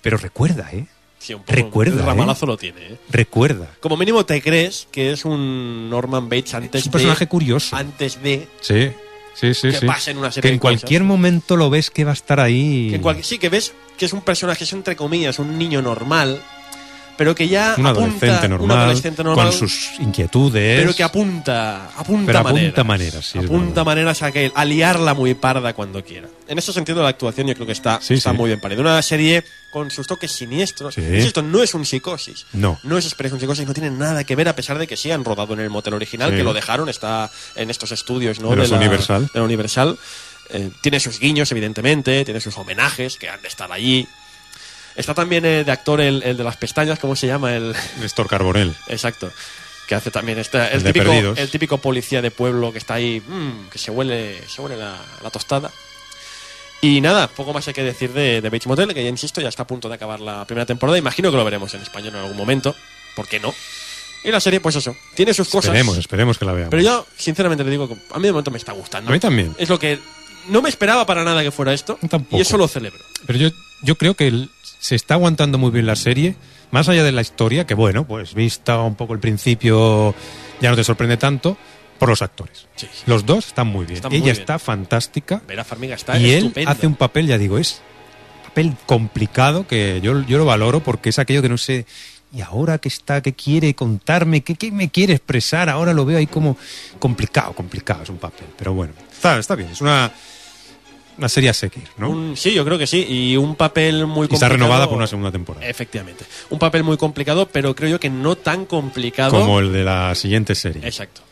Speaker 1: Pero recuerda, ¿eh?
Speaker 3: Sí, un poco-
Speaker 1: Recuerda.
Speaker 3: El
Speaker 1: ¿eh?
Speaker 3: ramalazo lo tiene. ¿eh?
Speaker 1: Recuerda.
Speaker 3: Como mínimo te crees que es un Norman Bates antes
Speaker 1: Es un personaje
Speaker 3: de.
Speaker 1: curioso.
Speaker 3: Antes de.
Speaker 1: Sí, sí, sí.
Speaker 3: Que
Speaker 1: sí.
Speaker 3: pasen una serie
Speaker 1: que en
Speaker 3: de cosas.
Speaker 1: cualquier momento lo ves que va a estar ahí.
Speaker 3: que cual- sí, que ves que es un personaje, es entre comillas, un niño normal. Pero que ya.
Speaker 1: un,
Speaker 3: apunta-
Speaker 1: adolescente normal,
Speaker 3: un adolescente normal.
Speaker 1: con sus inquietudes.
Speaker 3: Pero que apunta. Apunta
Speaker 1: pero
Speaker 3: maneras.
Speaker 1: apunta maneras, sí, es
Speaker 3: apunta maneras a que a liarla muy parda cuando quiera. En ese sentido, la actuación yo creo que está, está
Speaker 1: sí.
Speaker 3: muy bien parida. Una serie con sus toques siniestros.
Speaker 1: Sí.
Speaker 3: Insisto, no es un psicosis.
Speaker 1: No.
Speaker 3: No es Express, un psicosis, no tiene nada que ver, a pesar de que sí han rodado en el motel original,
Speaker 1: Sí.
Speaker 3: que lo dejaron, está en estos estudios, ¿no?
Speaker 1: De los
Speaker 3: la-
Speaker 1: Universal.
Speaker 3: de la Universal. Eh, tiene sus guiños, evidentemente, tiene sus homenajes que han de estar allí. Está también eh, de actor el, el de las pestañas, ¿cómo se llama? El,
Speaker 1: Néstor Carbonell.
Speaker 3: Exacto. Que hace también esta- el,
Speaker 1: El de
Speaker 3: típico,
Speaker 1: Perdidos.
Speaker 3: el típico policía de pueblo que está ahí, mm, que se huele, se huele la, la tostada. Y nada, poco más hay que decir de, de Beach Motel, que ya insisto, ya está a punto de acabar la primera temporada. Imagino que lo veremos en español en algún momento. ¿Por qué no? Y la serie, pues eso, tiene sus cosas.
Speaker 1: Esperemos, esperemos que la veamos.
Speaker 3: Pero yo, sinceramente, le digo que a mí de momento me está gustando.
Speaker 1: A mí también.
Speaker 3: Es lo que no me esperaba para nada que fuera esto. Y eso lo celebro.
Speaker 1: Pero yo, yo creo que el- se está aguantando muy bien la serie, más allá de la historia, que bueno, pues vista un poco el principio, ya no te sorprende tanto, por los actores. Los dos están muy bien.
Speaker 3: Están muy
Speaker 1: Ella
Speaker 3: bien.
Speaker 1: está fantástica
Speaker 3: Vera Farmiga está
Speaker 1: y él
Speaker 3: estupenda.
Speaker 1: hace un papel, ya digo, es un papel complicado que yo, yo lo valoro porque es aquello que no sé
Speaker 28: y ahora que está, que quiere contarme, que, que me quiere expresar, ahora lo veo ahí como complicado, complicado, es un papel, pero bueno, está, está bien, es una, una serie a seguir, ¿no?
Speaker 3: Un- sí, yo creo que sí. Y un papel muy
Speaker 1: Y
Speaker 3: complicado.
Speaker 1: está renovada por una segunda temporada.
Speaker 3: Efectivamente. Un papel muy complicado, pero creo yo que no tan complicado.
Speaker 1: Como el de la siguiente serie.
Speaker 3: Exacto.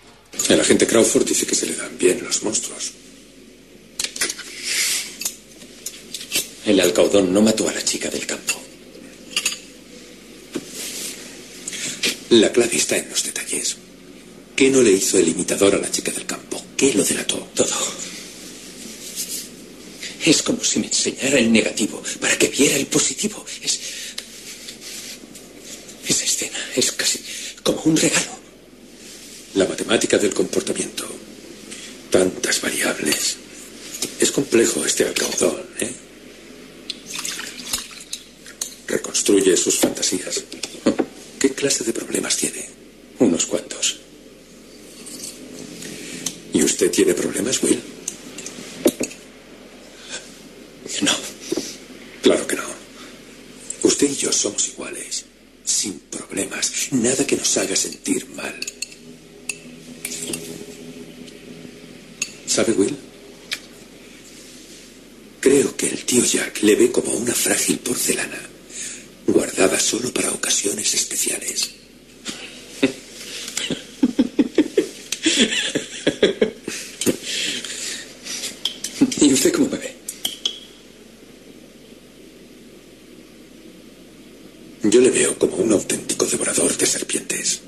Speaker 13: El agente Crawford dice que se le dan bien los monstruos. El alcaudón no mató a la chica del campo. La clave está en los detalles. ¿Qué no le hizo el imitador a la chica del campo? ¿Qué lo delató? Todo. Es como si me enseñara el negativo para que viera el positivo. Es. Esa escena es casi como un regalo. La matemática del comportamiento. Tantas variables. Es complejo este alcaudón, ¿eh? Reconstruye sus fantasías. ¿Qué clase de problemas tiene? Unos cuantos. ¿Y usted tiene problemas, Will? No. Claro que no. Usted y yo somos iguales. Sin problemas. Nada que nos haga sentir mal. ¿Sabe, Will? Creo que el tío Jack le ve como una frágil porcelana, guardada solo para ocasiones especiales. *laughs* ¿Y usted cómo me ve? Yo le veo como un auténtico devorador de serpientes.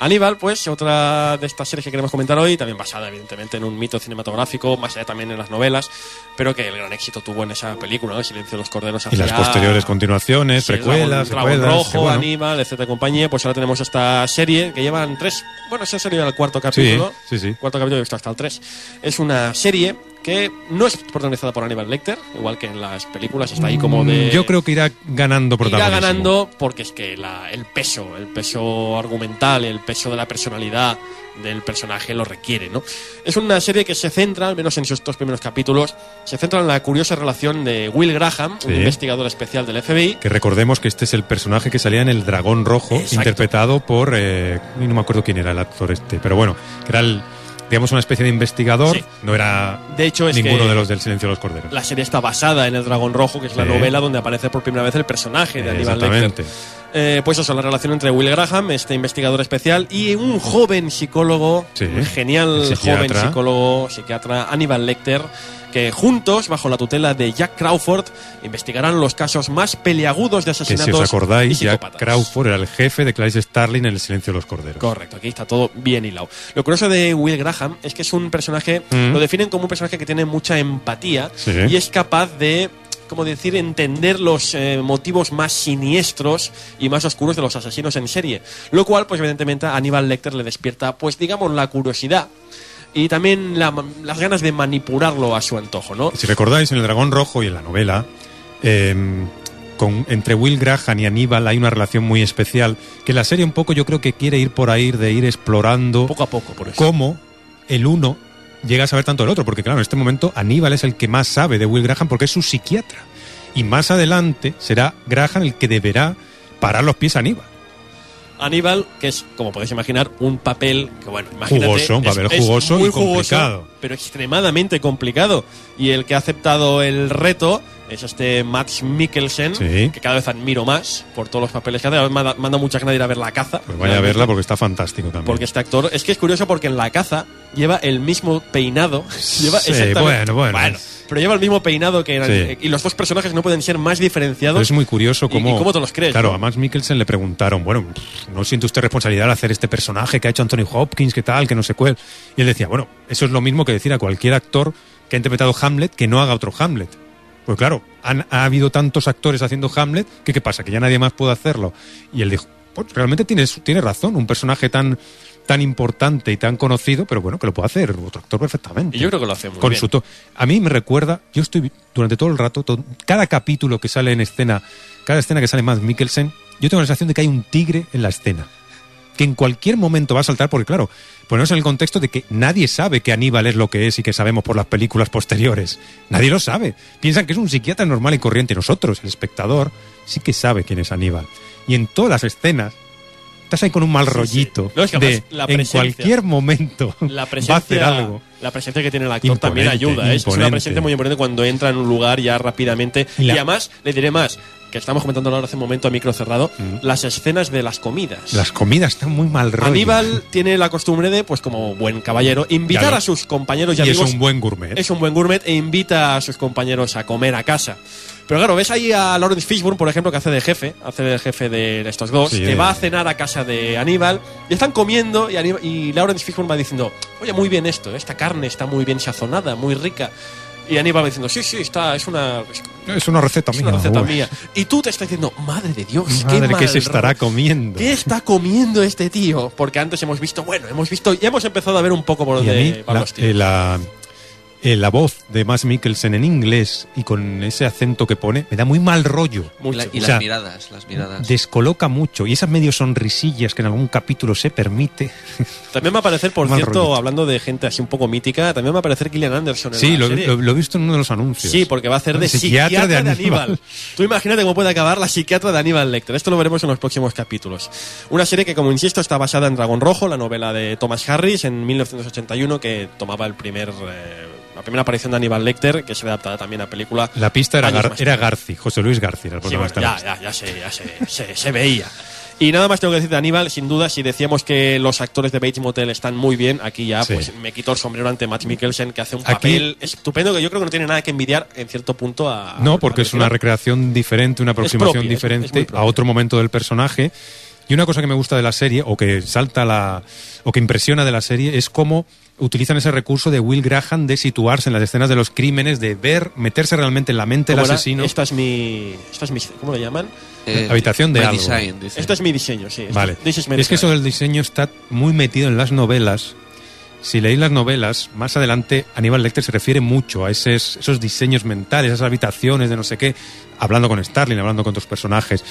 Speaker 3: Aníbal, pues, otra de estas series que queremos comentar hoy, también basada, evidentemente, en un mito cinematográfico, más allá también en las novelas, pero que el gran éxito tuvo en esa película, ¿no? El Silencio de los Corderos.
Speaker 1: Y las
Speaker 3: hacia-
Speaker 1: posteriores continuaciones,
Speaker 3: Sí,
Speaker 1: precuelas,
Speaker 3: Dragón, Dragón
Speaker 1: secuelas, que
Speaker 3: Rojo,
Speaker 1: bueno.
Speaker 3: Aníbal, etcétera, compañía. Pues ahora tenemos esta serie que llevan tres. Bueno, se ha salido al cuarto capítulo.
Speaker 1: sí, sí.
Speaker 3: Cuarto capítulo, he visto hasta el tres. Es una serie que no es protagonizada por Aníbal Lecter, igual que en las películas, está ahí como de.
Speaker 1: Yo creo que irá ganando
Speaker 3: Irá
Speaker 1: protagonismo.
Speaker 3: ganando porque es que la- el peso, el peso argumental, el peso de la personalidad del personaje lo requiere, ¿no? Es una serie que se centra, al menos en estos primeros capítulos, se centra en la curiosa relación de Will Graham,
Speaker 1: Sí.
Speaker 3: un investigador especial del FBI,
Speaker 1: Que recordemos que este es el personaje que salía en El Dragón Rojo, interpretado por. eh, no me acuerdo quién era el actor este, pero bueno, que era el, digamos una especie de investigador, no era
Speaker 3: De hecho, es
Speaker 1: ninguno
Speaker 3: que-
Speaker 1: de los del Silencio de los Corderos.
Speaker 3: La serie está basada en El Dragón Rojo, que es la
Speaker 1: Sí.
Speaker 3: novela donde aparece por primera vez el personaje de Aníbal
Speaker 1: Exactamente.
Speaker 3: Lecter. Eh, pues eso, la relación entre Will Graham, este investigador especial, y un joven psicólogo,
Speaker 1: Sí.
Speaker 3: un genial
Speaker 1: El
Speaker 3: joven
Speaker 1: psiquiatra.
Speaker 3: psicólogo, psiquiatra, Aníbal Lecter, que juntos, bajo la tutela de Jack Crawford, investigarán los casos más peliagudos de
Speaker 1: Que
Speaker 3: asesinatos
Speaker 1: si os
Speaker 3: y
Speaker 1: acordáis,
Speaker 3: psicópatas.
Speaker 1: Jack Crawford era el jefe de Clarice Starling en El Silencio de los Corderos.
Speaker 3: Correcto, aquí está todo bien hilado. Lo curioso de Will Graham es que es un personaje,
Speaker 1: Mm.
Speaker 3: lo definen como un personaje que tiene mucha empatía
Speaker 1: Sí.
Speaker 3: y es capaz de, como decir, entender los eh, motivos más siniestros y más oscuros de los asesinos en serie. Lo cual, pues evidentemente, a Aníbal Lecter le despierta, pues digamos, la curiosidad y también la- las ganas de manipularlo a su antojo, ¿no?
Speaker 1: Si recordáis, en El Dragón Rojo y en la novela, eh, con, entre Will Graham y Aníbal hay una relación muy especial que la serie un poco yo creo que quiere ir por ahí, de ir explorando
Speaker 3: poco a poco por
Speaker 1: cómo el uno llega a saber tanto del otro, porque claro, en este momento Aníbal es el que más sabe de Will Graham porque es su psiquiatra. Y más adelante será Graham el que deberá parar los pies a Aníbal.
Speaker 3: Aníbal, que es, como podéis imaginar, un papel que, bueno, imagínate.
Speaker 1: Jugoso, un
Speaker 3: es-
Speaker 1: papel
Speaker 3: es
Speaker 1: jugoso y
Speaker 3: muy
Speaker 1: complicado.
Speaker 3: Pero extremadamente complicado. Y el que ha aceptado el reto es este Max Mikkelsen,
Speaker 1: Sí.
Speaker 3: que cada vez admiro más por todos los papeles que hace. Además, Manda, manda mucha gente a ir a ver la caza.
Speaker 1: Pues vaya a verla porque está fantástico también.
Speaker 3: Porque este actor, es que es curioso porque en la caza lleva el mismo peinado. *laughs* lleva
Speaker 1: Sí,
Speaker 3: exactamente-
Speaker 1: bueno, bueno.
Speaker 3: Pero lleva el mismo peinado que. eran-
Speaker 1: Sí.
Speaker 3: Y los dos personajes no pueden ser más diferenciados.
Speaker 1: Pero es muy curioso
Speaker 3: ¿Y-
Speaker 1: cómo.
Speaker 3: y cómo te los crees,
Speaker 1: Claro,
Speaker 3: no?
Speaker 1: a Max Mikkelsen le preguntaron, bueno, ¿no siente usted responsabilidad de hacer este personaje que ha hecho Anthony Hopkins, que tal, que no sé cuál? Y él decía, bueno, eso es lo mismo que decir a cualquier actor que ha interpretado Hamlet que no haga otro Hamlet. Pues claro, han- ha habido tantos actores haciendo Hamlet que ¿qué pasa? Que ya nadie más puede hacerlo. Y él dijo, pues realmente tienes, tienes razón, un personaje tan tan importante y tan conocido, pero bueno, que lo puede hacer otro actor perfectamente.
Speaker 3: Y yo creo que lo hace muy
Speaker 1: Con
Speaker 3: bien.
Speaker 1: su to- a mí me recuerda, yo estoy vi- durante todo el rato, to- cada capítulo que sale en escena, cada escena que sale más Mikkelsen, yo tengo la sensación de que hay un tigre en la escena. que en cualquier momento va a saltar, porque claro, ponernos en el contexto de que nadie sabe que Aníbal es lo que es y que sabemos por las películas posteriores. Nadie lo sabe. Piensan que es un psiquiatra normal y corriente. Nosotros, el espectador, sí que sabe quién es Aníbal. Y en todas las escenas, estás ahí con un mal rollito
Speaker 3: No, es que
Speaker 1: de,
Speaker 3: además la
Speaker 1: en
Speaker 3: presencia-
Speaker 1: cualquier momento
Speaker 3: La presencia,
Speaker 1: *laughs* va a hacer algo.
Speaker 3: la presencia que tiene el actor
Speaker 1: Imponente,
Speaker 3: también ayuda. ¿eh? Es una
Speaker 1: imponente.
Speaker 3: presencia muy importante cuando entra en un lugar ya rápidamente.
Speaker 1: Y
Speaker 3: Y,
Speaker 1: la-
Speaker 3: además, le diré más, que estamos comentando ahora hace un momento a micro cerrado, las escenas de las comidas.
Speaker 1: Las comidas están muy mal rollo.
Speaker 3: Aníbal tiene la costumbre de, pues como buen caballero, invitar
Speaker 1: Ya lo-
Speaker 3: a sus compañeros y,
Speaker 1: Y es
Speaker 3: amigos.
Speaker 1: un buen gourmet.
Speaker 3: Es un buen gourmet e invita a sus compañeros a comer a casa. Pero claro, ves ahí a Lawrence Fishburne, por ejemplo, que hace de jefe, hace de jefe de estos dos,
Speaker 1: Sí,
Speaker 3: que
Speaker 1: eh.
Speaker 3: va a cenar a casa de Aníbal y están comiendo y, Aníbal- y Lawrence Fishburne va diciendo, oye, muy bien esto, esta carne está muy bien sazonada, muy rica. Y Aníbal va diciendo, sí, sí, está, es una, es
Speaker 1: Es una receta mía.
Speaker 3: una receta
Speaker 1: uy.
Speaker 3: mía. Y tú te estás diciendo, madre de Dios, qué
Speaker 1: Madre, ¿qué
Speaker 3: mal
Speaker 1: se estará comiendo?
Speaker 3: ¿Qué está comiendo este tío? Porque antes hemos visto, bueno, hemos visto y hemos empezado a ver un poco por
Speaker 1: Y a mí,
Speaker 3: donde
Speaker 1: la,
Speaker 3: vamos, tío.
Speaker 1: eh, la, eh, la voz de Max Mikkelsen en inglés y con ese acento que pone, me da muy mal rollo.
Speaker 19: La- y
Speaker 1: O
Speaker 19: las
Speaker 1: sea,
Speaker 19: miradas, las miradas.
Speaker 1: Descoloca mucho. Y esas medio sonrisillas que en algún capítulo se permite.
Speaker 3: También va a aparecer, por
Speaker 1: Mal
Speaker 3: cierto,
Speaker 1: rollito.
Speaker 3: hablando de gente así un poco mítica, también va a aparecer Gillian Anderson. En
Speaker 1: Sí,
Speaker 3: la
Speaker 1: lo,
Speaker 3: serie.
Speaker 1: lo- lo he visto en uno de los anuncios.
Speaker 3: Sí, porque va a hacer de
Speaker 1: El
Speaker 3: psiquiatra, de, Aníbal. Tú imagínate cómo puede acabar la psiquiatra de Aníbal Lecter. Esto lo veremos en los próximos capítulos. Una serie que, como insisto, está basada en Dragón Rojo, la novela de Thomas Harris en 1981, que tomaba el primer, eh, la primera aparición de Aníbal Lecter, que se adaptada también a película.
Speaker 1: La pista era,
Speaker 3: años
Speaker 1: Gar-
Speaker 3: más
Speaker 1: era
Speaker 3: tarde.
Speaker 1: Garci, José Luis Garci. era el
Speaker 3: Sí, bueno,
Speaker 1: protagonista.
Speaker 3: ya, ya, ya se, ya se, se- se veía. *laughs* Y nada más tengo que decir de Aníbal, sin duda, si decíamos que los actores de Bates Motel están muy bien, aquí ya
Speaker 1: Sí.
Speaker 3: pues me quito el sombrero ante Matt Mikkelsen, que hace un
Speaker 1: Aquí-
Speaker 3: papel estupendo que yo creo que no tiene nada que envidiar en cierto punto a...
Speaker 1: No, porque es una recreación diferente, una aproximación
Speaker 3: propia, es- es
Speaker 1: diferente
Speaker 3: muy propia.
Speaker 1: a otro momento del personaje. Y una cosa que me gusta de la serie, o que salta la. o que impresiona de la serie, es cómo utilizan ese recurso de Will Graham de situarse en las escenas de los crímenes, de ver, meterse realmente en la mente del
Speaker 3: ¿Cómo era?
Speaker 1: asesino.
Speaker 3: Esta es mi... Esta es mi ¿Cómo lo llaman?
Speaker 1: Eh, Habitación de my algo. design, dice.
Speaker 3: Este es mi diseño, sí. Este-
Speaker 1: Vale.
Speaker 3: this is my
Speaker 1: Es que eso
Speaker 3: design.
Speaker 1: del diseño está muy metido en las novelas. Si leéis las novelas, más adelante Aníbal Lecter se refiere mucho a esos, esos diseños mentales, esas habitaciones de no sé qué, hablando con Starling, hablando con otros personajes.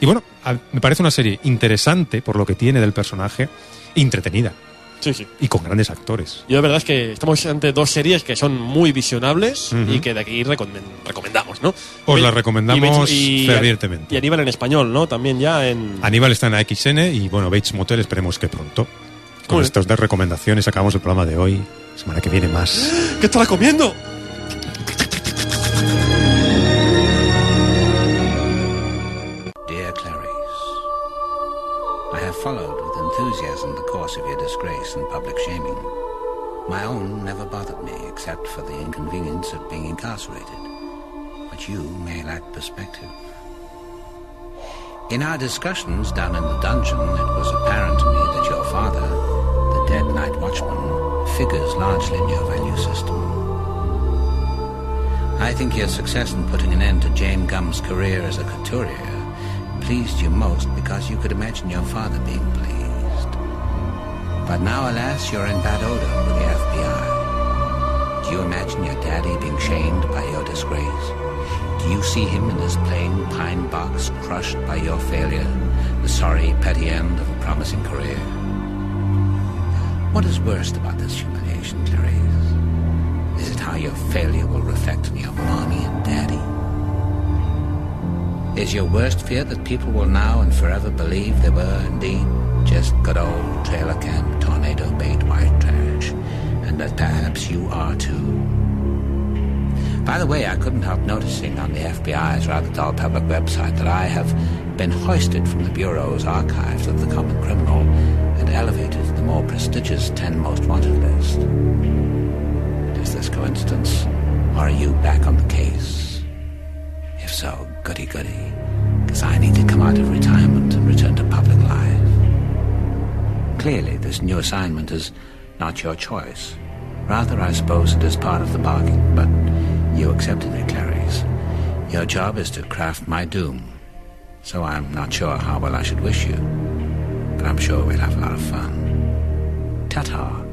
Speaker 1: Y bueno, a- me parece una serie interesante por lo que tiene del personaje, y entretenida
Speaker 3: Sí, sí.
Speaker 1: y con grandes actores.
Speaker 3: Yo la verdad es que estamos ante dos series que son muy visionables
Speaker 1: Ujú.
Speaker 3: y que de aquí recomen- recomendamos, ¿no?
Speaker 1: Os las
Speaker 3: Y-
Speaker 1: recomendamos
Speaker 3: y-
Speaker 1: fervientemente.
Speaker 3: Y Aníbal en español, ¿no? También ya en...
Speaker 1: Aníbal está en AXN y bueno, Bates Motel esperemos que pronto. Con
Speaker 3: Muy bien.
Speaker 1: estas dos recomendaciones acabamos el programa de hoy. Semana que viene más.
Speaker 3: ¿Qué estará comiendo?
Speaker 21: Dear Clarice, I have followed with enthusiasm the course of your disgrace and public shaming. My own never bothered me except for the inconvenience of being incarcerated. But you may lack perspective. In our discussions down in the dungeon, it was apparent to me that your father, the dead night watchman, figures largely in your value system. I think your success in putting an end to Jane Gum's career as a couturier pleased you most because you could imagine your father being pleased. But now, alas, you're in bad odor with the FBI. Do you imagine your daddy being shamed by your disgrace? Do you see him in his plain pine box crushed by your failure, the sorry, petty end of a promising career? What is worst about this humiliation, Clarice? Is it how your failure will reflect on your mommy and daddy? Is your worst fear that people will now and forever believe they were indeed just good old trailer camp tornado bait white trash, and that perhaps you are too? By the way, I couldn't help noticing on the FBI's rather dull public website that I have been hoisted from the Bureau's archives of the common criminal and elevated to the more prestigious 10 most wanted list. Is this coincidence? Or are you back on the case? If so, goody goody, because I need to come out of retirement and return to public life. Clearly, this new assignment is not your choice. Rather, I suppose it is part of the bargain, but you accepted it, Clarice. Your job is to craft my doom, so I'm not sure how well I should wish you, but I'm sure we'll have a lot of fun. Ta-ta,